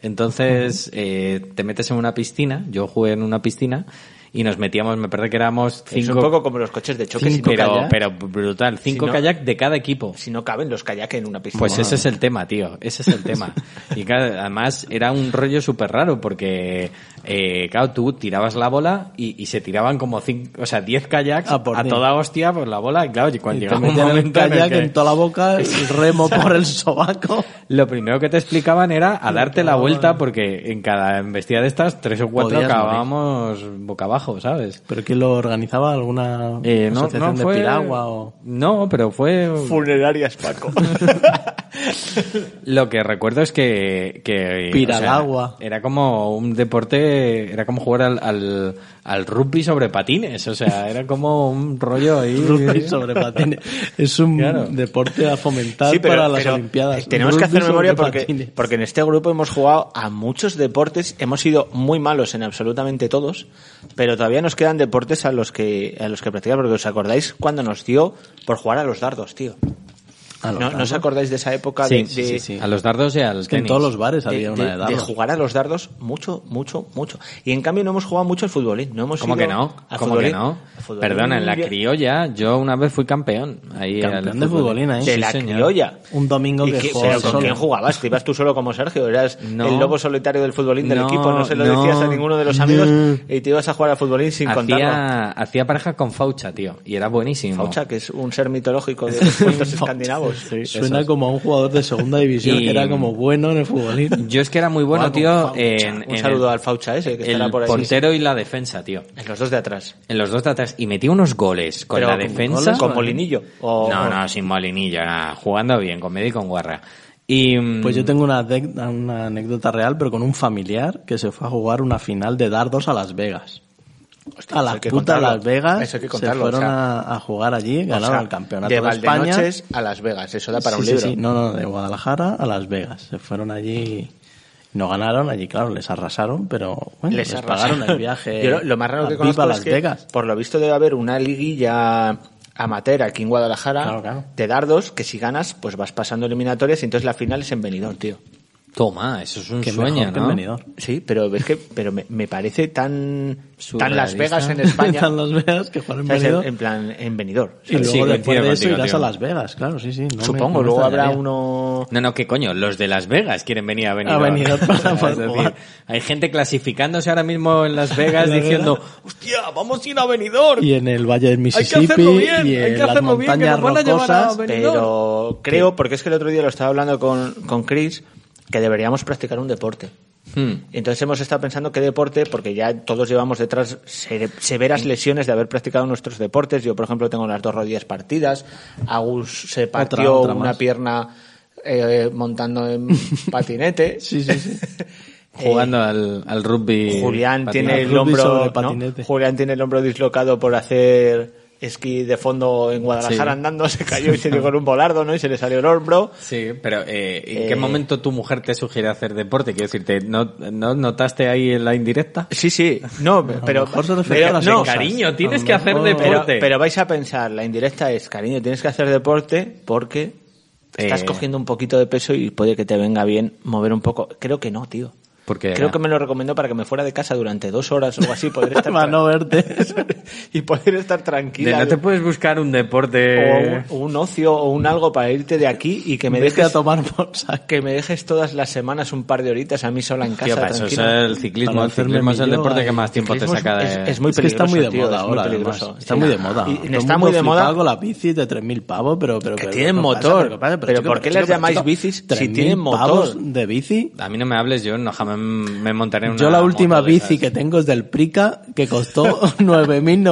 Speaker 3: Entonces, eh, te metes en una piscina. Yo jugué en una piscina y nos metíamos, me parece que éramos
Speaker 2: Es
Speaker 3: cinco.
Speaker 2: un poco como los coches de choque.
Speaker 3: cinco,
Speaker 2: si, no
Speaker 3: pero,
Speaker 2: kayak-
Speaker 3: pero brutal. Cinco
Speaker 2: no-
Speaker 3: kayak de cada equipo.
Speaker 2: si no caben los kayak en una piscina.
Speaker 3: Pues ese es el tema, tío. Ese es el tema. Y claro, además era un rollo súper raro porque, eh, claro, tú tirabas la bola y, y se tiraban como cinco, o sea, 10 kayaks a,
Speaker 4: A Ah, por ti.
Speaker 3: toda hostia por la bola. Y claro, y
Speaker 4: Y
Speaker 3: cuando
Speaker 4: te
Speaker 3: llegaba un
Speaker 4: metían el
Speaker 3: momento en el
Speaker 4: kayak
Speaker 3: que
Speaker 4: en toda la boca, el remo por el sobaco.
Speaker 3: lo primero que te explicaban era a darte la vuelta porque en cada embestida de estas, tres o cuatro
Speaker 4: Podías morir.
Speaker 3: acabábamos boca abajo, ¿sabes?
Speaker 4: ¿Pero quién lo organizaba? ¿Alguna
Speaker 3: Eh, no,
Speaker 4: asociación
Speaker 3: no fue-
Speaker 4: de piragua? O...
Speaker 3: No, pero fue...
Speaker 2: Funerarias, Paco.
Speaker 3: Lo que recuerdo es que... que
Speaker 4: Piragua.
Speaker 3: era como un deporte... Era como jugar al, al, al rugby sobre patines. O sea, era como un rollo ahí...
Speaker 4: Rugby sobre patines. Es un
Speaker 3: Claro.
Speaker 4: deporte a fomentar
Speaker 2: Sí, pero-
Speaker 4: para las
Speaker 2: pero eh,
Speaker 4: Olimpiadas.
Speaker 2: Tenemos que
Speaker 4: Rugby
Speaker 2: hacer memoria
Speaker 4: sobre
Speaker 2: porque,
Speaker 4: patines.
Speaker 2: porque en este grupo hemos jugado a muchos deportes, hemos sido muy malos en absolutamente todos, pero todavía nos quedan deportes a los que a los que practicar, porque os acordáis cuando nos dio por jugar a los dardos, tío.
Speaker 4: A los
Speaker 2: ¿No, no
Speaker 4: dardos.
Speaker 2: os acordáis de esa época
Speaker 3: Sí,
Speaker 2: de,
Speaker 3: sí,
Speaker 2: de-
Speaker 3: sí, sí. A los dardos y al
Speaker 4: Es que en
Speaker 3: tenis.
Speaker 4: todos los bares
Speaker 2: de-
Speaker 4: había
Speaker 2: de-
Speaker 4: una de
Speaker 2: de
Speaker 4: dardos.
Speaker 2: jugar a los dardos mucho, mucho, mucho. Y en cambio no hemos jugado mucho al futbolín. No hemos
Speaker 3: ¿Cómo
Speaker 2: ido ¿eh?
Speaker 3: que no?
Speaker 2: al
Speaker 3: ¿Cómo
Speaker 2: futbolín.
Speaker 3: que no?
Speaker 2: Al futbolín.
Speaker 3: Perdona, en la criolla yo una vez fui campeón. Ahí
Speaker 4: Campeón
Speaker 3: al
Speaker 4: de futbolín, ¿eh?
Speaker 2: De
Speaker 3: Sí,
Speaker 2: la
Speaker 3: señor.
Speaker 2: criolla.
Speaker 4: Un domingo
Speaker 2: ¿Y
Speaker 4: que
Speaker 2: qué-
Speaker 4: jugaba
Speaker 2: ¿Pero con
Speaker 4: solo.
Speaker 2: quién jugabas? ¿Te ibas tú solo como Sergio? ¿Eras
Speaker 3: No.
Speaker 2: el lobo solitario del futbolín del
Speaker 3: No,
Speaker 2: equipo? No se lo
Speaker 3: no.
Speaker 2: decías a ninguno de los amigos y te ibas a jugar al futbolín sin contarlo.
Speaker 3: Hacía, hacía pareja con Faucha, tío. Y era buenísimo.
Speaker 2: Faucha, que es un ser mitológico de los cuentos escandinavos.
Speaker 4: Suena como a un jugador de segunda división
Speaker 3: Y-
Speaker 4: que era como bueno en el futbolín.
Speaker 3: Yo es que era muy bueno,
Speaker 2: Guau,
Speaker 3: tío.
Speaker 2: Faucha.
Speaker 3: En,
Speaker 2: un
Speaker 3: en
Speaker 2: saludo
Speaker 3: el-
Speaker 2: al Faucha ese que estará
Speaker 3: el
Speaker 2: por ahí.
Speaker 3: portero y la defensa, tío.
Speaker 2: En los dos de atrás.
Speaker 3: En los dos de atrás. Y metía unos goles con
Speaker 2: Pero
Speaker 3: la
Speaker 2: con
Speaker 3: defensa.
Speaker 2: goles, con molinillo. O-
Speaker 3: No, no, sin molinillo, nada. Jugando bien, con medio y con guarra. Y, mm,
Speaker 4: Pues yo tengo una, adec- una anécdota real, pero con un familiar que se fue a jugar una final de dardos a Las Vegas.
Speaker 2: Hostia,
Speaker 4: a
Speaker 2: eso
Speaker 4: las
Speaker 2: hay que
Speaker 4: putas
Speaker 2: contarlo.
Speaker 4: Las Vegas
Speaker 2: Eso hay que
Speaker 4: se
Speaker 2: contarlo,
Speaker 4: fueron
Speaker 2: o sea,
Speaker 4: a, a jugar allí,
Speaker 2: o
Speaker 4: ganaron
Speaker 2: sea,
Speaker 4: el campeonato
Speaker 2: de
Speaker 4: de, España.
Speaker 2: Valdenoches a Las Vegas. Eso da para
Speaker 4: Sí,
Speaker 2: un
Speaker 4: sí,
Speaker 2: libro.
Speaker 4: sí. no, no, de Guadalajara a Las Vegas. Se fueron allí y no ganaron. Allí, claro, les arrasaron, pero bueno, les,
Speaker 2: arrasaron.
Speaker 4: pagaron el viaje.
Speaker 2: Ah, pues, Yo lo, lo más raro
Speaker 4: a
Speaker 2: que
Speaker 4: Viva
Speaker 2: conozco
Speaker 4: Las
Speaker 2: es que,
Speaker 4: Vegas.
Speaker 2: por lo visto, debe haber una liguilla amateur aquí en Guadalajara
Speaker 4: Claro, claro.
Speaker 2: de dardos que si ganas, pues vas pasando eliminatorias y entonces la final es en Benidorm, tío.
Speaker 3: Toma, eso es un
Speaker 4: Que
Speaker 3: sueño,
Speaker 4: mejor que el
Speaker 3: ¿no?
Speaker 4: Benidorm.
Speaker 2: Sí, pero es que pero me, me parece tan, tan Las
Speaker 3: Surrealista.
Speaker 2: Vegas en España.
Speaker 4: Están Las Vegas que jugaron en
Speaker 2: ¿sabes?
Speaker 4: Benidorm.
Speaker 2: En plan, en Benidorm.
Speaker 4: Y luego
Speaker 3: Sí, coincido
Speaker 4: después de eso
Speaker 3: contigo,
Speaker 4: irás
Speaker 3: tío.
Speaker 4: a Las Vegas, claro, sí, sí. no me-
Speaker 2: Supongo,
Speaker 4: no me
Speaker 2: luego habrá
Speaker 4: extrañaría.
Speaker 2: uno...
Speaker 3: No, no, ¿qué coño? Los de Las Vegas quieren venir a venir.
Speaker 4: Benidorm para poder jugar.
Speaker 3: hay gente clasificándose ahora mismo en Las Vegas
Speaker 4: La
Speaker 3: diciendo, hostia, vamos a ir a Benidorm.
Speaker 4: Y en el Valle del
Speaker 3: Hay que
Speaker 4: Mississippi
Speaker 3: hacerlo bien,
Speaker 4: y
Speaker 3: hay
Speaker 4: en
Speaker 3: que
Speaker 4: las
Speaker 3: hacerlo bien, que
Speaker 4: montañas
Speaker 3: nos van a llevar a
Speaker 4: rocosas.
Speaker 3: Benidorm.
Speaker 2: Pero creo, porque es que el otro día lo estaba hablando con, con Chris, que deberíamos practicar un deporte.
Speaker 3: Hmm.
Speaker 2: Entonces hemos estado pensando qué deporte, porque ya todos llevamos detrás se- severas lesiones de haber practicado nuestros deportes. Yo, por ejemplo, tengo las dos rodillas partidas. Agus se partió
Speaker 4: otra
Speaker 2: una
Speaker 4: más.
Speaker 2: pierna eh, montando en patinete.
Speaker 4: Sí, sí, sí.
Speaker 3: Jugando
Speaker 4: Eh,
Speaker 3: al, al rugby.
Speaker 2: Julián
Speaker 3: patinado.
Speaker 2: tiene el
Speaker 4: Rugby sobre
Speaker 2: hombro, ¿no?
Speaker 4: patinete.
Speaker 2: Julián tiene el hombro dislocado por hacer esquí de fondo en Guadalajara
Speaker 3: Sí.
Speaker 2: andando, se cayó y se dio con un volardo, ¿no? Y se le salió el hombro.
Speaker 3: Sí, pero eh, ¿en
Speaker 2: Eh,
Speaker 3: qué momento tu mujer te sugiere hacer deporte? Quiero decirte, ¿no, no notaste ahí la indirecta?
Speaker 2: Sí, sí, no, pero,
Speaker 4: mejor se refería
Speaker 2: pero
Speaker 4: a las
Speaker 2: no,
Speaker 4: cosas.
Speaker 3: Cariño, tienes
Speaker 4: A lo
Speaker 3: que hacer
Speaker 4: mejor-
Speaker 2: pero,
Speaker 3: deporte.
Speaker 2: pero vais a pensar, la indirecta es, cariño, tienes que hacer deporte porque estás
Speaker 3: Eh.
Speaker 2: cogiendo un poquito de peso y puede que te venga bien mover un poco. Creo que no, tío.
Speaker 3: Porque
Speaker 2: Creo que me lo recomendó para que me fuera de casa durante dos horas o algo así, poder estar
Speaker 4: Para no verte.
Speaker 2: y poder estar
Speaker 3: de
Speaker 2: tranquila.
Speaker 3: no te puedes buscar un deporte.
Speaker 2: o un, o un ocio o un algo para irte de aquí y que me
Speaker 4: Vete a
Speaker 2: dejes
Speaker 4: tomar por saco.
Speaker 2: que me dejes todas las semanas un par de horitas a mí sola en casa
Speaker 3: Tío, para eso es
Speaker 2: tranquila.
Speaker 3: el ciclismo.
Speaker 4: Para
Speaker 3: El ciclismo es el
Speaker 4: hacerme
Speaker 3: deporte
Speaker 4: milloa,
Speaker 3: que más
Speaker 4: el
Speaker 3: tiempo te
Speaker 4: ciclismo
Speaker 3: saca
Speaker 2: es,
Speaker 3: de...
Speaker 2: es muy
Speaker 4: Es que
Speaker 2: peligroso
Speaker 4: está muy de
Speaker 2: tío,
Speaker 4: moda
Speaker 2: es muy
Speaker 4: ahora, además.
Speaker 2: peligroso.
Speaker 4: Está
Speaker 2: Sí,
Speaker 4: muy
Speaker 2: no.
Speaker 4: de moda.
Speaker 2: Y-
Speaker 4: Todo el
Speaker 2: está
Speaker 4: mundo
Speaker 2: muy de
Speaker 4: flipado
Speaker 2: moda
Speaker 4: con la bici de 3.000 pavos, pero... pero
Speaker 2: Que
Speaker 4: pero-
Speaker 2: tienen
Speaker 4: ¿qué pasa?
Speaker 2: motor.
Speaker 4: ¿Pero, qué pasa?
Speaker 2: Pero
Speaker 4: chico,
Speaker 2: ¿por qué
Speaker 4: chico,
Speaker 2: les
Speaker 4: pero,
Speaker 2: llamáis
Speaker 4: chico,
Speaker 2: bicis si
Speaker 4: 3.000
Speaker 2: tienen
Speaker 4: pavos
Speaker 2: motor?
Speaker 4: de bici?
Speaker 3: A mí no me hables, yo no jamás me montaré en una
Speaker 4: Yo la última
Speaker 3: moto de
Speaker 4: bici
Speaker 3: esas.
Speaker 4: que tengo es del Prica, que costó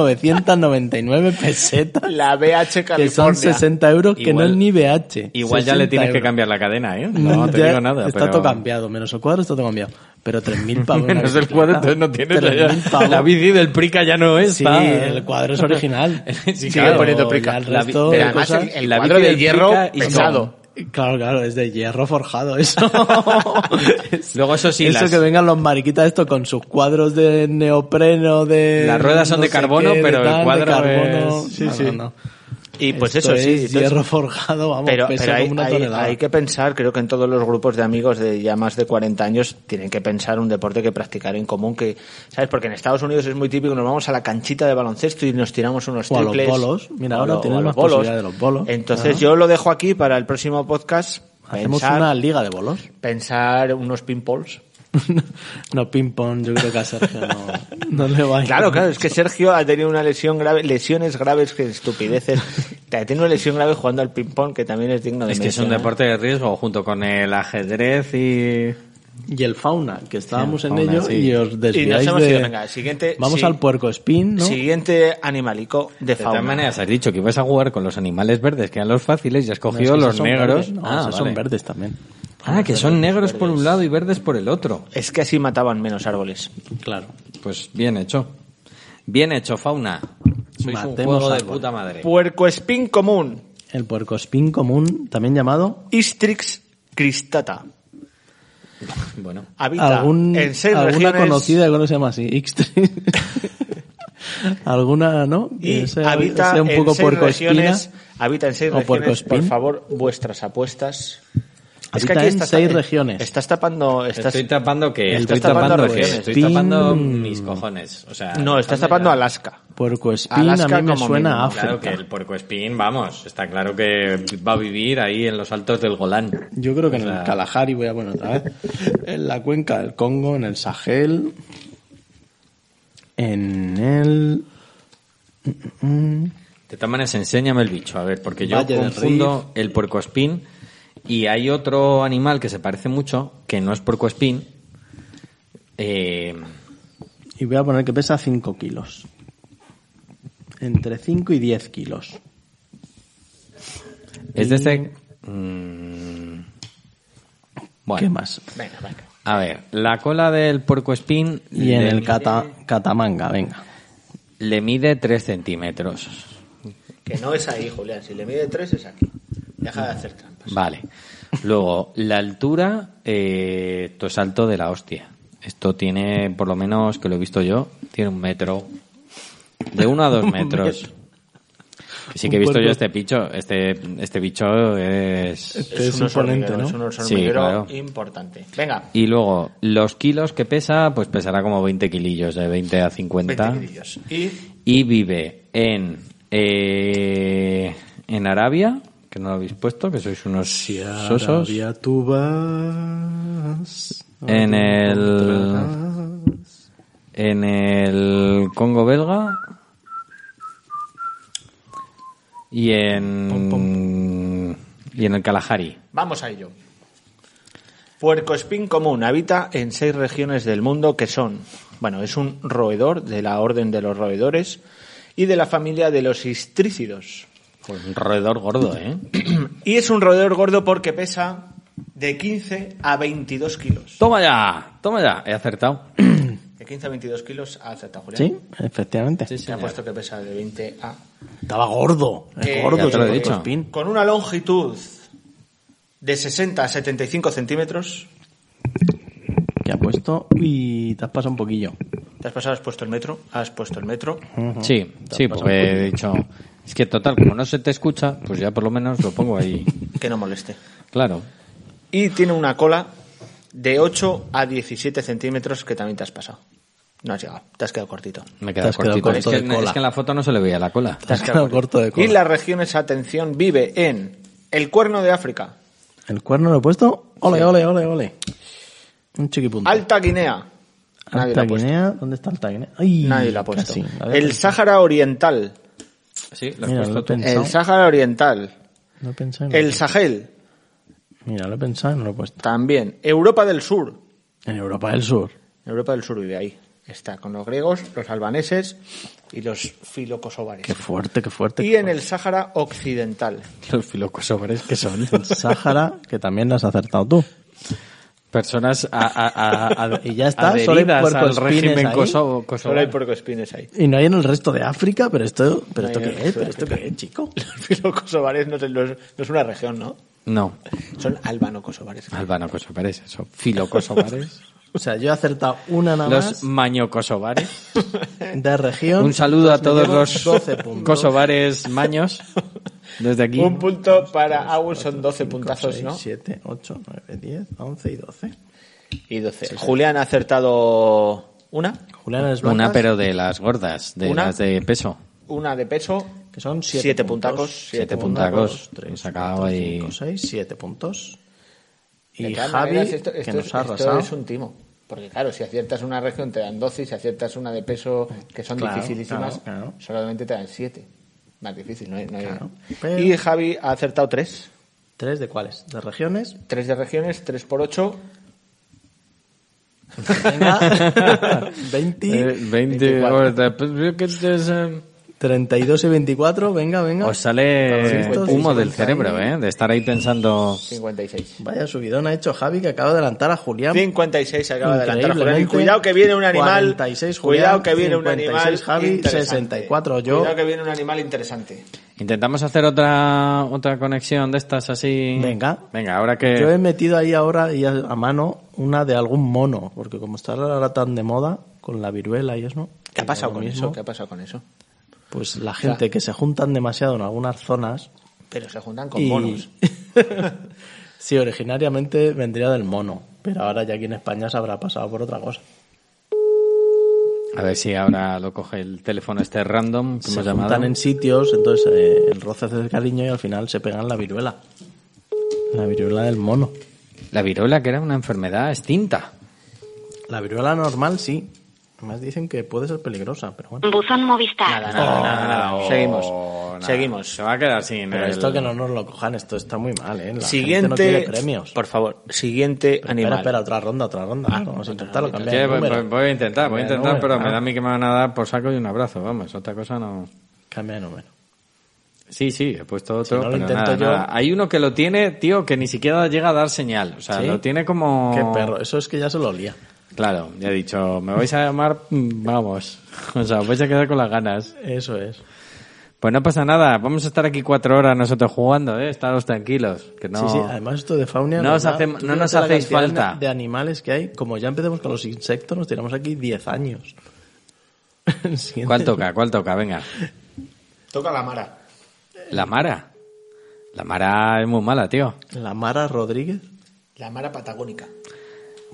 Speaker 4: 9.999 pesetas,
Speaker 2: La BH California.
Speaker 4: que son 60 euros, que
Speaker 3: Igual-
Speaker 4: no es ni BH.
Speaker 3: Igual ya
Speaker 4: 60
Speaker 3: le tienes que
Speaker 4: euros.
Speaker 3: cambiar la cadena, ¿eh? No te
Speaker 4: Ya
Speaker 3: digo nada.
Speaker 4: Está
Speaker 3: pero-
Speaker 4: todo cambiado, menos el cuadro está todo cambiado. Pero 3.000 pavos. una
Speaker 3: Menos el
Speaker 4: bicicleta.
Speaker 3: cuadro, entonces no tienes
Speaker 4: 3.000
Speaker 3: la,
Speaker 4: pavos.
Speaker 3: la bici del Prica ya no es.
Speaker 4: Sí,
Speaker 3: pa. eh.
Speaker 4: el cuadro es original.
Speaker 3: Sí,
Speaker 4: Sigue
Speaker 3: claro,
Speaker 4: poniendo
Speaker 3: ya
Speaker 4: Prica.
Speaker 3: el
Speaker 4: La
Speaker 3: resto
Speaker 4: bi-
Speaker 3: de
Speaker 4: pero además
Speaker 3: cosas-
Speaker 2: el- el
Speaker 3: la
Speaker 2: cuadro
Speaker 3: bici
Speaker 2: de
Speaker 3: del
Speaker 2: hierro
Speaker 3: Prica y con-
Speaker 2: pesado.
Speaker 4: Claro, claro, es de hierro forjado eso.
Speaker 3: Luego eso sí,
Speaker 4: eso
Speaker 3: las-
Speaker 4: que vengan los mariquitas esto con sus cuadros de neopreno, de...
Speaker 3: Las ruedas son de
Speaker 4: sé
Speaker 3: carbono,
Speaker 4: de
Speaker 3: pero el
Speaker 4: de
Speaker 3: cuadro
Speaker 4: carbono.
Speaker 3: es-
Speaker 4: Sí,
Speaker 3: no,
Speaker 4: sí.
Speaker 3: no, no.
Speaker 2: Y pues
Speaker 4: Esto
Speaker 2: eso sí,
Speaker 4: es
Speaker 2: entonces-
Speaker 4: hierro forjado, vamos,
Speaker 2: pero,
Speaker 4: pesa
Speaker 2: pero hay,
Speaker 4: como una
Speaker 2: hay-
Speaker 4: tonelada.
Speaker 2: hay que pensar, creo que en todos los grupos de amigos de ya más de 40 años tienen que pensar un deporte que practicar en común, que ¿sabes? Porque en Estados Unidos es muy típico, nos vamos a la canchita de baloncesto y nos tiramos unos
Speaker 4: O a los
Speaker 2: triples.
Speaker 4: bolos. Mira,
Speaker 2: O
Speaker 4: ahora
Speaker 2: lo- o
Speaker 4: tenemos
Speaker 2: a
Speaker 4: más posibilidad de los bolos.
Speaker 2: Entonces
Speaker 4: Ajá.
Speaker 2: yo lo dejo aquí para el próximo podcast.
Speaker 4: Hacemos
Speaker 2: pensar,
Speaker 4: una liga de bolos.
Speaker 2: pensar unos pinballs.
Speaker 4: no, ping-pong, yo creo que a Sergio no, no le va a ir.
Speaker 2: Claro, claro, es que Sergio ha tenido una lesión grave, lesiones graves que estupideces. Tiene una lesión grave jugando al ping-pong que también es digno de
Speaker 3: Es que es un
Speaker 2: mencionar.
Speaker 3: deporte de riesgo junto con el ajedrez y...
Speaker 4: Y el fauna, que estábamos
Speaker 3: Sí, el
Speaker 4: en
Speaker 3: fauna,
Speaker 4: ello
Speaker 3: sí.
Speaker 4: y os
Speaker 2: Y nos
Speaker 4: desviáis
Speaker 2: hemos
Speaker 4: de...
Speaker 2: ido, venga, siguiente.
Speaker 4: Vamos
Speaker 2: sí.
Speaker 4: al puerco spin, ¿no?
Speaker 2: Siguiente animalico de
Speaker 3: De
Speaker 2: fauna.
Speaker 3: todas maneras, has dicho que ibas a jugar con los animales verdes, que eran los fáciles, y has
Speaker 4: No, es que
Speaker 3: cogido
Speaker 4: esos
Speaker 3: los
Speaker 4: son
Speaker 3: negros.
Speaker 4: verdes, no,
Speaker 3: ah,
Speaker 4: esos
Speaker 3: vale.
Speaker 4: son verdes también.
Speaker 3: Ah, que son negros por un lado y verdes por el otro.
Speaker 2: Es que así mataban menos árboles.
Speaker 4: Claro.
Speaker 3: Pues bien hecho. Bien hecho, fauna. Sois un
Speaker 4: Matemos
Speaker 3: juego de
Speaker 4: árboles.
Speaker 3: puta madre.
Speaker 2: Puerco espín común.
Speaker 4: El puerco spin común, también llamado...
Speaker 2: Istrix cristata.
Speaker 3: Bueno,
Speaker 2: Habita
Speaker 4: Algún,
Speaker 2: en seis
Speaker 4: alguna
Speaker 2: regiones
Speaker 4: conocida que no se llama así, Ixtri. alguna, ¿no?
Speaker 2: y
Speaker 4: Que sea-
Speaker 2: habita
Speaker 4: sea un poco
Speaker 2: en seis
Speaker 4: puerco
Speaker 2: regiones.
Speaker 4: espina.
Speaker 2: Habita en seis
Speaker 4: o puerco
Speaker 2: regiones. Por
Speaker 4: espín.
Speaker 2: favor, vuestras apuestas.
Speaker 4: Habita en seis regiones.
Speaker 2: Estás tapando. Estás,
Speaker 3: estoy tapando que
Speaker 4: El
Speaker 3: estoy
Speaker 4: puerco
Speaker 3: tapando que
Speaker 4: espín.
Speaker 3: estoy tapando mis cojones. O sea,
Speaker 2: no, estás
Speaker 3: dejadme
Speaker 2: tapando
Speaker 3: ya.
Speaker 2: Alaska.
Speaker 4: Puerco espín
Speaker 2: Alaska
Speaker 4: a mí me
Speaker 2: como
Speaker 4: suena
Speaker 2: mínimo,
Speaker 4: a
Speaker 3: Claro
Speaker 4: África.
Speaker 3: que el puercoespín, vamos, está claro que va a vivir ahí en los altos del Golán.
Speaker 4: Yo creo que
Speaker 3: O
Speaker 4: en
Speaker 3: sea-
Speaker 4: el Kalahari voy a poner otra vez. En la cuenca del Congo, en el Sahel. En el.
Speaker 3: De todas maneras, enséñame el bicho, a ver, porque yo
Speaker 4: Valle del
Speaker 3: confundo el puercoespín y hay otro animal que se parece mucho, que no es puercoespín. Eh,
Speaker 4: Y voy a poner que pesa 5 kilos. Entre 5 y 10 kilos.
Speaker 3: es de ese... mm,
Speaker 4: ¿Qué
Speaker 3: bueno,
Speaker 4: más?
Speaker 2: Venga, venga.
Speaker 3: a ver, la cola del puercoespín
Speaker 4: Y en
Speaker 3: le
Speaker 4: el
Speaker 3: mide-
Speaker 4: cata, Catamanga, venga.
Speaker 3: le mide 3 centímetros.
Speaker 2: Que no es ahí, Julián. Si le mide tres es aquí. Deja de hacer trampas.
Speaker 3: Vale. Luego, la altura, eh, esto es alto de la hostia. Esto tiene, por lo menos que lo he visto yo, tiene un metro. De uno a dos metros. Que Sí que he
Speaker 4: Un
Speaker 3: visto yo
Speaker 4: cuerpo.
Speaker 3: este bicho, este, este bicho es...
Speaker 4: Este es
Speaker 2: un hormiguero,
Speaker 4: imponente, ¿no?
Speaker 2: Es un
Speaker 3: Sí,
Speaker 2: hormiguero
Speaker 3: claro.
Speaker 2: importante. Venga.
Speaker 3: Y luego, los kilos que pesa, pues pesará como 20 kilillos, de 20 a 50.
Speaker 2: 20 kilillos. Y
Speaker 3: Y vive en, eh, en Arabia, que no lo habéis puesto, que sois unos sosos.
Speaker 4: Arabia tú vas.
Speaker 3: En el. En el Congo belga. Y en. Y en el Kalahari.
Speaker 2: vamos a ello. Puerco espín común habita en seis regiones del mundo que son, bueno, es un roedor de la orden de los roedores y de la familia de los histrícidos.
Speaker 3: Pues un roedor gordo, ¿eh?
Speaker 2: Y es un roedor gordo porque pesa de 15 a 22 kilos.
Speaker 3: Toma ya, toma ya. He acertado.
Speaker 2: De 15 a 22 kilos ha acertado Julián.
Speaker 4: Sí, efectivamente. Pues
Speaker 3: Sí,
Speaker 2: Te ha
Speaker 3: señor.
Speaker 2: puesto que pesa de 20 a...
Speaker 4: Estaba gordo. es
Speaker 2: Eh,
Speaker 4: gordo,
Speaker 3: ya te lo he
Speaker 4: chico,
Speaker 3: dicho.
Speaker 4: Spin.
Speaker 2: Con una longitud de 60 a 75 centímetros...
Speaker 4: Que ha puesto y te has pasado un poquillo.
Speaker 2: Te has pasado, has puesto el metro, has puesto el metro.
Speaker 3: Sí, sí, porque he dicho. Es que total, como no se te escucha, pues ya por lo menos lo pongo ahí.
Speaker 2: Que no moleste.
Speaker 3: Claro.
Speaker 2: Y tiene una cola de 8 a 17 centímetros que también te has pasado. No has llegado, te has quedado cortito.
Speaker 3: Me
Speaker 4: Te
Speaker 3: queda
Speaker 4: has quedado
Speaker 3: cortito. Es
Speaker 4: corto
Speaker 3: que,
Speaker 4: de cola.
Speaker 3: es que en la foto no se le veía la cola.
Speaker 4: Te has quedado corto de cola.
Speaker 2: Y las regiones, atención, vive en el cuerno de África,
Speaker 4: El cuerno lo he puesto. Ole, ole, ole, ole. Un chiquipunto.
Speaker 2: Alta Guinea,
Speaker 4: Alta
Speaker 2: nadie la ha puesto,
Speaker 4: Guinea. ¿Dónde está Alta Guinea? Ay,
Speaker 2: nadie la ha puesto.
Speaker 4: casi. La había
Speaker 2: el
Speaker 4: pensado.
Speaker 2: Sáhara Oriental,
Speaker 3: Sí, lo has
Speaker 4: Mira,
Speaker 3: puesto
Speaker 4: lo he
Speaker 3: tú.
Speaker 4: pensado.
Speaker 2: el Sáhara Oriental,
Speaker 4: No he pensado en
Speaker 2: el
Speaker 4: eso.
Speaker 2: Sahel,
Speaker 4: Mira, lo he pensado y no lo he puesto.
Speaker 2: también, Europa del Sur,
Speaker 4: En Europa del Sur.
Speaker 2: Europa del Sur vive ahí, está con los griegos, los albaneses y los filocosovares.
Speaker 4: Qué fuerte, qué fuerte.
Speaker 2: Y
Speaker 4: qué
Speaker 2: en el Sáhara Occidental.
Speaker 3: Los filocosobres que son
Speaker 4: fuerte. El Sáhara, que también lo has acertado tú.
Speaker 3: personas a, a- a- a-
Speaker 4: Y ya está, solo hay
Speaker 3: adheridas al
Speaker 4: puercoespines
Speaker 3: régimen
Speaker 4: ahí.
Speaker 3: kosovo,
Speaker 2: Solo hay
Speaker 3: kosovo.
Speaker 2: porcoespines ahí.
Speaker 4: Y no hay en el resto de África, pero esto, pero esto
Speaker 2: No hay en
Speaker 4: qué
Speaker 2: el
Speaker 4: es,
Speaker 2: resto de
Speaker 4: pero esto qué es, chico.
Speaker 2: Los filocosovares no, se- no es, no es una región, ¿no?
Speaker 3: No,
Speaker 2: Son albano-kosovares.
Speaker 3: albano kosovares, eso. Filocosovares.
Speaker 4: O sea, yo he acertado una nada
Speaker 3: los
Speaker 4: más
Speaker 3: mañocosovares.
Speaker 4: de región.
Speaker 3: Un saludo a
Speaker 4: Entonces pues me
Speaker 3: todos
Speaker 4: llevo
Speaker 3: los
Speaker 4: 12 puntos.
Speaker 3: kosovares maños. Desde aquí.
Speaker 2: Un punto para Agus son 12 puntazos,
Speaker 4: 6,
Speaker 2: ¿no?
Speaker 4: 7, 8, 9, 10, 11 y 12.
Speaker 2: Y 12. Julián ha acertado una,
Speaker 4: Julián es
Speaker 3: Una, pero de las gordas, de
Speaker 2: Una.
Speaker 3: las de peso.
Speaker 2: una de peso.
Speaker 4: que son 7,
Speaker 2: siete puntacos, siete
Speaker 3: Siete puntacos. Nos acababa ahí.
Speaker 4: 6, 7 puntos.
Speaker 2: De
Speaker 4: Y
Speaker 2: todas
Speaker 4: Javi,
Speaker 2: maneras, esto, esto
Speaker 4: que
Speaker 2: es-
Speaker 4: nos ha
Speaker 2: esto
Speaker 4: arrasado.
Speaker 2: es un timo. Porque claro, si aciertas una región te dan 12 y si aciertas una de peso que son
Speaker 4: Claro,
Speaker 2: dificilísimas,
Speaker 4: claro, claro.
Speaker 2: solamente te dan 7. Más difícil, no hay- no hay-
Speaker 4: Claro, pero-
Speaker 2: Y Javi ha acertado 3.
Speaker 4: ¿Tres de cuáles? ¿De regiones?
Speaker 2: 3 de regiones, 3 por 8,
Speaker 4: Venga, 20,
Speaker 3: Eh, 20 gordas. Pues yo que te- eh,
Speaker 4: 32 y 24. Venga, venga.
Speaker 3: Os sale
Speaker 4: 400,
Speaker 3: humo del
Speaker 4: 50,
Speaker 3: cerebro, ¿eh? De estar ahí pensando.
Speaker 2: 56.
Speaker 4: Vaya subidón ha hecho Javi que acaba de adelantar a Julián.
Speaker 2: 56 se acaba de adelantar Julián. Y
Speaker 4: Increíblemente,
Speaker 2: cuidado que viene un animal.
Speaker 4: 46 Julián,
Speaker 2: cuidado que viene un
Speaker 4: 56
Speaker 2: animal.
Speaker 4: Javi,
Speaker 2: interesante.
Speaker 4: 64 yo.
Speaker 2: Cuidado que viene un animal interesante.
Speaker 3: Intentamos hacer otra otra conexión de estas así.
Speaker 4: Venga.
Speaker 3: Venga, ahora que.
Speaker 2: Eh.
Speaker 4: Yo he metido ahí ahora y a, a mano una de algún mono, porque como está ahora tan de moda con la viruela y eso.
Speaker 2: ¿Qué ha
Speaker 4: y
Speaker 2: pasado
Speaker 4: lo
Speaker 2: con
Speaker 4: mismo,
Speaker 2: eso? ¿Qué ha pasado con eso?
Speaker 4: Pues la gente que se juntan demasiado en algunas zonas
Speaker 2: Pero se juntan con
Speaker 4: y-
Speaker 2: monos.
Speaker 4: sí, originariamente vendría del mono, pero ahora ya aquí en España se habrá pasado por otra cosa.
Speaker 3: A ver si ahora lo coge el teléfono este random que
Speaker 4: Se
Speaker 3: hemos llamado.
Speaker 4: juntan en sitios, entonces eh, el roce hace el cariño y al final se pegan la viruela. La viruela del mono.
Speaker 3: La viruela, que era una enfermedad extinta.
Speaker 4: La viruela normal sí. Además dicen que puede ser peligrosa, pero bueno.
Speaker 5: Buzón Movistar.
Speaker 2: Seguimos.
Speaker 3: Oh, nada.
Speaker 2: Seguimos.
Speaker 3: Se va a quedar sin.
Speaker 4: Pero
Speaker 3: el-
Speaker 4: esto que no nos lo cojan, esto está muy mal, ¿eh? La gente no
Speaker 2: Siguiente.
Speaker 4: quiere premios.
Speaker 2: Por favor, siguiente
Speaker 4: Pero
Speaker 2: animal.
Speaker 4: Espera, espera, otra ronda, otra ronda. Ah, Vamos a intentarlo
Speaker 3: Sí,
Speaker 4: cambiar. el
Speaker 3: voy,
Speaker 4: número.
Speaker 3: voy- voy a intentar, voy a
Speaker 4: Cambia de
Speaker 3: intentar, pero
Speaker 4: número,
Speaker 3: me da a
Speaker 4: claro.
Speaker 3: mí que me van a dar por saco y un abrazo. Vamos, otra cosa no.
Speaker 4: Cambia de número.
Speaker 3: Sí, sí, he puesto otro,
Speaker 4: no lo
Speaker 3: pero
Speaker 4: intento
Speaker 3: nada,
Speaker 4: yo-
Speaker 3: nada. Hay uno que lo tiene, tío, que ni siquiera llega a dar señal. O sea,
Speaker 4: ¿Sí?
Speaker 3: lo tiene como...
Speaker 4: Qué perro, eso es que ya se lo olía.
Speaker 3: Claro, ya he dicho, me vais a llamar, mm, vamos. O sea, os vais a quedar con las ganas.
Speaker 4: Eso es.
Speaker 3: Pues no pasa nada, vamos a estar aquí cuatro horas nosotros jugando, ¿eh? Estaros tranquilos, que no...
Speaker 4: Sí, sí, además esto de fauna...
Speaker 3: No
Speaker 4: de
Speaker 3: os
Speaker 4: verdad,
Speaker 3: hacem-
Speaker 4: tú
Speaker 3: no nos
Speaker 4: fíjate la
Speaker 3: hacéis
Speaker 4: cantidad
Speaker 3: falta.
Speaker 4: De animales que hay, como ya empecemos con los insectos, nos tiramos aquí 10 años. El siguiente.
Speaker 3: ¿Cuál toca? ¿Cuál toca? Venga.
Speaker 2: Toca la mara.
Speaker 3: La Mara. La Mara es muy mala, tío.
Speaker 4: La Mara Rodríguez.
Speaker 2: La mara patagónica.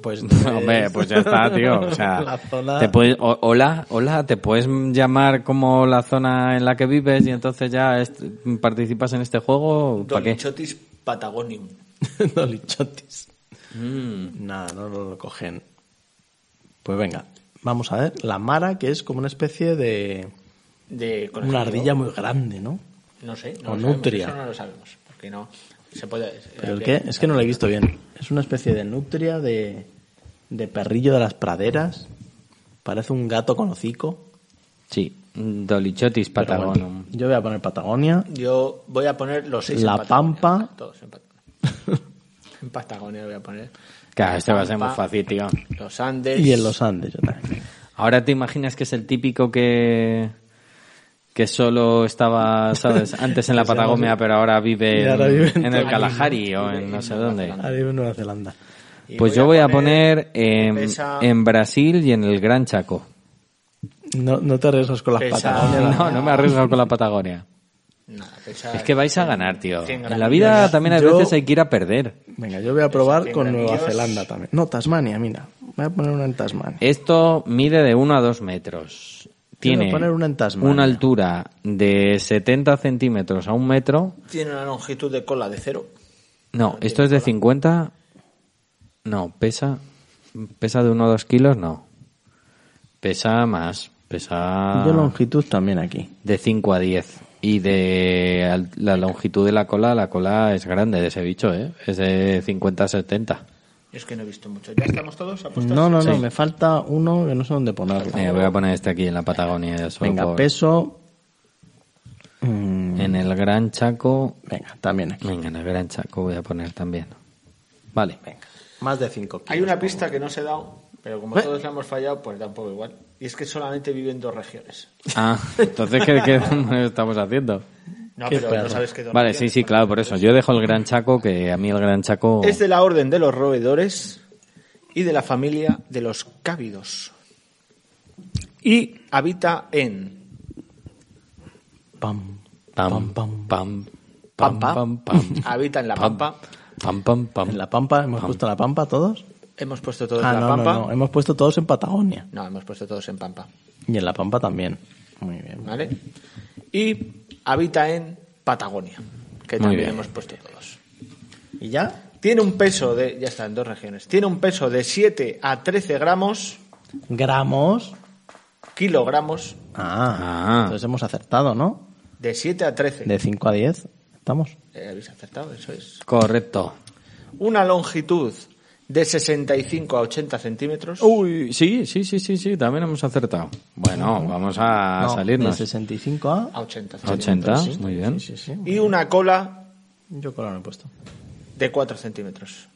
Speaker 4: Pues...
Speaker 3: Hombre, pues ya está, tío. O sea,
Speaker 4: La zona-
Speaker 3: te puedes, o- hola, hola, te puedes llamar como la zona en la que vives y entonces ya est- participas en este juego. ¿Para qué?
Speaker 2: Dolichotis patagonium.
Speaker 3: pues.
Speaker 4: Dolichotis.
Speaker 3: Mm.
Speaker 4: Nada, no lo cogen. Pues venga, vamos a ver. La mara, que es como una especie de...
Speaker 2: De conejillo.
Speaker 4: Una ardilla muy grande, ¿no?
Speaker 2: No sé.
Speaker 4: o
Speaker 2: No lo sabemos,
Speaker 4: nutria.
Speaker 2: Eso no lo sabemos. Porque no. Se puede. eh,
Speaker 4: ¿Pero el qué? Es que no lo he visto bien. Es una especie de nutria, de, de perrillo de las praderas. Parece un gato con hocico.
Speaker 3: Sí, Dolichotis
Speaker 4: Pero
Speaker 3: Patagonum.
Speaker 4: bueno, yo voy a poner Patagonia.
Speaker 2: Yo voy a poner los seis
Speaker 4: La
Speaker 2: en Patagonia.
Speaker 4: Pampa.
Speaker 2: Todos en Patagonia. En Patagonia lo voy a poner.
Speaker 3: Claro, este va a ser
Speaker 2: Pampa,
Speaker 3: muy fácil, tío.
Speaker 2: Los Andes.
Speaker 4: Y en los Andes. yo también.
Speaker 3: Ahora te imaginas que es el típico que que solo estaba, ¿sabes? Antes en la Patagonia, pero ahora vive,
Speaker 4: Y
Speaker 3: en-
Speaker 4: ahora vive
Speaker 3: en,
Speaker 4: en
Speaker 3: el
Speaker 4: Tailandia.
Speaker 3: Kalahari o en no sé dónde.
Speaker 4: Ahí en Nueva Zelanda.
Speaker 2: Y
Speaker 3: Pues yo voy a poner en,
Speaker 2: pesa-
Speaker 3: en Brasil y en el Gran Chaco.
Speaker 4: No, no te arriesgas con las
Speaker 2: Pesa-
Speaker 4: Patagonias. la-
Speaker 3: No, no me arriesgo con la Patagonia.
Speaker 2: Nada, pensaba-
Speaker 3: Es que vais a ganar, tío.
Speaker 2: Cien
Speaker 3: En la vida también a
Speaker 4: Yo-
Speaker 3: veces hay que ir a perder.
Speaker 4: Venga, yo voy a probar
Speaker 2: Esos
Speaker 4: con Nueva
Speaker 2: tempranillos.
Speaker 4: Zelanda también. No, Tasmania, mira. Voy a poner una en Tasmania.
Speaker 3: Esto mide de 1 a 2 metros. Tiene
Speaker 4: Quiero poner una en Tasmania.
Speaker 3: una altura de 70 centímetros a un metro.
Speaker 2: Tiene una longitud de cola de cero.
Speaker 3: No, esto es de 50. No, pesa. ¿Pesa de 1 a 2 kilos? No. Pesa más. Pesa
Speaker 4: Yo longitud también aquí.
Speaker 3: de 5 a 10. Y de al- la longitud de la cola, la cola es grande de ese bicho, ¿eh? Es de 50 a 70.
Speaker 2: Es que no he visto mucho. ¿Ya estamos todos apuestas?
Speaker 4: No, no, no, me falta uno que no sé dónde ponerlo.
Speaker 3: Eh, voy a poner este aquí en la Patagonia. ya solo
Speaker 4: Venga,
Speaker 3: por-
Speaker 4: peso. Mm,
Speaker 3: En el Gran Chaco.
Speaker 4: Venga, también aquí.
Speaker 3: Venga, en el Gran Chaco voy a poner también. Vale.
Speaker 4: Más de 5
Speaker 2: Hay una pista que no se ha dado, pero como todos la hemos fallado, pues da un poco igual. Y es que solamente vive en dos regiones.
Speaker 3: Ah, entonces, ¿qué, qué estamos haciendo?
Speaker 2: No,
Speaker 4: Qué
Speaker 2: pero
Speaker 4: perro.
Speaker 2: no sabes qué dos
Speaker 3: Vale, sí,
Speaker 2: regiones
Speaker 3: sí,
Speaker 2: son.
Speaker 3: claro, por eso. Yo dejo el Gran Chaco, que a mí el Gran Chaco...
Speaker 2: Es de la orden de los roedores y de la familia de los cávidos. Y habita en
Speaker 4: Pam,
Speaker 3: Pam, pam, pam, pam,
Speaker 2: Pampa.
Speaker 3: pam, pam.
Speaker 2: Habita en la
Speaker 3: Pam.
Speaker 2: Pampa.
Speaker 3: Pam, pam, pam.
Speaker 4: ¿En la Pampa? ¿Hemos puesto la Pampa todos?
Speaker 2: Hemos puesto todos
Speaker 4: Ah,
Speaker 2: en la
Speaker 4: no,
Speaker 2: Pampa.
Speaker 4: no, no. Hemos puesto todos en Patagonia.
Speaker 2: No, hemos puesto todos en Pampa,
Speaker 4: Y en la Pampa también. Muy bien.
Speaker 2: ¿vale? Y habita en Patagonia, que
Speaker 3: Muy
Speaker 2: también
Speaker 3: bien.
Speaker 2: hemos puesto todos.
Speaker 4: ¿Y ya?
Speaker 2: Tiene un peso de, ya está, en dos regiones. Tiene un peso de 7 a 13 gramos,
Speaker 4: Gramos.
Speaker 2: kilogramos,
Speaker 3: Ah.
Speaker 4: Ah, entonces hemos acertado, ¿no?
Speaker 2: de 7 a 13.
Speaker 4: De 5 a 10, ¿estamos?
Speaker 2: Eh, Habéis acertado, eso es.
Speaker 3: Correcto.
Speaker 2: Una longitud de 65 a 80 centímetros.
Speaker 3: Uy, sí, sí, sí, sí, sí, también hemos acertado. Bueno, vamos a
Speaker 4: No,
Speaker 3: salirnos.
Speaker 4: De 65 a...
Speaker 2: A 80 centímetros.
Speaker 3: 80, muy bien.
Speaker 4: Sí, sí.
Speaker 2: Y una cola
Speaker 4: Yo color no he puesto. Pues
Speaker 2: de 4 centímetros.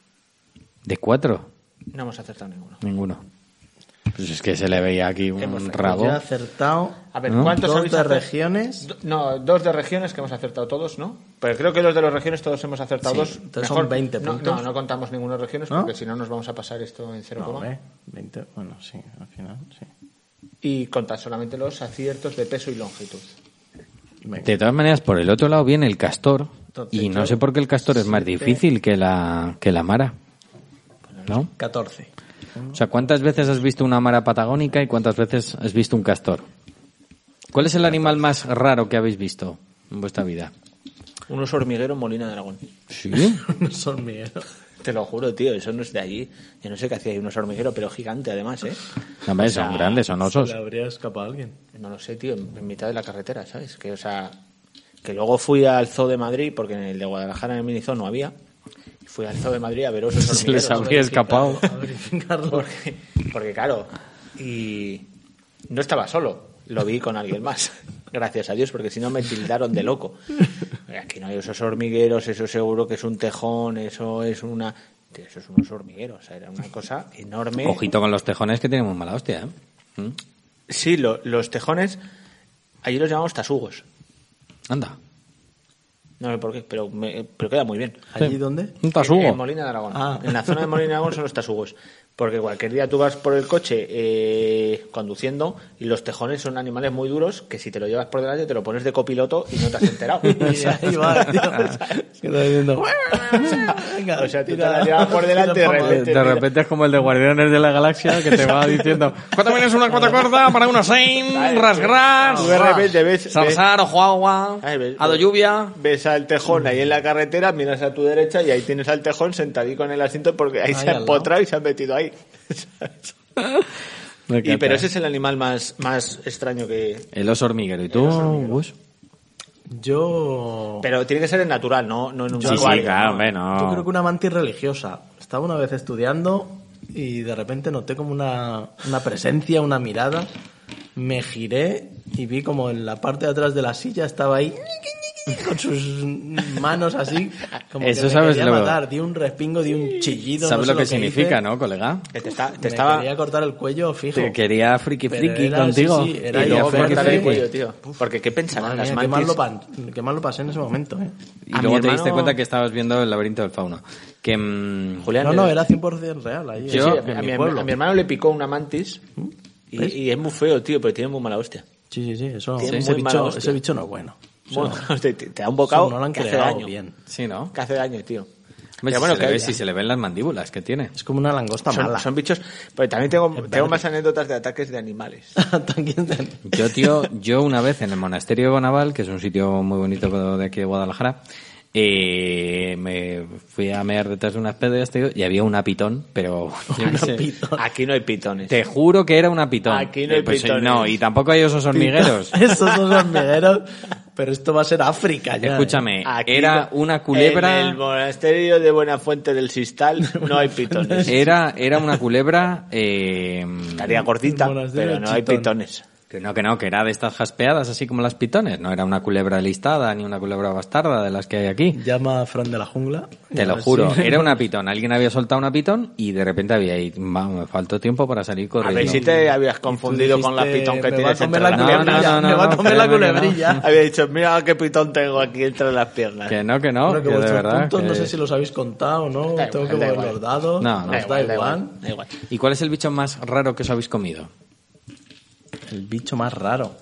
Speaker 3: ¿De cuatro?
Speaker 2: No hemos acertado ninguno.
Speaker 3: Ninguno. Pues es que se le veía aquí
Speaker 2: Hemos-
Speaker 3: un
Speaker 4: Yo
Speaker 3: rabo.
Speaker 4: he acertado
Speaker 2: A ver,
Speaker 3: ¿No?
Speaker 2: ¿cuántos
Speaker 4: dos
Speaker 2: habéis
Speaker 4: de
Speaker 2: acertado?
Speaker 4: regiones.
Speaker 2: Do- No, dos de regiones que hemos acertado todos, ¿no? Pero creo que los de las regiones todos hemos acertado
Speaker 4: Sí,
Speaker 2: dos.
Speaker 4: entonces son 20
Speaker 2: no,
Speaker 4: puntos.
Speaker 2: No, no contamos ninguno de regiones
Speaker 4: ¿No?
Speaker 2: porque si no nos vamos a pasar esto en cero
Speaker 4: No,
Speaker 2: coma.
Speaker 4: ve, 20, bueno, sí, al final, sí.
Speaker 2: Y contar solamente los aciertos de peso y longitud.
Speaker 4: Venga.
Speaker 3: De todas maneras, por el otro lado viene el castor.
Speaker 4: Entonces,
Speaker 3: Y no
Speaker 4: yo-
Speaker 3: sé por qué el castor es más difícil que la, que la mara. ¿No?
Speaker 4: 14.
Speaker 3: O sea, ¿cuántas veces has visto una mara patagónica y cuántas veces has visto un castor? ¿Cuál es el animal más raro que habéis visto en vuestra vida?
Speaker 2: Un oso hormiguero en Molina de Aragón.
Speaker 3: Sí.
Speaker 4: Son miedo.
Speaker 2: Te lo juro, tío, eso no es de allí. Yo no sé qué hacía ahí un oso hormiguero, pero gigante además, ¿eh?
Speaker 3: Hombre, son grandes, son osos.
Speaker 4: Le habría escapado a alguien.
Speaker 2: No lo sé, tío, en en mitad de la carretera, ¿sabes? Que, o sea, que luego fui al Zoo de Madrid, porque en el de Guadalajara en el mini zoo no había. y Fui al Zoo de Madrid a ver osos
Speaker 3: Se les
Speaker 2: hormigueros.
Speaker 3: habría escapado.
Speaker 2: Porque, porque, claro, y no estaba solo, lo vi con alguien más. Gracias a Dios, porque si no me tildaron de loco. Aquí no hay esos hormigueros, eso seguro que es un tejón, eso es una... Tío, eso es unos hormigueros, o sea, era una cosa enorme.
Speaker 3: Ojito con los tejones que tienen muy mala hostia, ¿eh? ¿Mm?
Speaker 2: Sí, lo- los tejones, allí los llamamos tasugos.
Speaker 3: Anda.
Speaker 2: No sé por qué, pero, me- pero queda muy bien.
Speaker 4: ¿Allí
Speaker 3: Sí.
Speaker 4: dónde?
Speaker 3: Un
Speaker 2: En, en
Speaker 3: tasugo.
Speaker 2: Molina de Aragón.
Speaker 4: Ah.
Speaker 2: En la zona de Molina de Aragón son los tasugos. Porque cualquier día tú vas por el coche eh, conduciendo y los tejones son animales muy duros que si te lo llevas por delante te lo pones de copiloto y no te has enterado. O sea,
Speaker 4: Ahí va, tío. Que está diciendo. Venga,
Speaker 2: o sea, tú te
Speaker 4: tira.
Speaker 2: la llevas por delante y de repente...
Speaker 3: De repente es como el de Guardianes de la Galaxia que te va diciendo cuatro es una cuota corta para una sein, rasgras,
Speaker 2: Tú de repente ves-
Speaker 3: salsar, ojo agua,
Speaker 2: Ay, ves-
Speaker 3: ado lluvia.
Speaker 2: Ves al tejón ahí en la carretera, miras a tu derecha y ahí tienes al tejón sentadico en el asiento porque ahí, se
Speaker 4: al
Speaker 2: ha
Speaker 4: lado.
Speaker 2: empotrado y se ha metido ahí. Y, pero ese es el animal más, más extraño que...
Speaker 3: El oso hormiguero. ¿Y tú, Gus?
Speaker 4: Yo.
Speaker 2: Pero tiene que ser en natural, no, no en un
Speaker 3: Sí, sí,
Speaker 2: acuario,
Speaker 3: claro,
Speaker 2: ¿no?
Speaker 3: hombre, no.
Speaker 4: Yo creo que una mantis religiosa. Estaba una vez estudiando y de repente noté como una, una presencia, una mirada. Me giré y vi como en la parte de atrás de la silla estaba ahí con sus manos así, como
Speaker 3: Eso
Speaker 4: que me
Speaker 3: sabes
Speaker 4: quería
Speaker 3: lo-
Speaker 4: matar, di un respingo, di un chillido.
Speaker 3: ¿Sabes
Speaker 4: no sé
Speaker 3: lo que
Speaker 4: hice.
Speaker 3: significa, no, colega?
Speaker 2: Que te, está- te
Speaker 4: Me
Speaker 2: estaba...
Speaker 4: quería cortar el cuello, fijo.
Speaker 3: Te quería friki
Speaker 4: Pero
Speaker 3: friki
Speaker 4: era-
Speaker 3: contigo.
Speaker 4: sí, sí,
Speaker 2: Y
Speaker 4: era
Speaker 2: luego
Speaker 4: Friki,
Speaker 2: cortarle el
Speaker 4: friki.
Speaker 2: cuello, tío. Porque qué pensarán
Speaker 4: Madre
Speaker 2: las
Speaker 4: mía, qué, mal
Speaker 2: mantis.
Speaker 4: lo pan- qué mal lo pasé en ese momento, eh.
Speaker 3: Y
Speaker 2: A mi
Speaker 3: luego te
Speaker 2: hermano-
Speaker 3: diste cuenta que estabas viendo el laberinto del fauno. Que mm,
Speaker 2: Julián,
Speaker 4: No, no,
Speaker 2: le-
Speaker 4: era 100% real ahí. eh.
Speaker 3: Yo-
Speaker 4: Sí,
Speaker 2: Sí,
Speaker 4: en
Speaker 2: a,
Speaker 4: mi
Speaker 2: eh. mi,
Speaker 4: pueblo. ¿Mm?
Speaker 2: a mi hermano le picó una mantis y,
Speaker 4: ¿Ves?
Speaker 2: y es muy feo, tío, pero tiene muy mala hostia.
Speaker 4: Sí, sí, sí, eso,
Speaker 2: Tiene
Speaker 4: ese,
Speaker 2: muy mala
Speaker 4: bicho,
Speaker 2: hostia.
Speaker 4: ese bicho no es bueno.
Speaker 2: Bueno, te, te- te da un bocado
Speaker 4: no lo han
Speaker 2: que hace
Speaker 4: creado
Speaker 2: daño.
Speaker 4: bien.
Speaker 3: sí, ¿no?
Speaker 2: Que hace daño, tío.
Speaker 3: Hombre,
Speaker 2: Pero
Speaker 3: si,
Speaker 2: bueno,
Speaker 3: se
Speaker 2: que
Speaker 3: le
Speaker 2: hay-
Speaker 3: ve- si se le ven las mandíbulas que tiene.
Speaker 4: Es como una langosta
Speaker 2: son,
Speaker 4: mala.
Speaker 2: son bichos... Pero también tengo, tengo más anécdotas de ataques de animales.
Speaker 4: También te-
Speaker 3: Yo, tío, yo una vez en el monasterio de Bonaval, que es un sitio muy bonito de aquí de Guadalajara, eh, me fui a mear detrás de unas piedras, tío, y había una pitón, pero... yo qué sé.
Speaker 2: Aquí no hay pitones.
Speaker 3: Te juro que era una pitón.
Speaker 2: Aquí no hay
Speaker 3: Eh, pues,
Speaker 2: pitones.
Speaker 3: No, y tampoco hay osos hormigueros.
Speaker 4: Esos son hormigueros, pero esto va a ser África ya.
Speaker 3: Escúchame,
Speaker 2: Aquí
Speaker 3: era
Speaker 2: no-
Speaker 3: una culebra...
Speaker 2: En el monasterio de Buenafuente del Sistal no hay pitones.
Speaker 3: Era, era una culebra... eh,
Speaker 2: Estaría gordita,
Speaker 4: El monasterio
Speaker 2: pero no hay
Speaker 4: chitón.
Speaker 2: pitones.
Speaker 3: Que no, que no, que era de estas jaspeadas, así como las pitones. No era una culebra listada ni una culebra bastarda de las que hay aquí.
Speaker 4: ¿eh? Llama a Fran de la jungla.
Speaker 3: Te lo
Speaker 4: Sí.
Speaker 3: juro, era una pitón. Alguien había soltado una pitón y de repente había ahí, "Ma, me faltó tiempo para salir
Speaker 2: A
Speaker 3: corriendo.
Speaker 2: ver si te habías confundido
Speaker 4: dijiste,
Speaker 2: con la pitón que
Speaker 4: "Me
Speaker 2: tienes
Speaker 4: va a
Speaker 2: entre
Speaker 4: comer
Speaker 2: las
Speaker 4: la
Speaker 3: culebra".
Speaker 2: piernas.
Speaker 3: No, no, no,
Speaker 4: me va a
Speaker 3: no,
Speaker 4: comer la
Speaker 3: créeme que no.
Speaker 4: culebrilla.
Speaker 2: Había dicho, mira qué pitón tengo aquí entre las piernas.
Speaker 3: Que no, que no,
Speaker 4: Bueno,
Speaker 3: que
Speaker 4: que
Speaker 3: de
Speaker 4: vuestros
Speaker 3: verdad.
Speaker 4: puntos,
Speaker 3: que-
Speaker 4: no sé si los habéis contado o no,
Speaker 2: Da igual,
Speaker 4: tengo que
Speaker 2: da
Speaker 4: mover
Speaker 2: igual.
Speaker 4: los dados,
Speaker 3: No,
Speaker 4: nos
Speaker 3: no,
Speaker 4: da, igual.
Speaker 2: da igual.
Speaker 3: ¿Y cuál es el bicho más raro que os habéis comido?
Speaker 4: El bicho más raro.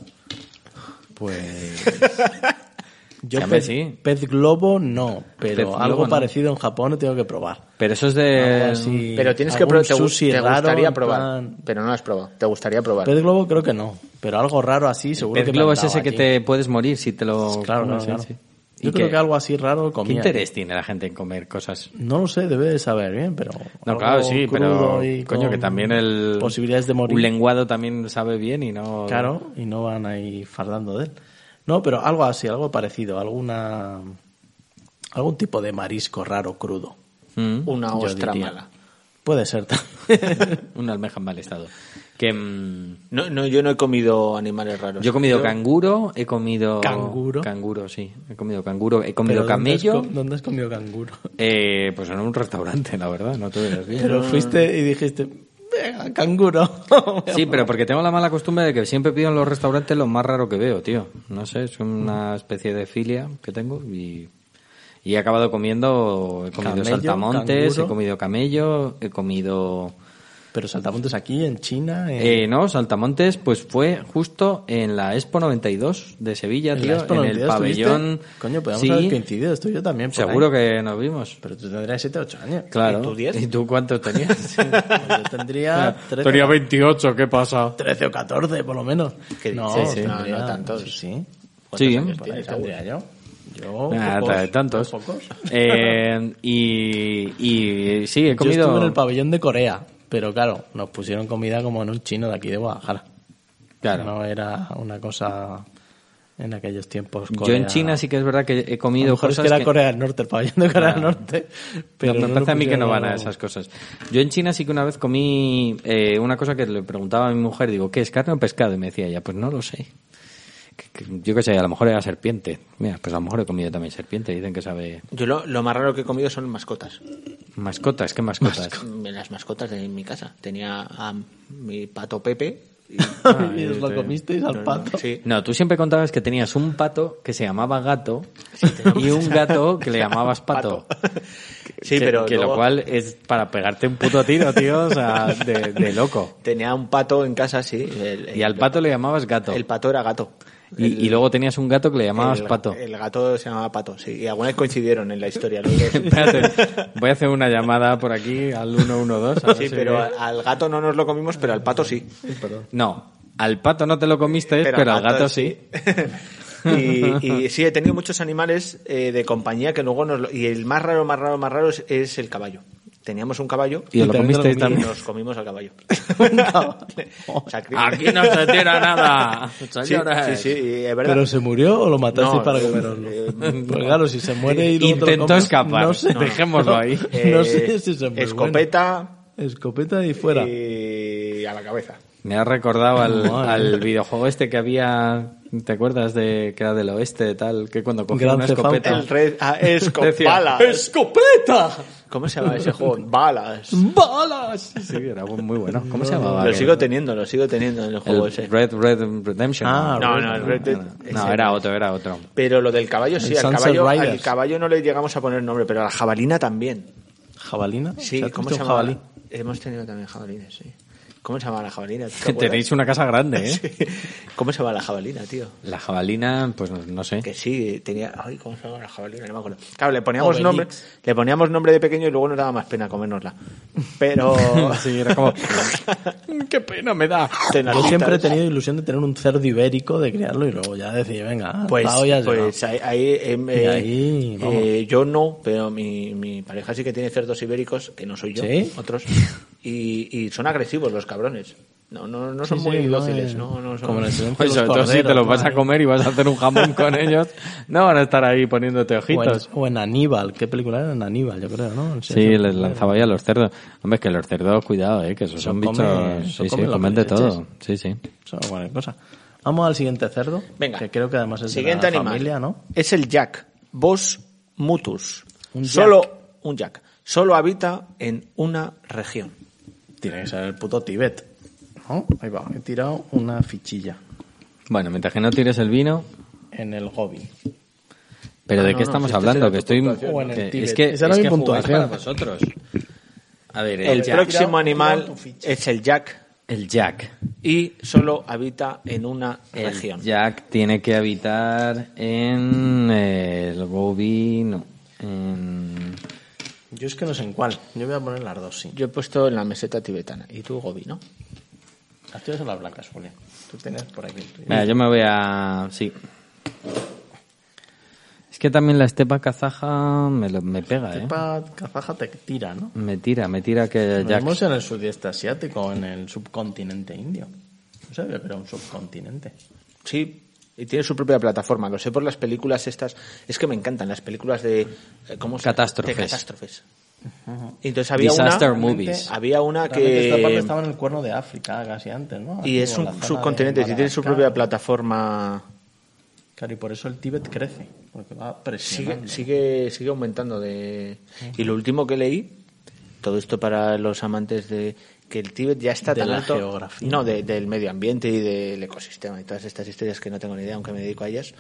Speaker 3: Pues...
Speaker 4: Yo
Speaker 3: Sí, hombre,
Speaker 4: pez,
Speaker 3: sí.
Speaker 4: pez globo no,
Speaker 3: Pez
Speaker 4: pero
Speaker 3: globo,
Speaker 4: algo
Speaker 3: ¿no? Eh,
Speaker 4: parecido en Japón lo tengo que probar.
Speaker 3: Pero eso es de...
Speaker 4: Algo así,
Speaker 2: Pero tienes que
Speaker 4: algún
Speaker 2: probar, te, gu-
Speaker 4: sushi
Speaker 2: te
Speaker 4: raro,
Speaker 2: gustaría
Speaker 4: en
Speaker 2: probar,
Speaker 4: plan-
Speaker 2: pero no lo has probado. Te gustaría probar.
Speaker 4: Pez globo creo que no, pero algo raro así seguro
Speaker 3: El
Speaker 4: que me
Speaker 3: globo
Speaker 4: han
Speaker 3: es
Speaker 4: dado
Speaker 3: ese que
Speaker 4: allí.
Speaker 3: te puedes morir si te lo...
Speaker 4: Claro, claro,
Speaker 3: comes,
Speaker 4: claro.
Speaker 3: sí, sí. ¿Y
Speaker 4: Yo creo
Speaker 3: qué-
Speaker 4: que algo así raro
Speaker 3: ¿Qué
Speaker 4: comía.
Speaker 3: interés tiene la gente en comer cosas?
Speaker 4: No lo sé, debe de saber bien, pero...
Speaker 3: No,
Speaker 4: algo
Speaker 3: claro, sí, pero
Speaker 4: crudo y
Speaker 3: coño,
Speaker 4: con
Speaker 3: que también el...
Speaker 4: Posibilidades de morir.
Speaker 3: Un lenguado también sabe bien y no...
Speaker 4: Claro, y no van ahí fardando de él. No, pero algo así, algo parecido, alguna algún tipo de marisco raro crudo.
Speaker 3: Mm.
Speaker 2: Una
Speaker 4: yo
Speaker 2: ostra
Speaker 4: diría.
Speaker 2: mala.
Speaker 4: Puede ser también.
Speaker 3: Una almeja en mal estado. Que... mm,
Speaker 2: No, no, yo no he comido animales raros.
Speaker 3: Yo he comido canguro, he comido...
Speaker 4: ¿Canguro?
Speaker 3: Canguro, sí. He comido canguro, he comido
Speaker 4: Pero ¿dónde has
Speaker 3: camello.
Speaker 4: co- ¿Dónde has comido canguro?
Speaker 3: Eh, pues en un restaurante, la verdad, no te veas bien.
Speaker 4: Pero fuiste y dijiste, venga, canguro.
Speaker 3: Sí, pero porque tengo la mala costumbre de que siempre pido en los restaurantes lo más raro que veo, tío. No sé, es una especie de filia que tengo y, y he acabado comiendo, he comido
Speaker 4: Camello,
Speaker 3: saltamontes,
Speaker 4: canguro.
Speaker 3: he comido camello, he comido...
Speaker 4: Pero saltamontes aquí, en China, en-
Speaker 3: Eh, no, saltamontes, pues fue justo en la Expo 92 de Sevilla,
Speaker 4: en la
Speaker 3: tío,
Speaker 4: Expo
Speaker 3: en
Speaker 4: 92
Speaker 3: el pabellón...
Speaker 4: estuviste. Coño, pues podemos
Speaker 3: Sí,
Speaker 4: haber coincidido, estoy yo también. por
Speaker 3: seguro
Speaker 4: ahí.
Speaker 3: que nos vimos.
Speaker 4: Pero tú tendrías 7 8 años.
Speaker 3: Claro.
Speaker 2: ¿Y tú diez?
Speaker 3: ¿Y tú cuántos tenías?
Speaker 4: Yo tendría 13
Speaker 3: 28, ¿qué pasa?
Speaker 4: 13 o 14, por lo menos.
Speaker 2: ¿Qué
Speaker 4: no,
Speaker 2: dices? Sí, sí.
Speaker 4: tendría- pues,
Speaker 2: No, no tantos.
Speaker 4: Sí, sí.
Speaker 3: Sí, ¿eh?
Speaker 4: ¿Cuántos años tendría yo? Yo,
Speaker 3: Ah,
Speaker 4: pocos,
Speaker 3: de tantos.
Speaker 4: pocos.
Speaker 3: Eh, y, y sí, he
Speaker 4: Yo estuve en
Speaker 3: comido.
Speaker 4: el pabellón de Corea, pero claro, nos pusieron comida como en un chino de aquí de Guadalajara.
Speaker 3: Claro.
Speaker 4: No era una cosa en aquellos tiempos.
Speaker 3: Yo en China sí que es verdad que he comido
Speaker 4: mejor es
Speaker 3: cosas
Speaker 4: que era
Speaker 3: que-
Speaker 4: Corea del Norte, el pabellón de Corea del
Speaker 3: Ah.
Speaker 4: Norte.
Speaker 3: No,
Speaker 4: Pero
Speaker 3: me
Speaker 4: no
Speaker 3: parece
Speaker 4: lo
Speaker 3: a mí que no van
Speaker 4: pusieron-
Speaker 3: a esas cosas. Yo en China sí que una vez comí eh, una cosa que le preguntaba a mi mujer, digo, ¿qué es carne o pescado? Y me decía ella, pues no lo sé. Que- que- Yo qué sé, a lo mejor era serpiente. Mira, pues a lo mejor he comido también serpiente. Dicen que sabe
Speaker 2: Yo lo, lo más raro que he comido son mascotas.
Speaker 3: mascotas, ¿qué mascotas?
Speaker 2: Mm, Las mascotas de mi casa. Tenía a mi pato Pepe. y- Ah,
Speaker 4: y os lo comisteis al pato.
Speaker 2: Sí.
Speaker 3: No, tú siempre contabas que tenías un pato que se llamaba gato y un gato que le llamabas pato.
Speaker 2: Sí,
Speaker 3: Que-
Speaker 2: pero
Speaker 3: que
Speaker 2: luego
Speaker 3: lo cual es para pegarte un puto tiro, tío, o sea, de, de loco.
Speaker 2: tenía un pato en casa, sí. El- el-
Speaker 3: Y al pato le llamabas gato.
Speaker 2: El pato era gato.
Speaker 3: y, y luego tenías un gato que le llamabas
Speaker 2: el,
Speaker 3: pato.
Speaker 2: El gato se llamaba Pato, sí. Y alguna vez coincidieron en la historia los dos.
Speaker 3: Espérate, voy a hacer una llamada por aquí al 112. a ver
Speaker 2: Sí,
Speaker 3: si-
Speaker 2: pero a- al gato no nos lo comimos, pero al pato sí.
Speaker 3: No, al pato no te lo comiste, pero, al gato, sí.
Speaker 2: y, y sí, he tenido muchos animales eh, de compañía que luego nos lo- Y el más raro, más raro, más raro es, es el caballo. Teníamos un caballo
Speaker 3: Y os lo
Speaker 4: también te lo
Speaker 3: comiste
Speaker 2: y
Speaker 3: también.
Speaker 2: nos comimos al caballo. Sacri-
Speaker 3: Aquí no se tira nada,
Speaker 2: Sí,
Speaker 3: señores.
Speaker 2: sí, sí, y es verdad.
Speaker 4: ¿Pero se murió o lo matasteis
Speaker 2: No,
Speaker 4: para
Speaker 2: eh,
Speaker 4: comeroslo?
Speaker 2: eh,
Speaker 4: pues claro, si se muere y luego te lo
Speaker 3: Intentó
Speaker 4: comes,
Speaker 3: escapar,
Speaker 4: no sé.
Speaker 3: dejémoslo ahí.
Speaker 4: no
Speaker 2: Eh,
Speaker 4: sé si se muere.
Speaker 2: Escopeta Eh,
Speaker 4: Escopeta y fuera.
Speaker 2: y a la cabeza.
Speaker 3: Me ha recordado al,
Speaker 4: Madre.
Speaker 3: al videojuego este que había ¿Te acuerdas de que era del oeste, tal? Que cuando cogía
Speaker 4: Gran
Speaker 3: una
Speaker 4: Theft Auto.
Speaker 3: escopeta.
Speaker 4: El
Speaker 2: Red, ah, es con
Speaker 3: Decía,
Speaker 2: balas.
Speaker 4: ¡Escopeta!
Speaker 2: ¿Cómo se llama ese juego? Balas.
Speaker 4: ¡Balas!
Speaker 3: Sí, era bu- muy bueno. ¿Cómo se llamaba?
Speaker 2: Lo sigo teniendo, lo sigo teniendo en el
Speaker 3: El
Speaker 2: juego ese.
Speaker 3: Red Red Redemption.
Speaker 4: Ah,
Speaker 3: no,
Speaker 2: no, no, el Red Dead-
Speaker 3: No, era otro, era otro.
Speaker 2: Pero lo del caballo sí,
Speaker 4: El
Speaker 2: al
Speaker 4: Sunset
Speaker 2: caballo, al
Speaker 4: Riders.
Speaker 2: caballo no le llegamos a poner nombre, pero a la jabalina también.
Speaker 4: ¿Jabalina?
Speaker 2: Sí,
Speaker 4: ¿Has
Speaker 2: ¿cómo
Speaker 4: visto
Speaker 2: se
Speaker 4: un
Speaker 2: llama?
Speaker 4: jabalí?
Speaker 2: Hemos tenido también jabalines, sí. ¿Cómo se llama la jabalina? ¿Tú te acuerdas?
Speaker 3: Tenéis una casa grande, ¿eh?
Speaker 2: Sí. ¿Cómo se llama la jabalina, tío?
Speaker 3: La jabalina, pues no sé.
Speaker 2: Que sí, tenía. Ay, ¿cómo se llama la jabalina? No me acuerdo. Claro, le poníamos
Speaker 4: Obelix.
Speaker 2: nombre, le poníamos nombre de pequeño y luego nos daba más pena comérnosla. Pero.
Speaker 3: Sí, era como... ¡Qué pena me da!
Speaker 4: Yo
Speaker 2: Tenalitas.
Speaker 4: siempre he tenido ilusión de tener un cerdo ibérico, de criarlo y luego ya decir, venga, ah,
Speaker 2: Pues,
Speaker 4: hasta hoy has
Speaker 2: pues
Speaker 4: llegado.
Speaker 2: ahí, ahí, em,
Speaker 4: Y
Speaker 2: eh,
Speaker 4: ahí, vamos.
Speaker 2: eh, yo no, pero mi, mi pareja sí que tiene cerdos ibéricos, que no soy yo,
Speaker 4: ¿Sí?
Speaker 2: otros, y, y son agresivos los cabrones. No, no, no son
Speaker 4: Sí,
Speaker 2: muy
Speaker 4: sí, no,
Speaker 2: dóciles,
Speaker 4: eh,
Speaker 2: no, no son-
Speaker 4: como en el silencio
Speaker 3: Pues
Speaker 4: de
Speaker 3: sobre
Speaker 4: los
Speaker 3: todo si te los
Speaker 4: corderos,
Speaker 3: vas a
Speaker 4: madre.
Speaker 3: comer y vas a hacer un jamón con ellos, no van a estar ahí poniéndote
Speaker 4: O en,
Speaker 3: ojitos.
Speaker 4: o en Aníbal, ¿qué película era? En Aníbal, yo creo, ¿no? El
Speaker 3: Sí,
Speaker 4: cerdo.
Speaker 3: les lanzaba ya a los cerdos. Hombre, es que los cerdos, cuidado, eh, que esos
Speaker 4: Se
Speaker 3: son
Speaker 4: come-
Speaker 3: bichos...
Speaker 4: se
Speaker 3: Sí, sí,
Speaker 4: comen lo
Speaker 3: comen
Speaker 4: que
Speaker 3: de
Speaker 4: le eches.
Speaker 3: todo. Sí, sí.
Speaker 4: Eso, cualquier cosa. Vamos al siguiente cerdo.
Speaker 2: Venga.
Speaker 4: Que creo que además es
Speaker 2: Siguiente
Speaker 4: de la
Speaker 2: animal.
Speaker 4: familia, ¿no?
Speaker 2: Es el jack, Bos mutus.
Speaker 4: Un jack.
Speaker 2: Solo un jack. Solo habita en una región.
Speaker 4: Tiene que ser el puto Tibet. ¿no? Ahí va, he tirado una fichilla
Speaker 3: Bueno, mientras que no tires el vino...
Speaker 4: en el Gobi. Ah,
Speaker 3: ¿Pero de qué
Speaker 4: este
Speaker 3: estamos hablando? Que estoy...
Speaker 4: O en el
Speaker 3: que- es
Speaker 4: Tíbet.
Speaker 3: que,
Speaker 4: Esa era
Speaker 3: es
Speaker 4: mi
Speaker 3: que jugáis
Speaker 4: puntuación.
Speaker 3: para vosotros. A ver,
Speaker 2: El
Speaker 3: el, jack.
Speaker 2: próximo
Speaker 4: tirado
Speaker 2: animal
Speaker 4: tu ficha.
Speaker 2: es el jack
Speaker 3: El jack.
Speaker 2: y solo habita en una
Speaker 3: El
Speaker 2: región.
Speaker 3: Jack tiene que habitar en eh, el Gobi, no. En...
Speaker 4: Yo es que no sé en cuál. Yo voy a poner las dos, sí.
Speaker 2: Yo he puesto en la meseta tibetana. ¿Y tú, Gobi, no?
Speaker 4: Las tuyas son las blancas, Julián. Tú tienes por aquí. el tuyo.
Speaker 3: Mira, yo me voy a... Sí. Es que también la estepa kazaja me, lo- me pega, ¿eh?
Speaker 4: Tepa kazaja te tira, ¿no?
Speaker 3: Me tira, me tira que
Speaker 4: Nos
Speaker 3: Jack...
Speaker 4: vemos en el sudeste asiático, en el subcontinente indio. No sabía que era un subcontinente.
Speaker 2: Sí, y tiene su propia plataforma. Lo sé por las películas estas. Es que me encantan las películas de. eh, ¿Cómo se-
Speaker 3: Catástrofes.
Speaker 2: de catástrofes. Y entonces había
Speaker 3: Disaster
Speaker 2: una.
Speaker 3: movies.
Speaker 2: Había una
Speaker 4: Realmente esta parte estaba
Speaker 2: que.
Speaker 4: en el cuerno de África casi antes, ¿no?
Speaker 2: Y es un
Speaker 4: eh,
Speaker 2: subcontinente, y tiene su propia plataforma.
Speaker 4: Claro, y por eso el Tíbet crece, porque va presionando.
Speaker 2: Sigue, sigue, sigue aumentando de. Y lo último que leí, todo esto para los amantes de que el Tíbet ya está
Speaker 4: De
Speaker 2: tan
Speaker 4: la
Speaker 2: alto.
Speaker 4: geografía.
Speaker 2: No, de- del medio ambiente y del ecosistema y todas estas historias que no tengo ni idea, aunque me dedico a ellas,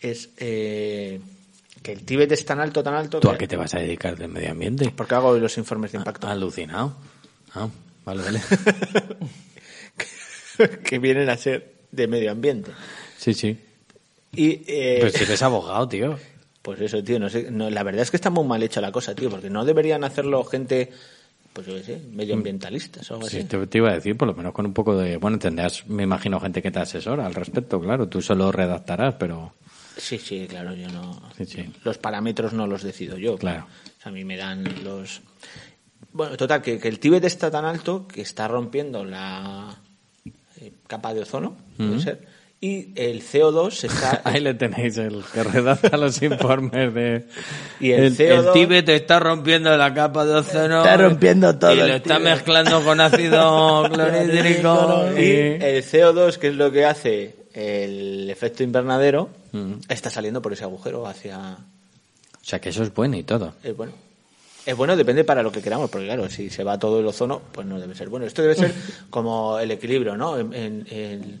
Speaker 2: es eh, que el Tíbet es tan alto, tan alto.
Speaker 3: ¿Tú
Speaker 2: que-
Speaker 3: a qué te vas a dedicar del medio ambiente?
Speaker 2: Porque hago los informes de impacto
Speaker 3: Alucinado. Ah, vale, vale.
Speaker 2: que vienen a ser de medio ambiente.
Speaker 3: Sí, sí.
Speaker 2: Y eh,
Speaker 3: Pero si eres abogado, tío.
Speaker 2: Pues eso, tío, no sé, no, la verdad es que está muy mal hecha la cosa, tío, porque no deberían hacerlo gente, pues yo qué sé, medioambientalistas o algo
Speaker 3: Sí,
Speaker 2: así.
Speaker 3: te, te iba a decir, por lo menos con un poco de... Bueno, tendrás, me imagino, gente que te asesora al respecto, claro. Tú solo redactarás, pero...
Speaker 2: Sí, sí, claro, yo no.
Speaker 3: Sí, sí.
Speaker 2: Los parámetros no los decido yo.
Speaker 3: Claro.
Speaker 2: O sea, a mí me dan los. Bueno, total, que, que el Tíbet está tan alto que está rompiendo la eh, capa de ozono, puede ser, y el CO2 se está.
Speaker 3: Ahí le tenéis el que redacta los informes de...
Speaker 2: Y el CO2.
Speaker 3: Tíbet está rompiendo la capa de ozono.
Speaker 4: Está rompiendo todo
Speaker 3: Y
Speaker 4: el
Speaker 3: lo está
Speaker 4: Tíbet.
Speaker 3: mezclando con ácido clorhídrico.
Speaker 2: Y
Speaker 3: y-
Speaker 2: el CO2, que es lo que hace el efecto invernadero, está saliendo por ese agujero hacia...
Speaker 3: O sea que eso es bueno y todo.
Speaker 2: Es bueno. Es bueno, depende para lo que queramos, porque claro, si se va todo el ozono, pues no debe ser bueno. Esto debe ser como el equilibrio, ¿no? En, en- en-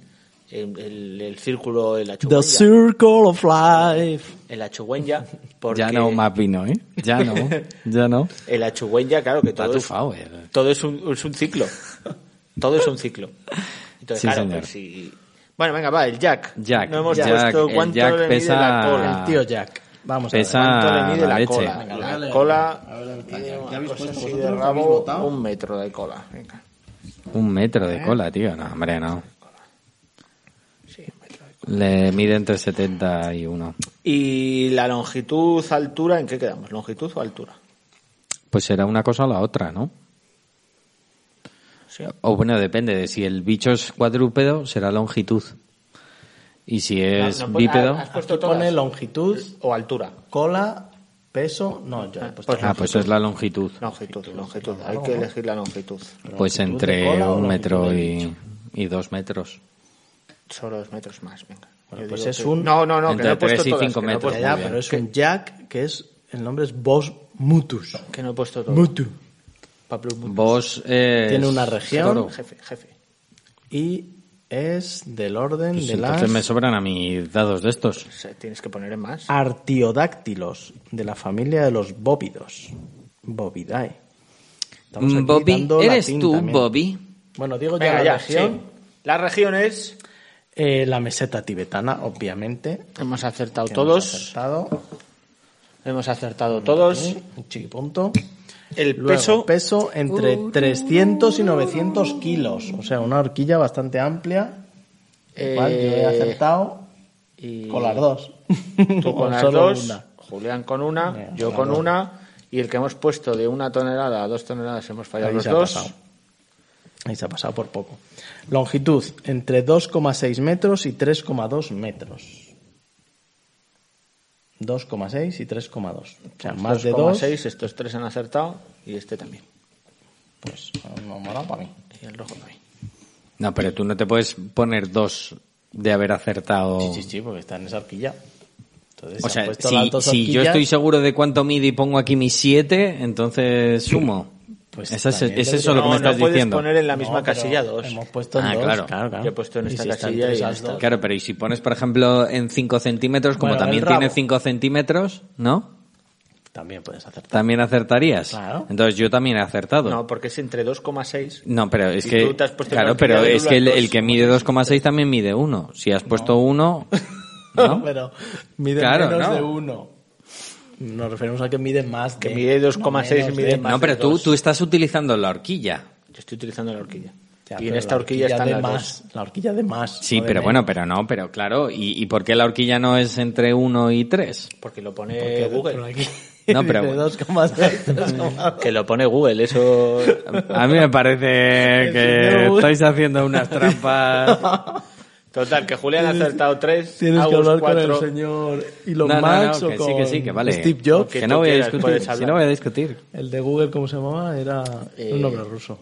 Speaker 2: en- el, el círculo, el
Speaker 4: The
Speaker 2: achugüenya.
Speaker 4: Circle of Life.
Speaker 2: El achugüenya, porque...
Speaker 3: Ya no más vino, ¿eh? Ya no, ya no.
Speaker 2: El achugüenya, claro, que
Speaker 3: Está
Speaker 2: todo es,
Speaker 3: atufado, eh.
Speaker 2: todo es un, es un ciclo. Todo es un ciclo. Entonces,
Speaker 3: Sí,
Speaker 2: claro,
Speaker 3: señor.
Speaker 2: pues si- Bueno, venga, va, el Jack.
Speaker 3: Jack,
Speaker 2: No hemos
Speaker 3: Jack,
Speaker 2: puesto
Speaker 3: el
Speaker 2: cuánto
Speaker 3: Jack
Speaker 2: le mide
Speaker 3: pesa-
Speaker 2: la cola.
Speaker 4: El tío Jack. Vamos a ver.
Speaker 3: Esa-
Speaker 2: ¿Cuánto le mide
Speaker 3: la
Speaker 2: la,
Speaker 3: leche.
Speaker 2: cola?
Speaker 3: Venga,
Speaker 4: lo voy a
Speaker 2: la
Speaker 4: leer.
Speaker 2: cola
Speaker 4: A ver el detalle.
Speaker 2: mide
Speaker 4: ¿Qué
Speaker 2: una
Speaker 4: habéis
Speaker 2: cosa
Speaker 4: puesto
Speaker 2: así de
Speaker 4: vosotros? ¿Lo
Speaker 2: rabo,
Speaker 4: habéis votado?
Speaker 2: un metro de cola. Venga.
Speaker 3: Un metro de cola, tío. No, hombre, no.
Speaker 2: Sí, un metro de cola.
Speaker 3: Le mide entre 70 y 1.
Speaker 2: Y la longitud, altura, ¿en qué quedamos? ¿Longitud o altura?
Speaker 3: Pues será una cosa o la otra, ¿no?
Speaker 2: Sí.
Speaker 3: O bueno, depende de si el bicho es cuadrúpedo, será longitud. Y si es
Speaker 2: No, no, pues,
Speaker 3: bípedo.
Speaker 2: has- has
Speaker 4: Aquí
Speaker 2: puesto
Speaker 4: pone
Speaker 2: todas.
Speaker 4: longitud,
Speaker 2: O altura.
Speaker 4: cola, peso. No, yo he puesto
Speaker 2: pues
Speaker 3: Ah, pues es la longitud.
Speaker 2: Longitud, longitud. Hay que elegir la longitud.
Speaker 3: Pues
Speaker 4: longitud de
Speaker 3: entre
Speaker 4: cola o
Speaker 3: un
Speaker 4: longitud
Speaker 3: metro
Speaker 4: de
Speaker 3: y, y dos metros.
Speaker 2: Solo dos metros más, venga.
Speaker 4: Bueno, pues es un...
Speaker 2: No, no, no, que
Speaker 3: Entre
Speaker 2: no he puesto
Speaker 3: tres y
Speaker 2: todas,
Speaker 3: cinco
Speaker 2: que no he
Speaker 3: metros,
Speaker 2: puesto-
Speaker 3: pues muy
Speaker 4: Ya,
Speaker 3: bien.
Speaker 4: pero es un Jack que es... El nombre es Bos Mutus.
Speaker 2: Que no he puesto todo.
Speaker 4: Mutu.
Speaker 2: Pablo Mutu.
Speaker 3: Vos eh,
Speaker 4: Tiene una
Speaker 3: es
Speaker 4: región.
Speaker 3: toro.
Speaker 2: Jefe, jefe.
Speaker 4: Y es del orden
Speaker 3: Pues
Speaker 4: de las...
Speaker 3: entonces me sobran a mis dados de estos.
Speaker 2: O sea, tienes que poner en más.
Speaker 4: Ah, artiodáctilos de la familia de los bóvidos. Bovidae. Estamos aquí
Speaker 1: Bobby,
Speaker 4: dando
Speaker 1: ¿eres
Speaker 4: latín
Speaker 1: tú,
Speaker 4: también.
Speaker 1: Bobby?
Speaker 4: Bueno, digo ya
Speaker 2: Venga,
Speaker 4: la
Speaker 2: ya,
Speaker 4: región.
Speaker 2: sí. La región es...
Speaker 4: Eh, la meseta tibetana, obviamente.
Speaker 2: Hemos acertado
Speaker 4: que
Speaker 2: todos.
Speaker 4: hemos acertado.
Speaker 2: Hemos acertado todos.
Speaker 4: Aquí, Un chiquipunto.
Speaker 2: El
Speaker 4: Luego,
Speaker 2: peso...
Speaker 4: peso entre 300 y 900 kilos. O sea, una horquilla bastante amplia. Igual yo he
Speaker 2: eh,
Speaker 4: acertado
Speaker 2: y-
Speaker 4: con las dos.
Speaker 2: Tú
Speaker 4: O
Speaker 2: con las
Speaker 4: solo
Speaker 2: dos,
Speaker 4: una.
Speaker 2: Julián con una,
Speaker 4: Venga,
Speaker 2: yo
Speaker 4: las
Speaker 2: con
Speaker 4: dos.
Speaker 2: una, y el que hemos puesto de una tonelada a dos toneladas hemos fallado
Speaker 4: Ahí
Speaker 2: los
Speaker 4: se ha
Speaker 2: dos.
Speaker 4: pasado. Ahí se ha pasado por poco. Longitud entre 2,6 metros y 3,2 metros. 2,6 y 3,2. O sea,
Speaker 2: Pues
Speaker 4: más de 2.
Speaker 2: 6, estos tres han acertado y este también.
Speaker 4: Pues no mola para mí.
Speaker 2: Y el rojo también.
Speaker 3: No, pero tú no te puedes poner dos de haber acertado.
Speaker 4: Sí, sí, sí, porque está en esa horquilla. Entonces,
Speaker 3: O
Speaker 4: se han
Speaker 3: sea,
Speaker 4: puesto
Speaker 3: si,
Speaker 4: las dos
Speaker 3: si yo
Speaker 4: horquillas,
Speaker 3: estoy seguro de cuánto mide y pongo aquí mis siete, entonces sumo.
Speaker 4: Pues
Speaker 3: Esa es,
Speaker 4: también
Speaker 3: es
Speaker 4: le
Speaker 3: eso lo
Speaker 4: digo-
Speaker 3: que me
Speaker 2: no,
Speaker 3: estás
Speaker 2: no puedes
Speaker 3: diciendo.
Speaker 2: poner en la misma
Speaker 4: No, pero
Speaker 2: casilla dos.
Speaker 4: Hemos puesto en
Speaker 3: Ah,
Speaker 4: dos,
Speaker 3: claro.
Speaker 2: Yo he puesto en esta
Speaker 4: si está
Speaker 2: casilla
Speaker 4: tres
Speaker 2: y en
Speaker 4: las
Speaker 2: esta.
Speaker 4: dos.
Speaker 3: Claro, pero y si pones, por ejemplo, en 5 centímetros, como
Speaker 4: Bueno,
Speaker 3: también
Speaker 4: el rabo.
Speaker 3: tiene 5 centímetros, ¿no?
Speaker 4: También puedes acertar.
Speaker 3: También acertarías.
Speaker 4: Claro.
Speaker 3: Entonces yo también he acertado.
Speaker 2: No,
Speaker 3: No,
Speaker 2: porque es entre 2,6.
Speaker 3: pero es
Speaker 2: Y
Speaker 3: que.
Speaker 2: tú te has puesto
Speaker 3: claro,
Speaker 2: la horquilla
Speaker 3: pero
Speaker 2: del
Speaker 3: es
Speaker 2: uno
Speaker 3: que
Speaker 2: al
Speaker 3: el,
Speaker 2: dos.
Speaker 3: el que
Speaker 4: pues
Speaker 3: mide 2,6 también mide 1. Si has puesto 1. ¿no?
Speaker 4: Pero mide
Speaker 3: Claro,
Speaker 4: menos
Speaker 3: no.
Speaker 4: de uno. Nos referimos a que mide más
Speaker 2: Que
Speaker 4: de-
Speaker 2: mide 2,6
Speaker 4: menos
Speaker 2: mide
Speaker 4: de-
Speaker 2: más.
Speaker 3: No, pero
Speaker 2: de
Speaker 3: tú,
Speaker 2: dos.
Speaker 3: tú estás utilizando la horquilla.
Speaker 2: Yo estoy utilizando la horquilla.
Speaker 4: Ya,
Speaker 2: y en
Speaker 4: pero
Speaker 2: esta
Speaker 4: la
Speaker 2: horquilla, están
Speaker 4: de
Speaker 2: las dos.
Speaker 4: más. La horquilla de más.
Speaker 3: Sí,
Speaker 4: no de
Speaker 3: pero
Speaker 4: menos.
Speaker 3: bueno, pero no, pero claro. ¿Y, y por qué la horquilla no es entre 1 y 3?
Speaker 2: Porque lo pone
Speaker 4: Porque por
Speaker 2: Google.
Speaker 4: aquí
Speaker 3: No, pero
Speaker 4: dice
Speaker 3: bueno.
Speaker 4: 2,6, 3,2.
Speaker 2: Que lo pone Google, eso...
Speaker 3: A mí me parece que
Speaker 4: señor-
Speaker 3: estáis haciendo unas trampas.
Speaker 2: Total, que Julián ha acertado tres,
Speaker 4: Tienes que
Speaker 2: Agus
Speaker 4: hablar
Speaker 2: cuatro.
Speaker 4: con el señor Elon
Speaker 3: No, no,
Speaker 4: Musk
Speaker 3: no,
Speaker 4: o
Speaker 3: que
Speaker 4: con
Speaker 3: sí, que sí, que vale.
Speaker 4: Steve Jobs.
Speaker 2: Que
Speaker 3: Que no
Speaker 2: tú
Speaker 3: voy a
Speaker 2: quieras,
Speaker 3: discutir.
Speaker 2: puedes
Speaker 3: Si
Speaker 2: hablar.
Speaker 3: no voy a discutir.
Speaker 4: El de Google, ¿cómo se llamaba? Era
Speaker 2: Eh,
Speaker 4: un nombre ruso.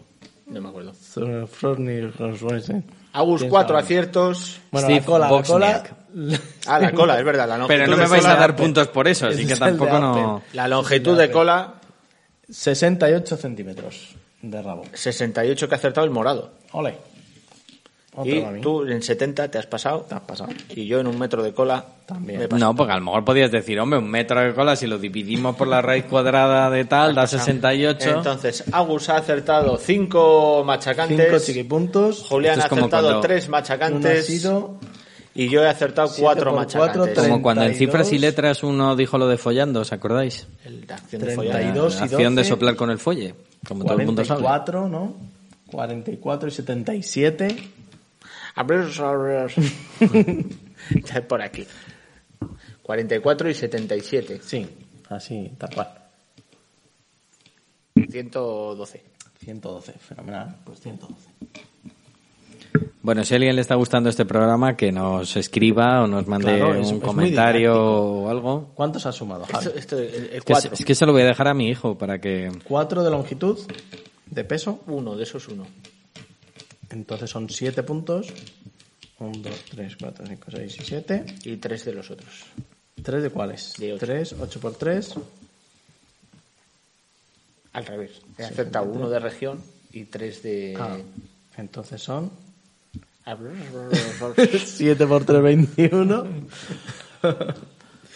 Speaker 2: No me acuerdo.
Speaker 4: Frosny Rosweizen.
Speaker 2: Agus,
Speaker 4: Quién
Speaker 2: cuatro
Speaker 4: sabe.
Speaker 2: aciertos.
Speaker 4: Bueno,
Speaker 3: Steve
Speaker 4: la cola, la
Speaker 3: Wozniak.
Speaker 4: cola.
Speaker 2: Ah, la cola, es verdad. La longitud
Speaker 3: Pero no me
Speaker 2: de
Speaker 3: vais
Speaker 2: cola- eh,
Speaker 3: a dar puntos por eso, así
Speaker 4: Ese
Speaker 3: que
Speaker 4: es el de
Speaker 3: tampoco no.
Speaker 4: Apple.
Speaker 2: La longitud de cola,
Speaker 4: 68 centímetros de rabo.
Speaker 2: 68 que ha acertado el morado.
Speaker 4: Ole. Otro para
Speaker 2: Y
Speaker 4: Oh, mí.
Speaker 2: tú en 70 te has pasado.
Speaker 4: Te has pasado.
Speaker 2: Y yo en un metro de cola
Speaker 4: También.
Speaker 2: me he pasado.
Speaker 3: No, porque a lo mejor podías decir, hombre, un metro de cola, si lo dividimos por la raíz cuadrada de tal, da 68.
Speaker 2: Entonces, Agus ha acertado cinco machacantes.
Speaker 4: Cinco chiquipuntos.
Speaker 2: Julián ha
Speaker 3: Esto es como
Speaker 2: acertado
Speaker 3: cuando
Speaker 2: tres
Speaker 4: Uno ha
Speaker 2: machacantes.
Speaker 4: sido
Speaker 2: Y yo he acertado
Speaker 4: Siete
Speaker 2: cuatro
Speaker 4: por
Speaker 2: machacantes.
Speaker 4: cuatro,
Speaker 3: Como cuando en
Speaker 4: 32.
Speaker 3: cifras y letras uno dijo lo de follando, ¿os acordáis?
Speaker 2: El de acción de follar.
Speaker 4: 32 y 12.
Speaker 3: acción de soplar con el folle, como todo el mundo sabe.
Speaker 4: 44, ¿no? 44 y 77.
Speaker 2: Abrir, abrir. Está por aquí. 44 y 77.
Speaker 4: Sí, así, tal cual.
Speaker 2: 112.
Speaker 4: 112, fenomenal. Pues 112.
Speaker 3: Bueno, si a alguien le está gustando este programa, que nos escriba o nos mande
Speaker 4: Claro, es-
Speaker 3: un
Speaker 4: es muy
Speaker 3: comentario
Speaker 4: didáctico.
Speaker 3: o algo.
Speaker 4: ¿Cuántos has sumado, Javi?
Speaker 2: Esto, eh, esto, el, el
Speaker 3: Que es,
Speaker 2: 4.
Speaker 3: es que se lo voy a dejar a mi hijo para que...
Speaker 4: 4 de longitud, de peso.
Speaker 2: Uno, de esos uno.
Speaker 4: Entonces son 7 puntos. 1, 2, 3, 4, 5, 6 y 7.
Speaker 2: Y tres de los otros.
Speaker 4: ¿Tres de cuáles?
Speaker 2: De ocho.
Speaker 4: 3, 8 por 3.
Speaker 2: Al revés. He acertado uno de región y tres de.
Speaker 4: Ah,
Speaker 1: Eh,
Speaker 4: entonces son
Speaker 2: Abrir.
Speaker 4: 7 por 3, 21.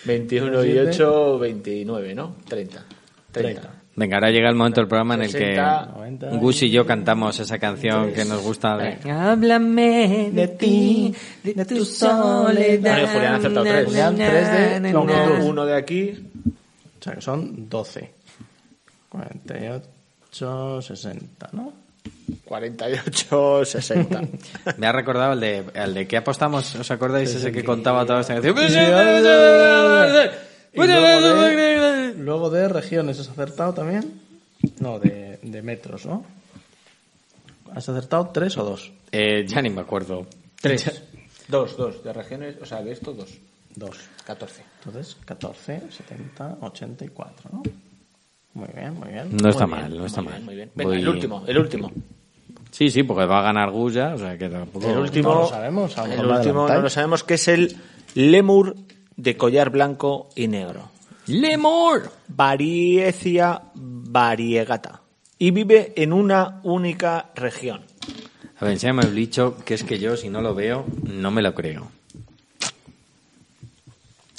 Speaker 2: 21 y 8, 29, ¿no? 30. 30.
Speaker 3: Venga, ahora llega el momento del programa en el que
Speaker 2: 60,
Speaker 4: 90,
Speaker 3: Gus y yo cantamos esa canción que nos gusta de...
Speaker 1: Háblame de ti, de tu soledad.
Speaker 2: Bueno, Julián ha acertado tres.
Speaker 4: Julián, tres de
Speaker 1: Na, na,
Speaker 2: Uno,
Speaker 1: na, na.
Speaker 2: uno de aquí.
Speaker 4: O sea que son 12. 48, 60, ¿no?
Speaker 2: 48, 60.
Speaker 3: Me ha recordado el de, el de que apostamos, ¿os acordáis? Ese que contaba toda esta canción.
Speaker 4: Y luego, de, luego de regiones, ¿has acertado también? No, de, de metros, ¿no? ¿Has acertado tres o dos?
Speaker 3: Eh, ya ni me acuerdo.
Speaker 2: 3. 2, 2. De regiones, o sea, de esto, 2.
Speaker 4: Dos.
Speaker 2: 14.
Speaker 4: Entonces, 14, 70, 84, ¿no? Muy bien, muy bien.
Speaker 3: No está
Speaker 2: Muy bien,
Speaker 3: mal, no está
Speaker 2: muy bien,
Speaker 3: mal.
Speaker 2: muy bien. Venga,
Speaker 3: Voy-
Speaker 2: el último, el último.
Speaker 3: Sí, sí, porque va a ganar Gus ya, o sea que tampoco...
Speaker 2: El último,
Speaker 4: No lo sabemos, a lo
Speaker 2: el
Speaker 4: mejor lo
Speaker 2: último no
Speaker 4: adelantáis.
Speaker 2: lo sabemos, que es el lemur de collar blanco y negro.
Speaker 3: ¡Lemur!
Speaker 2: Variecia variegata. Y vive en una única región.
Speaker 3: A ver, enséñame el bicho, que es que yo si no lo veo, no me lo creo.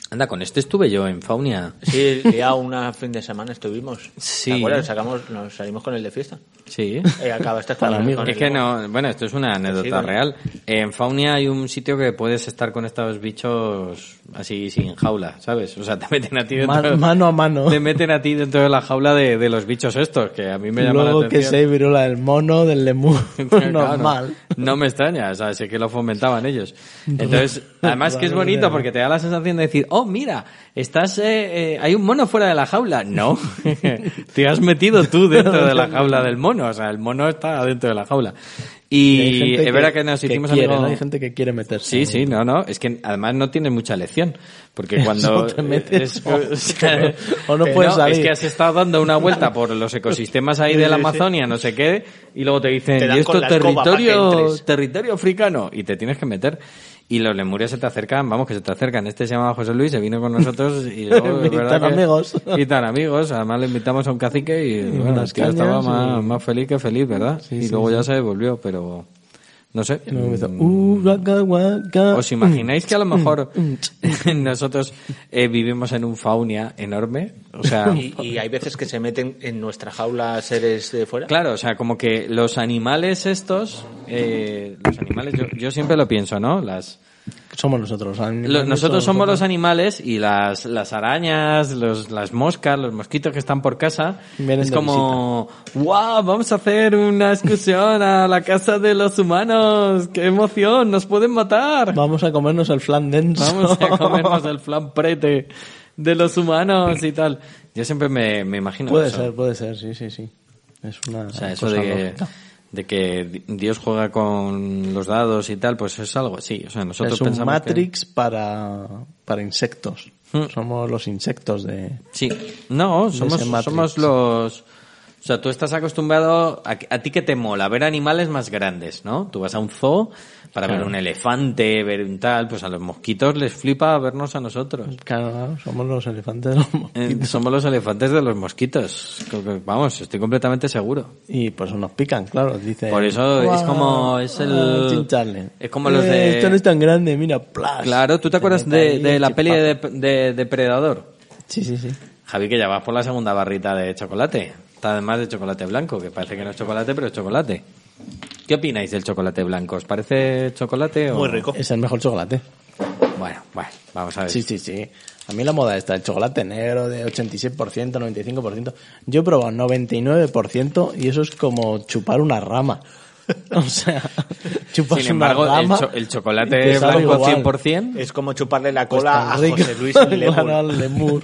Speaker 3: Anda, con este estuve yo en Faunia.
Speaker 2: Sí, ya una fin de semana estuvimos.
Speaker 3: Sí.
Speaker 2: ¿Te acuerdas? Sacamos, nos salimos con el de fiesta.
Speaker 3: Sí.
Speaker 2: Eh, acabaste con el con
Speaker 3: Es
Speaker 2: el
Speaker 3: que
Speaker 2: lemur.
Speaker 3: no, bueno, esto es una
Speaker 2: Sí,
Speaker 3: anécdota
Speaker 2: bueno.
Speaker 3: real. En Faunia hay un sitio que puedes estar con estos bichos así sin jaula, ¿sabes? O sea, te meten a ti dentro,
Speaker 4: Ma- mano a mano.
Speaker 3: te meten a ti dentro de la jaula de, de los bichos estos, que a mí me llama la
Speaker 4: Luego que
Speaker 3: atención.
Speaker 4: se virula el mono del lemur
Speaker 3: Claro,
Speaker 4: normal.
Speaker 3: No me extraña, o sea, sé que lo fomentaban ellos. Entonces, además que es bonito porque te da la sensación de decir, oh, mira, estás, eh, eh, hay un mono fuera de la jaula. No, te has metido tú dentro de la jaula del mono, o sea, el mono está dentro de la jaula.
Speaker 4: hay
Speaker 3: Y
Speaker 4: gente
Speaker 3: es verdad que, nos hicimos
Speaker 4: quiere,
Speaker 3: amigos.
Speaker 4: ¿no? Hay gente que quiere meterse.
Speaker 3: Sí, sí, no, no, es que además no tienes mucha lección, porque cuando
Speaker 4: te metes,
Speaker 3: es- o sea,
Speaker 4: o no
Speaker 3: que
Speaker 4: puedes salir.
Speaker 3: es que has estado dando una vuelta por los ecosistemas ahí de la Amazonia, no sé qué, y luego te dicen,
Speaker 2: Te dan
Speaker 3: "Y esto
Speaker 2: con la escoba pa' que
Speaker 3: territorio,
Speaker 2: entres".
Speaker 3: territorio africano", y te tienes que meter. Y los lemurios se te acercan, vamos, que se te acercan. Este se llamaba José Luis, se vino con nosotros y luego, es
Speaker 4: Y
Speaker 3: verdad
Speaker 4: tan
Speaker 3: que-
Speaker 4: amigos.
Speaker 3: Y tan amigos, además le invitamos a un cacique y, bueno,
Speaker 4: unas
Speaker 3: el tío estaba
Speaker 4: cañas y-
Speaker 3: más, más feliz que feliz, ¿verdad? y luego ya se devolvió, pero no sé.
Speaker 4: No, me hizo,
Speaker 3: Mm.
Speaker 4: "Uh, guaca, guaca".
Speaker 3: ¿Os imagináis que a lo
Speaker 4: Mm.
Speaker 3: mejor nosotros eh, vivimos en un faunia enorme? O sea,
Speaker 4: Mm.
Speaker 2: Y, y hay veces que se meten en nuestra jaula seres de fuera.
Speaker 3: claro, o sea, como que los animales estos, eh, los animales, yo, yo siempre lo pienso, ¿no? Las,
Speaker 4: Somos nosotros. los animales
Speaker 3: lo- nosotros
Speaker 4: son
Speaker 3: somos los
Speaker 4: nosotros.
Speaker 3: animales y las, las arañas, los, las moscas, los mosquitos que están por casa,
Speaker 4: Vienen
Speaker 3: es
Speaker 4: de
Speaker 3: como, wow, vamos a hacer una excursión a la casa de los humanos, qué emoción, nos pueden matar.
Speaker 4: Vamos a comernos el flan denso.
Speaker 3: Vamos a comernos el flan prete de los humanos y tal. Yo siempre me, me imagino
Speaker 4: Puede
Speaker 3: eso.
Speaker 4: ser, Eh, pues puede ser, sí, sí, sí. Es una.
Speaker 3: O sea, eso de que, de que di- Dios juega con los dados y tal, pues es algo así. O sea, nosotros
Speaker 4: es un
Speaker 3: pensamos que- Hmm.
Speaker 4: Matrix para, para insectos. Somos los insectos de.
Speaker 3: Sí. No, somos,
Speaker 4: ese Matrix.
Speaker 3: somos los... O sea, tú estás acostumbrado a, que- a ti que te mola ver animales más grandes, ¿no? Tú vas a un zoo para ver un elefante, ver un tal, pues a los mosquitos les flipa vernos a nosotros.
Speaker 4: Claro, claro, somos los elefantes. de los mo-
Speaker 3: Eh, Somos los elefantes de los mosquitos. Co- co- Vamos, estoy completamente seguro.
Speaker 4: Y pues nos pican, claro. Dice, ah,
Speaker 3: Por eso es como- es el-
Speaker 4: chincharle.
Speaker 3: es como los de-
Speaker 4: Eh, Esto no es tan grande, mira. plas.
Speaker 3: Claro, ¿tú te acuerdas
Speaker 4: mete
Speaker 3: de,
Speaker 4: ahí
Speaker 3: de
Speaker 4: el
Speaker 3: la peli de,
Speaker 4: chipazo.
Speaker 3: de Depredador?
Speaker 4: Sí, sí, sí.
Speaker 3: Javi, que ya vas por la segunda barrita de chocolate. Está además de chocolate blanco, que parece que no es chocolate, pero es chocolate. ¿Qué opináis del chocolate blanco? ¿Os parece chocolate o...?
Speaker 2: Muy rico.
Speaker 4: Es el mejor chocolate.
Speaker 3: Bueno, bueno, vamos a ver.
Speaker 4: Sí, sí, sí. A mí la moda está el chocolate negro de 86%, 95%. Yo he probado 99% y eso es como chupar una rama. O sea, chupas
Speaker 3: Sin embargo,
Speaker 4: una
Speaker 3: el,
Speaker 4: rama.
Speaker 3: cho- el
Speaker 4: y
Speaker 3: chocolate
Speaker 4: te sabe
Speaker 3: blanco
Speaker 4: igual.
Speaker 3: 100%,
Speaker 2: Es como chuparle la
Speaker 4: Pues
Speaker 2: cola
Speaker 4: tan
Speaker 2: a
Speaker 4: rico.
Speaker 2: José Luis y Lemur.
Speaker 4: Claro, al lemur.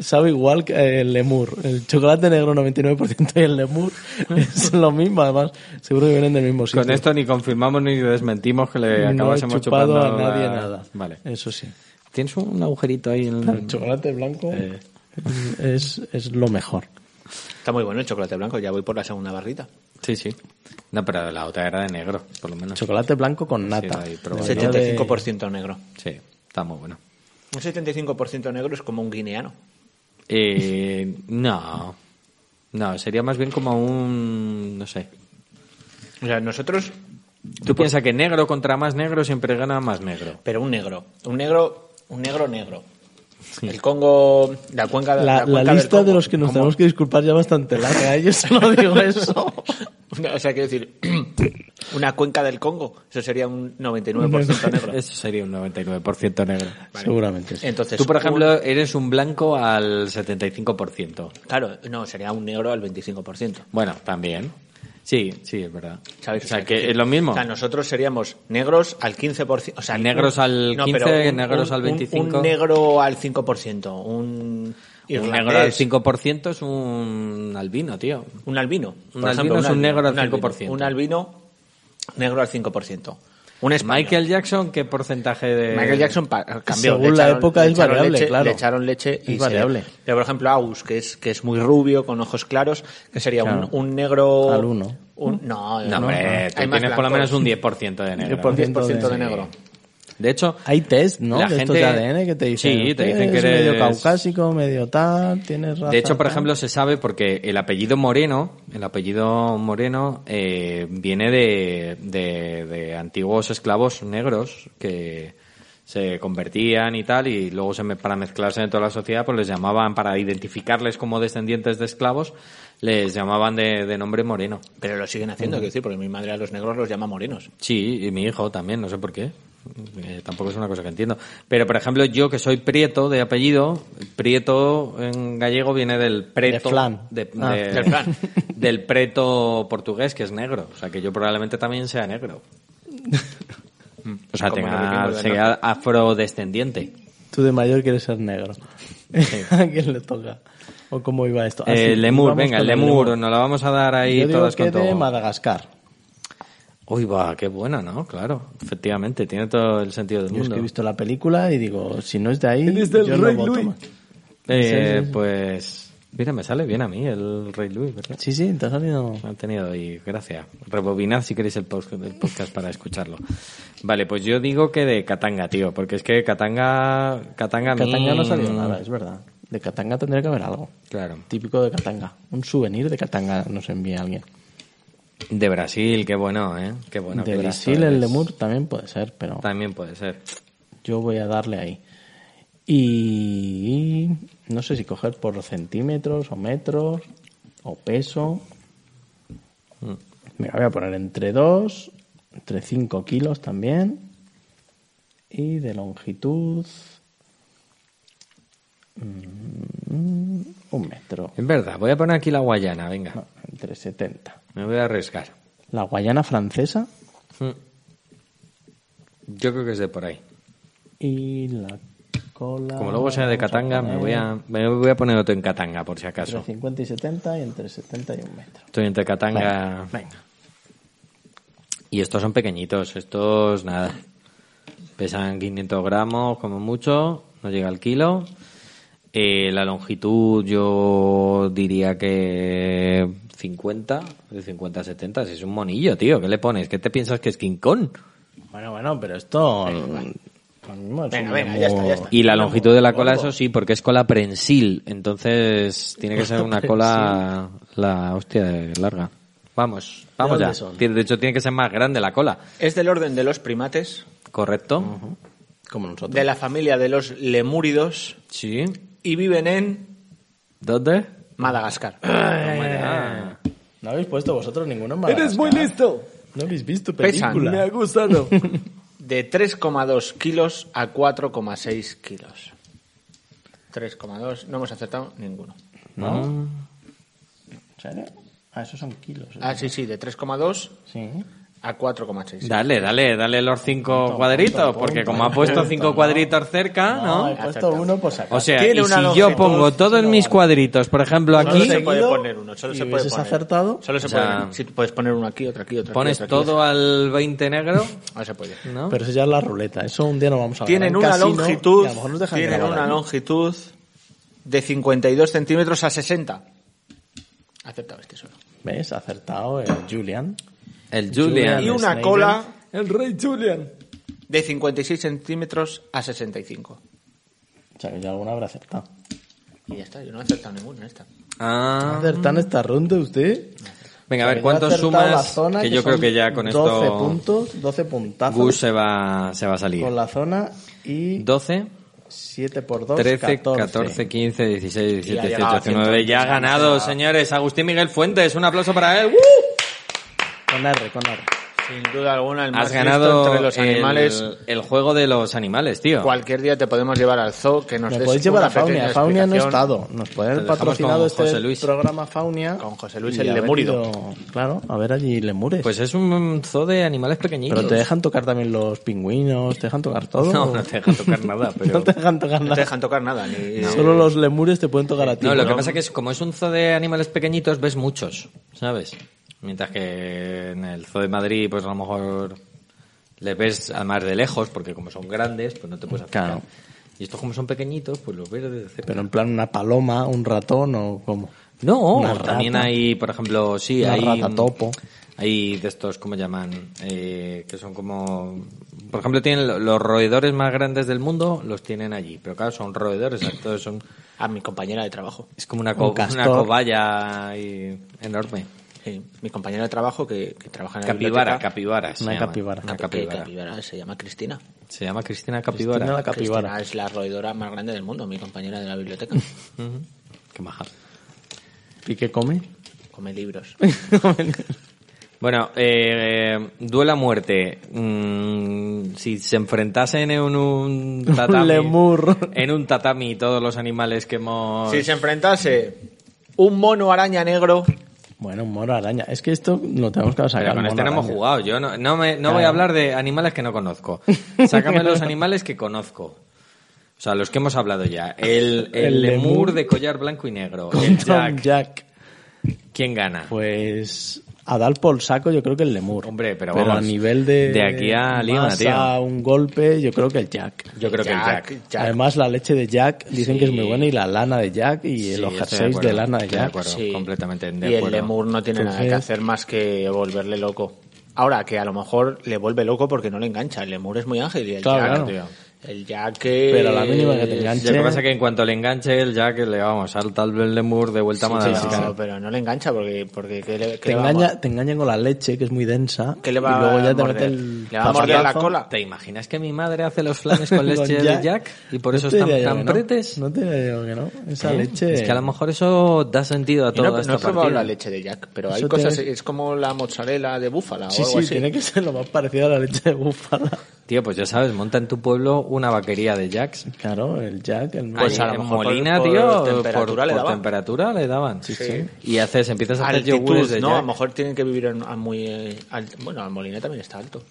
Speaker 4: Sabe igual que el lemur. El chocolate negro 99% y el lemur es lo mismo. Además, seguro que vienen del mismo sitio.
Speaker 3: con esto ni confirmamos ni desmentimos que le
Speaker 4: no he
Speaker 3: acabásemos
Speaker 4: chupado a
Speaker 3: chupando la-
Speaker 4: nadie nada.
Speaker 3: Vale.
Speaker 4: Eso sí.
Speaker 3: Tienes un agujerito ahí en
Speaker 4: El chocolate blanco es, es lo mejor.
Speaker 2: Está muy bueno el chocolate blanco, ya voy por la segunda barrita.
Speaker 3: Sí, sí. No, pero la otra era de negro, por lo menos.
Speaker 4: Chocolate blanco con nata.
Speaker 3: ahí probado.
Speaker 4: Debería de-
Speaker 2: 75% negro.
Speaker 3: Sí, está muy bueno.
Speaker 2: Un 75% negro es como un guineano.
Speaker 3: Eh, no. No, sería más bien como un... no sé.
Speaker 2: O sea, nosotros,
Speaker 3: Tú piensas que negro contra más negro siempre gana más negro.
Speaker 2: pero un negro. Un negro, un negro negro. El Congo, la cuenca
Speaker 4: La,
Speaker 2: la,
Speaker 4: la
Speaker 2: cuenca del
Speaker 4: lista
Speaker 2: Congo.
Speaker 4: de los que nos tenemos que disculpar ya bastante larga. ¿eh? Yo solo digo eso.
Speaker 2: No, O sea, quiero decir, una cuenca del Congo, eso sería un 99% negro.
Speaker 3: Eso sería un 99% negro.
Speaker 4: Seguramente. sí.
Speaker 2: Entonces,
Speaker 3: Tú, por
Speaker 2: un-
Speaker 3: ejemplo, eres un blanco al 75%.
Speaker 2: claro, no, sería un negro al 25%.
Speaker 3: Bueno, también. Sí, sí, es verdad.
Speaker 2: ¿Sabes?
Speaker 3: O sea, que es lo mismo.
Speaker 2: O sea, nosotros seríamos negros al 15%. O sea,
Speaker 3: Negros
Speaker 2: un-
Speaker 3: al
Speaker 2: no,
Speaker 3: 15,
Speaker 2: pero
Speaker 3: negros al 25.
Speaker 2: Un, negro al 5%. Un,
Speaker 3: Un
Speaker 2: irlandés,
Speaker 3: negro al 5% es un albino, tío.
Speaker 2: Un albino.
Speaker 3: Un
Speaker 2: por
Speaker 3: albino es un negro al 5%.
Speaker 2: Un albino, negro al 5%. Un español. Eh,
Speaker 3: Michael Jackson, ¿qué porcentaje de...?
Speaker 2: Michael Jackson pa- cambió.
Speaker 4: según
Speaker 2: le
Speaker 4: la
Speaker 2: echaron-
Speaker 4: época
Speaker 2: le
Speaker 4: es
Speaker 2: echaron
Speaker 4: variable,
Speaker 2: leche-
Speaker 4: claro.
Speaker 2: Le echaron leche y se-
Speaker 4: Es variable.
Speaker 2: Pero por ejemplo, Agus, que es, que es muy rubio, con ojos claros, que sería un-
Speaker 4: Claro.
Speaker 2: un, negro.
Speaker 4: Al uno.
Speaker 2: Un- no,
Speaker 3: Eh, No, hombre, tú
Speaker 2: Hay más
Speaker 3: tienes por lo menos
Speaker 2: blancos.
Speaker 3: un 10% de negro.
Speaker 2: Un 10% de,
Speaker 4: de-
Speaker 2: negro.
Speaker 3: De hecho,
Speaker 4: Hay test, ¿no?
Speaker 3: La
Speaker 4: de estos
Speaker 3: gente-
Speaker 4: de ADN que te dicen.
Speaker 3: Sí, te dicen que
Speaker 4: medio
Speaker 3: eres-
Speaker 4: caucásico, medio tal, tienes raza.
Speaker 3: de hecho, por
Speaker 4: tal.
Speaker 3: ejemplo, se sabe porque el apellido Moreno, el apellido Moreno eh, viene de, de, de antiguos esclavos negros que se convertían y tal, y luego se me- para mezclarse en toda la sociedad, pues les llamaban, para identificarles como descendientes de esclavos, les llamaban de, de nombre Moreno.
Speaker 2: Pero lo siguen haciendo, quiero decir, porque mi madre a los negros los llama morenos.
Speaker 3: Sí, y mi hijo también, no sé por qué. Eh, tampoco es una cosa que entiendo. Pero, por ejemplo, yo que soy Prieto de apellido, Prieto en gallego viene del preto.
Speaker 4: De flan.
Speaker 3: de-
Speaker 4: Ah.
Speaker 3: de-
Speaker 2: Del flan.
Speaker 3: Del preto portugués, que es negro. O sea, que yo probablemente también sea negro. O sea,
Speaker 2: Como los
Speaker 3: tenga,
Speaker 2: vikingos del
Speaker 3: sea afrodescendiente.
Speaker 4: Tú de mayor quieres ser negro. ¿A quién le toca? ¿O cómo iba esto? Ah, sí,
Speaker 3: Eh, el lemur,
Speaker 4: vamos
Speaker 3: venga,
Speaker 4: con
Speaker 3: el lemur, nos la vamos a dar ahí
Speaker 4: Yo digo
Speaker 3: todas
Speaker 4: que
Speaker 3: con
Speaker 4: de
Speaker 3: todo.
Speaker 4: Madagascar.
Speaker 3: Uy, va, qué buena, ¿no? Claro, efectivamente, tiene todo el sentido del
Speaker 4: Yo es
Speaker 3: mundo.
Speaker 4: que he visto la película y digo, si no es de ahí,
Speaker 2: Eres del
Speaker 4: yo
Speaker 2: Rey
Speaker 4: no voto
Speaker 2: Luis.
Speaker 4: más.
Speaker 3: Eh, Pues, mira, me sale bien a mí el Rey Luis, ¿verdad?
Speaker 4: Sí, sí, te ha salido...
Speaker 3: Ha tenido y gracias. Rebobinad si queréis el pos- el podcast para escucharlo. Vale, pues yo digo que de Katanga, tío, porque es que Katanga, Katanga, a mí-
Speaker 4: Katanga no ha salido nada, es verdad. De Katanga tendría que haber algo.
Speaker 3: Claro.
Speaker 4: Típico de Katanga. Un souvenir de Katanga nos envía alguien.
Speaker 3: De Brasil, qué bueno, ¿eh? Qué bueno. qué
Speaker 4: de
Speaker 3: listo
Speaker 4: Brasil, el
Speaker 3: eres.
Speaker 4: lemur también puede ser, pero
Speaker 3: También puede ser.
Speaker 4: yo voy a darle ahí. Y no sé si coger por centímetros o metros o peso. Mira, voy a poner entre 2, entre 5 kilos también. Y de longitud... mm, Un metro.
Speaker 3: Es verdad, voy a poner aquí la Guayana, venga.
Speaker 4: No, entre 70.
Speaker 3: Me voy a arriesgar.
Speaker 4: La Guayana francesa
Speaker 3: Mm. Yo creo que es de por ahí.
Speaker 4: y la cola.
Speaker 3: Como luego sea de
Speaker 4: Ah, vamos
Speaker 3: Katanga, me
Speaker 4: poner
Speaker 3: voy a, me voy a poner otro en Katanga, por si acaso.
Speaker 4: Entre 50 y 70 y entre 70 y un metro.
Speaker 3: Estoy entre Katanga.
Speaker 4: Venga.
Speaker 3: Y estos son pequeñitos, estos nada. Pesan 500 gramos como mucho, no llega al kilo. Eh, la longitud yo diría que 50, de 50 a 70, si es un monillo, tío, ¿qué le pones? ¿Qué te piensas que es King Kong?
Speaker 4: Bueno, bueno, pero esto. lo mismo es
Speaker 2: Venga,
Speaker 4: un
Speaker 2: venga,
Speaker 4: lemur.
Speaker 2: ya está, ya está.
Speaker 3: Y la longitud de la cola, eso sí, porque es cola prensil, entonces tiene que ser una cola la hostia de larga. Vamos, vamos
Speaker 4: dónde
Speaker 3: ya.
Speaker 4: son?
Speaker 3: Tiene- De hecho, tiene que ser más grande la cola,
Speaker 2: Es del orden de los primates,
Speaker 3: ¿correcto?
Speaker 4: Como nosotros.
Speaker 2: de la familia de los lemúridos,
Speaker 3: Sí.
Speaker 2: y viven en
Speaker 3: ¿Dónde?
Speaker 2: Madagascar.
Speaker 4: No habéis puesto vosotros ninguno en Madagascar.
Speaker 2: listo!
Speaker 4: No habéis visto
Speaker 2: Pesan.
Speaker 4: película.
Speaker 2: Me ha De 3,2 kilos a 4,6 kilos. 3,2, no hemos acertado ninguno.
Speaker 4: ¿En serio? Ah, esos son kilos. ¿eh?
Speaker 2: Ah, sí, sí, de 3,2
Speaker 4: Sí.
Speaker 2: a 4,6.
Speaker 3: Dale, dale, dale los cinco cuadritos,
Speaker 4: punto,
Speaker 3: porque
Speaker 4: punto,
Speaker 3: como ha puesto
Speaker 4: punto,
Speaker 3: cinco
Speaker 4: no.
Speaker 3: cuadritos cerca,
Speaker 4: Ah, he
Speaker 3: ¿no?
Speaker 4: puesto uno pues, por sacar.
Speaker 3: O sea,
Speaker 2: Tiene
Speaker 3: y
Speaker 2: una
Speaker 3: si
Speaker 2: longitud,
Speaker 3: yo pongo todos
Speaker 4: no
Speaker 3: mis
Speaker 4: vale.
Speaker 3: cuadritos, por ejemplo,
Speaker 2: Solo
Speaker 3: aquí,
Speaker 2: se puede
Speaker 4: seguido,
Speaker 2: poner uno, solo
Speaker 4: y
Speaker 2: se puede
Speaker 4: hubieses
Speaker 2: poner.
Speaker 4: acertado.
Speaker 2: Solo se
Speaker 3: O sea,
Speaker 2: puede. Si puedes poner uno aquí, otro aquí, otro aquí.
Speaker 3: pones
Speaker 2: otro aquí,
Speaker 3: todo Mm. al 20 negro,
Speaker 2: otro- Ahora se puede.
Speaker 3: ¿no?
Speaker 4: Pero eso ya es la ruleta. Eso un día no vamos a
Speaker 2: Tienen
Speaker 4: ganar.
Speaker 2: una
Speaker 4: Casino, y
Speaker 2: longitud.
Speaker 4: a lo mejor nos dejan ¿eh?
Speaker 2: Tienen
Speaker 4: grabar,
Speaker 2: una
Speaker 4: ¿no?
Speaker 2: longitud de 52 centímetros a 60. Aceptado este solo.
Speaker 4: ¿Ves? Acertado el Julian.
Speaker 3: El
Speaker 4: Julian.
Speaker 3: Julian.
Speaker 2: Y una
Speaker 4: Snyder.
Speaker 2: cola
Speaker 3: El rey Julian.
Speaker 2: de 56 centímetros a 65.
Speaker 4: O sea, que ya alguno habrá acertado.
Speaker 2: Y ya está, yo no he acertado ninguno en esta.
Speaker 3: Ah.
Speaker 4: ¿Acertan esta ronda usted?
Speaker 3: Venga, a ver,
Speaker 4: Yo he
Speaker 3: ¿cuántos
Speaker 4: acertado la
Speaker 3: sumas?
Speaker 4: zona,
Speaker 3: que yo creo
Speaker 4: son
Speaker 3: que ya con
Speaker 4: 12
Speaker 3: esto
Speaker 4: puntos, 12 puntazos
Speaker 3: Gus se va, se va a salir.
Speaker 4: con la zona y
Speaker 3: 12,
Speaker 4: 7 por 2,
Speaker 3: 13,
Speaker 4: 14.
Speaker 3: 14, 15, 16, 17,
Speaker 2: Y ha llegado
Speaker 3: 18,
Speaker 2: a
Speaker 3: 19. Ya ha
Speaker 2: 180.
Speaker 3: ganado, señores. Agustín Miguel Fuentes, un aplauso para él. ¡Uh!
Speaker 4: Con R, con R.
Speaker 2: Sin duda alguna, el más
Speaker 3: Has
Speaker 2: listo
Speaker 3: ganado
Speaker 2: entre los animales.
Speaker 3: el, el juego de los animales, tío.
Speaker 2: Cualquier día te podemos llevar al zoo que nos
Speaker 4: Nos
Speaker 2: des
Speaker 4: podéis llevar
Speaker 2: una
Speaker 4: a Faunia.
Speaker 2: pequeña
Speaker 4: Faunia no ha
Speaker 2: explicación.
Speaker 4: estado. Nos puede haber
Speaker 3: Te dejamos
Speaker 4: patrocinado
Speaker 3: con
Speaker 4: este
Speaker 3: José Luis.
Speaker 4: programa Faunia.
Speaker 2: Con José Luis
Speaker 4: y
Speaker 2: el
Speaker 4: haber
Speaker 2: Lemúrido.
Speaker 4: ido- Claro, a ver allí lemures.
Speaker 3: Pues es un zoo de animales pequeñitos.
Speaker 4: Pero te dejan tocar también los pingüinos, te dejan tocar todo.
Speaker 3: No, no te deja tocar nada, pero...
Speaker 4: No te dejan tocar
Speaker 2: No te
Speaker 4: nada.
Speaker 2: dejan tocar nada. Ni...
Speaker 4: Solo los lemures te pueden tocar a ti.
Speaker 3: No, lo que
Speaker 4: ¿no?
Speaker 3: pasa que es como es un zoo de animales pequeñitos, ves muchos, ¿sabes? Mientras que en el zoo de Madrid, pues a lo mejor les ves además de lejos, porque como son grandes, pues no te puedes acercar.
Speaker 4: Claro.
Speaker 3: Y estos como son pequeñitos, pues los ves desde cerca.
Speaker 4: Pero en plan una paloma, un ratón o como.
Speaker 3: No,
Speaker 4: Una
Speaker 3: también
Speaker 4: rata.
Speaker 3: hay, por ejemplo, sí,
Speaker 4: Una
Speaker 3: hay
Speaker 4: rata topo.
Speaker 3: Hay de estos, ¿cómo llaman? Eh, que son como... Por ejemplo, tienen lo- los roedores más grandes del mundo, los tienen allí. Pero claro, son roedores, entonces son...
Speaker 2: A mi compañera de trabajo.
Speaker 3: Es como una, co-
Speaker 2: Un
Speaker 3: una
Speaker 2: castor.
Speaker 3: cobaya ahí enorme.
Speaker 2: Sí, Eh, mi compañera de trabajo que, que trabaja en la
Speaker 3: Capibara,
Speaker 2: biblioteca.
Speaker 3: capibara. se
Speaker 4: Una
Speaker 3: llama.
Speaker 4: capibara.
Speaker 3: Una
Speaker 2: No, porque
Speaker 3: capibara.
Speaker 2: capibara se llama Cristina.
Speaker 3: Se llama Cristina Capibara.
Speaker 4: Cristina la capibara.
Speaker 2: Cristina es la roedora más grande del mundo, mi compañera de la biblioteca.
Speaker 3: Qué maja.
Speaker 4: ¿Y qué come?
Speaker 2: Come libros.
Speaker 3: Bueno, eh, duela muerte. Mm, si se enfrentasen en un tatami,
Speaker 4: lemur.
Speaker 3: en un tatami todos los animales que hemos,
Speaker 2: Si se enfrentase un mono araña negro,
Speaker 4: Bueno, un mono araña. Es que esto lo tenemos que sacar.
Speaker 3: Pero con
Speaker 4: mono
Speaker 3: este no hemos
Speaker 4: araña.
Speaker 3: jugado. Yo no, no, me- no voy a hablar de animales que no conozco. Sácame los animales que conozco. O sea, los que hemos hablado ya. El, el,
Speaker 4: El
Speaker 3: lemur,
Speaker 4: lemur.
Speaker 3: de collar blanco y negro.
Speaker 4: Con
Speaker 3: El
Speaker 4: Tom
Speaker 3: Jack.
Speaker 4: Jack.
Speaker 3: ¿Quién gana?
Speaker 4: Pues a dar por saco yo creo que el lemur.
Speaker 3: Hombre, pero
Speaker 4: a
Speaker 3: vamos,
Speaker 4: nivel de
Speaker 3: de aquí a Lima,
Speaker 4: masa,
Speaker 3: tío.
Speaker 4: un golpe, yo creo que el Jack.
Speaker 3: Yo creo que el Jack.
Speaker 4: Además la leche de Jack dicen que es muy buena y la lana de Jack y
Speaker 3: Sí, estoy
Speaker 4: los
Speaker 3: de
Speaker 4: jerseys
Speaker 3: acuerdo,
Speaker 4: de lana de
Speaker 3: estoy de
Speaker 4: Jack.
Speaker 3: acuerdo. completamente de
Speaker 2: y el
Speaker 3: acuerdo.
Speaker 2: lemur no tiene nada que
Speaker 4: Entonces-
Speaker 2: hacer más que volverle loco. Ahora, que a lo mejor le vuelve loco porque no le engancha. El lemur es muy ágil y el
Speaker 4: Claro,
Speaker 2: Jack...
Speaker 4: claro.
Speaker 2: El Jack que...
Speaker 4: Pero a la mínima que te
Speaker 3: Lo que
Speaker 4: enganche.
Speaker 3: pasa es que en cuanto le enganche el Jack, le vamos, salta el lemur de vuelta a
Speaker 2: Sí,
Speaker 3: Madagascar.
Speaker 2: no, pero no le engancha porque... porque ¿qué le, qué
Speaker 4: Te
Speaker 2: le va a
Speaker 4: engaña, te engañan con la leche que es muy densa
Speaker 2: ¿Qué le va
Speaker 4: y luego ya te
Speaker 2: a
Speaker 4: mete
Speaker 2: morder?
Speaker 4: el
Speaker 2: ¿Le va a morder la
Speaker 4: zapatazo.
Speaker 2: cola?
Speaker 3: ¿Te imaginas que mi madre hace los flanes con leche
Speaker 4: Con
Speaker 3: de Jack y por
Speaker 4: No
Speaker 3: eso
Speaker 4: te
Speaker 3: están
Speaker 4: diría yo
Speaker 3: tan
Speaker 4: que no.
Speaker 3: pretes?
Speaker 4: No te diría yo que no. Esa
Speaker 3: ¿Eh?
Speaker 4: leche.
Speaker 3: Es que a lo mejor eso da sentido a
Speaker 2: Y
Speaker 3: todo
Speaker 2: No, no he probado la leche de Jack, pero hay
Speaker 4: Eso
Speaker 2: cosas,
Speaker 4: tiene-
Speaker 2: es como la mozzarella de búfala
Speaker 4: Sí,
Speaker 2: o algo
Speaker 4: sí,
Speaker 2: así.
Speaker 4: tiene que ser lo más parecido a la leche de búfala.
Speaker 3: Tío, pues ya sabes, monta en tu pueblo una vaquería de Jacks.
Speaker 4: Claro, el Jack, el
Speaker 3: Ahí
Speaker 2: Pues a lo
Speaker 3: en
Speaker 2: mejor por-
Speaker 3: Molina,
Speaker 2: por
Speaker 3: tío,
Speaker 2: temperatura
Speaker 3: por,
Speaker 2: le
Speaker 3: por
Speaker 2: daban.
Speaker 3: temperatura le daban.
Speaker 2: Sí, sí.
Speaker 3: Y haces, empiezas a hacer yogures
Speaker 2: Altitud,
Speaker 3: de
Speaker 2: no, a
Speaker 3: Jack.
Speaker 2: lo mejor tienen que vivir en, a muy eh, alt- Bueno, el Molina también está alto.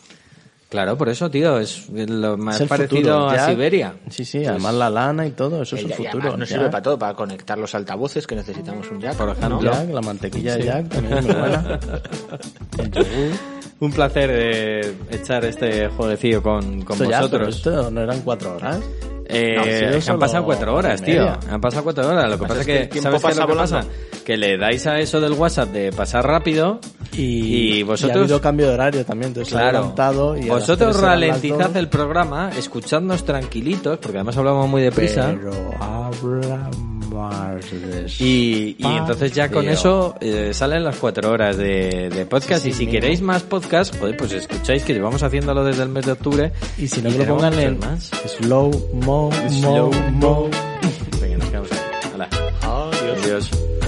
Speaker 3: Claro, por eso, tío, es lo más
Speaker 4: Es el
Speaker 3: parecido
Speaker 4: futuro,
Speaker 3: a
Speaker 4: Jack.
Speaker 3: Siberia. Pues
Speaker 4: Sí, sí, además la lana y todo, eso es
Speaker 2: El-
Speaker 4: el
Speaker 2: Eh, y además
Speaker 4: futuro.
Speaker 2: no
Speaker 4: Jack,
Speaker 2: sirve para todo, para conectar los altavoces que necesitamos un Jack.
Speaker 3: Por
Speaker 2: ¿no?
Speaker 3: ejemplo.
Speaker 4: Jack, la mantequilla de Jack también es muy buena. El yogur.
Speaker 3: Un placer eh, echar este jueguecillo con, con
Speaker 4: Esto ya, pero
Speaker 3: vosotros.
Speaker 4: esto no eran cuatro horas.
Speaker 3: Eh,
Speaker 4: No, sí,
Speaker 3: han
Speaker 4: eso lo-
Speaker 3: pasado cuatro horas,
Speaker 4: y
Speaker 3: tío.
Speaker 4: media.
Speaker 3: Han pasado cuatro horas. Lo que pasa es que,
Speaker 2: el tiempo
Speaker 3: ¿sabes qué es
Speaker 2: pasa
Speaker 3: lo que pasa?
Speaker 2: volando.
Speaker 3: Que le dais a eso del WhatsApp de pasar rápido y,
Speaker 4: ha
Speaker 3: vosotros...
Speaker 4: habido cambio de horario también, entonces se ha
Speaker 3: Claro.
Speaker 4: levantado y a las
Speaker 3: Vosotros
Speaker 4: tres eran las
Speaker 3: ralentizad
Speaker 4: dos,
Speaker 3: el programa, escuchadnos tranquilitos, porque además hablamos muy deprisa.
Speaker 4: Pero habla más de
Speaker 3: Y, y entonces ya con
Speaker 4: Tío.
Speaker 3: eso eh, salen las cuatro horas de, de podcast.
Speaker 4: Sí,
Speaker 3: y si
Speaker 4: mínimo.
Speaker 3: queréis más podcast, joder, pues escucháis que llevamos haciéndolo desde el mes de octubre.
Speaker 4: Y si no, que lo
Speaker 3: tenemos
Speaker 4: pongan
Speaker 3: muchos
Speaker 4: en
Speaker 3: más.
Speaker 4: slow mo, mo,
Speaker 3: Slow
Speaker 4: mo.
Speaker 3: Venga, nos quedamos ahí. Hala.
Speaker 2: Adiós.
Speaker 3: Adiós.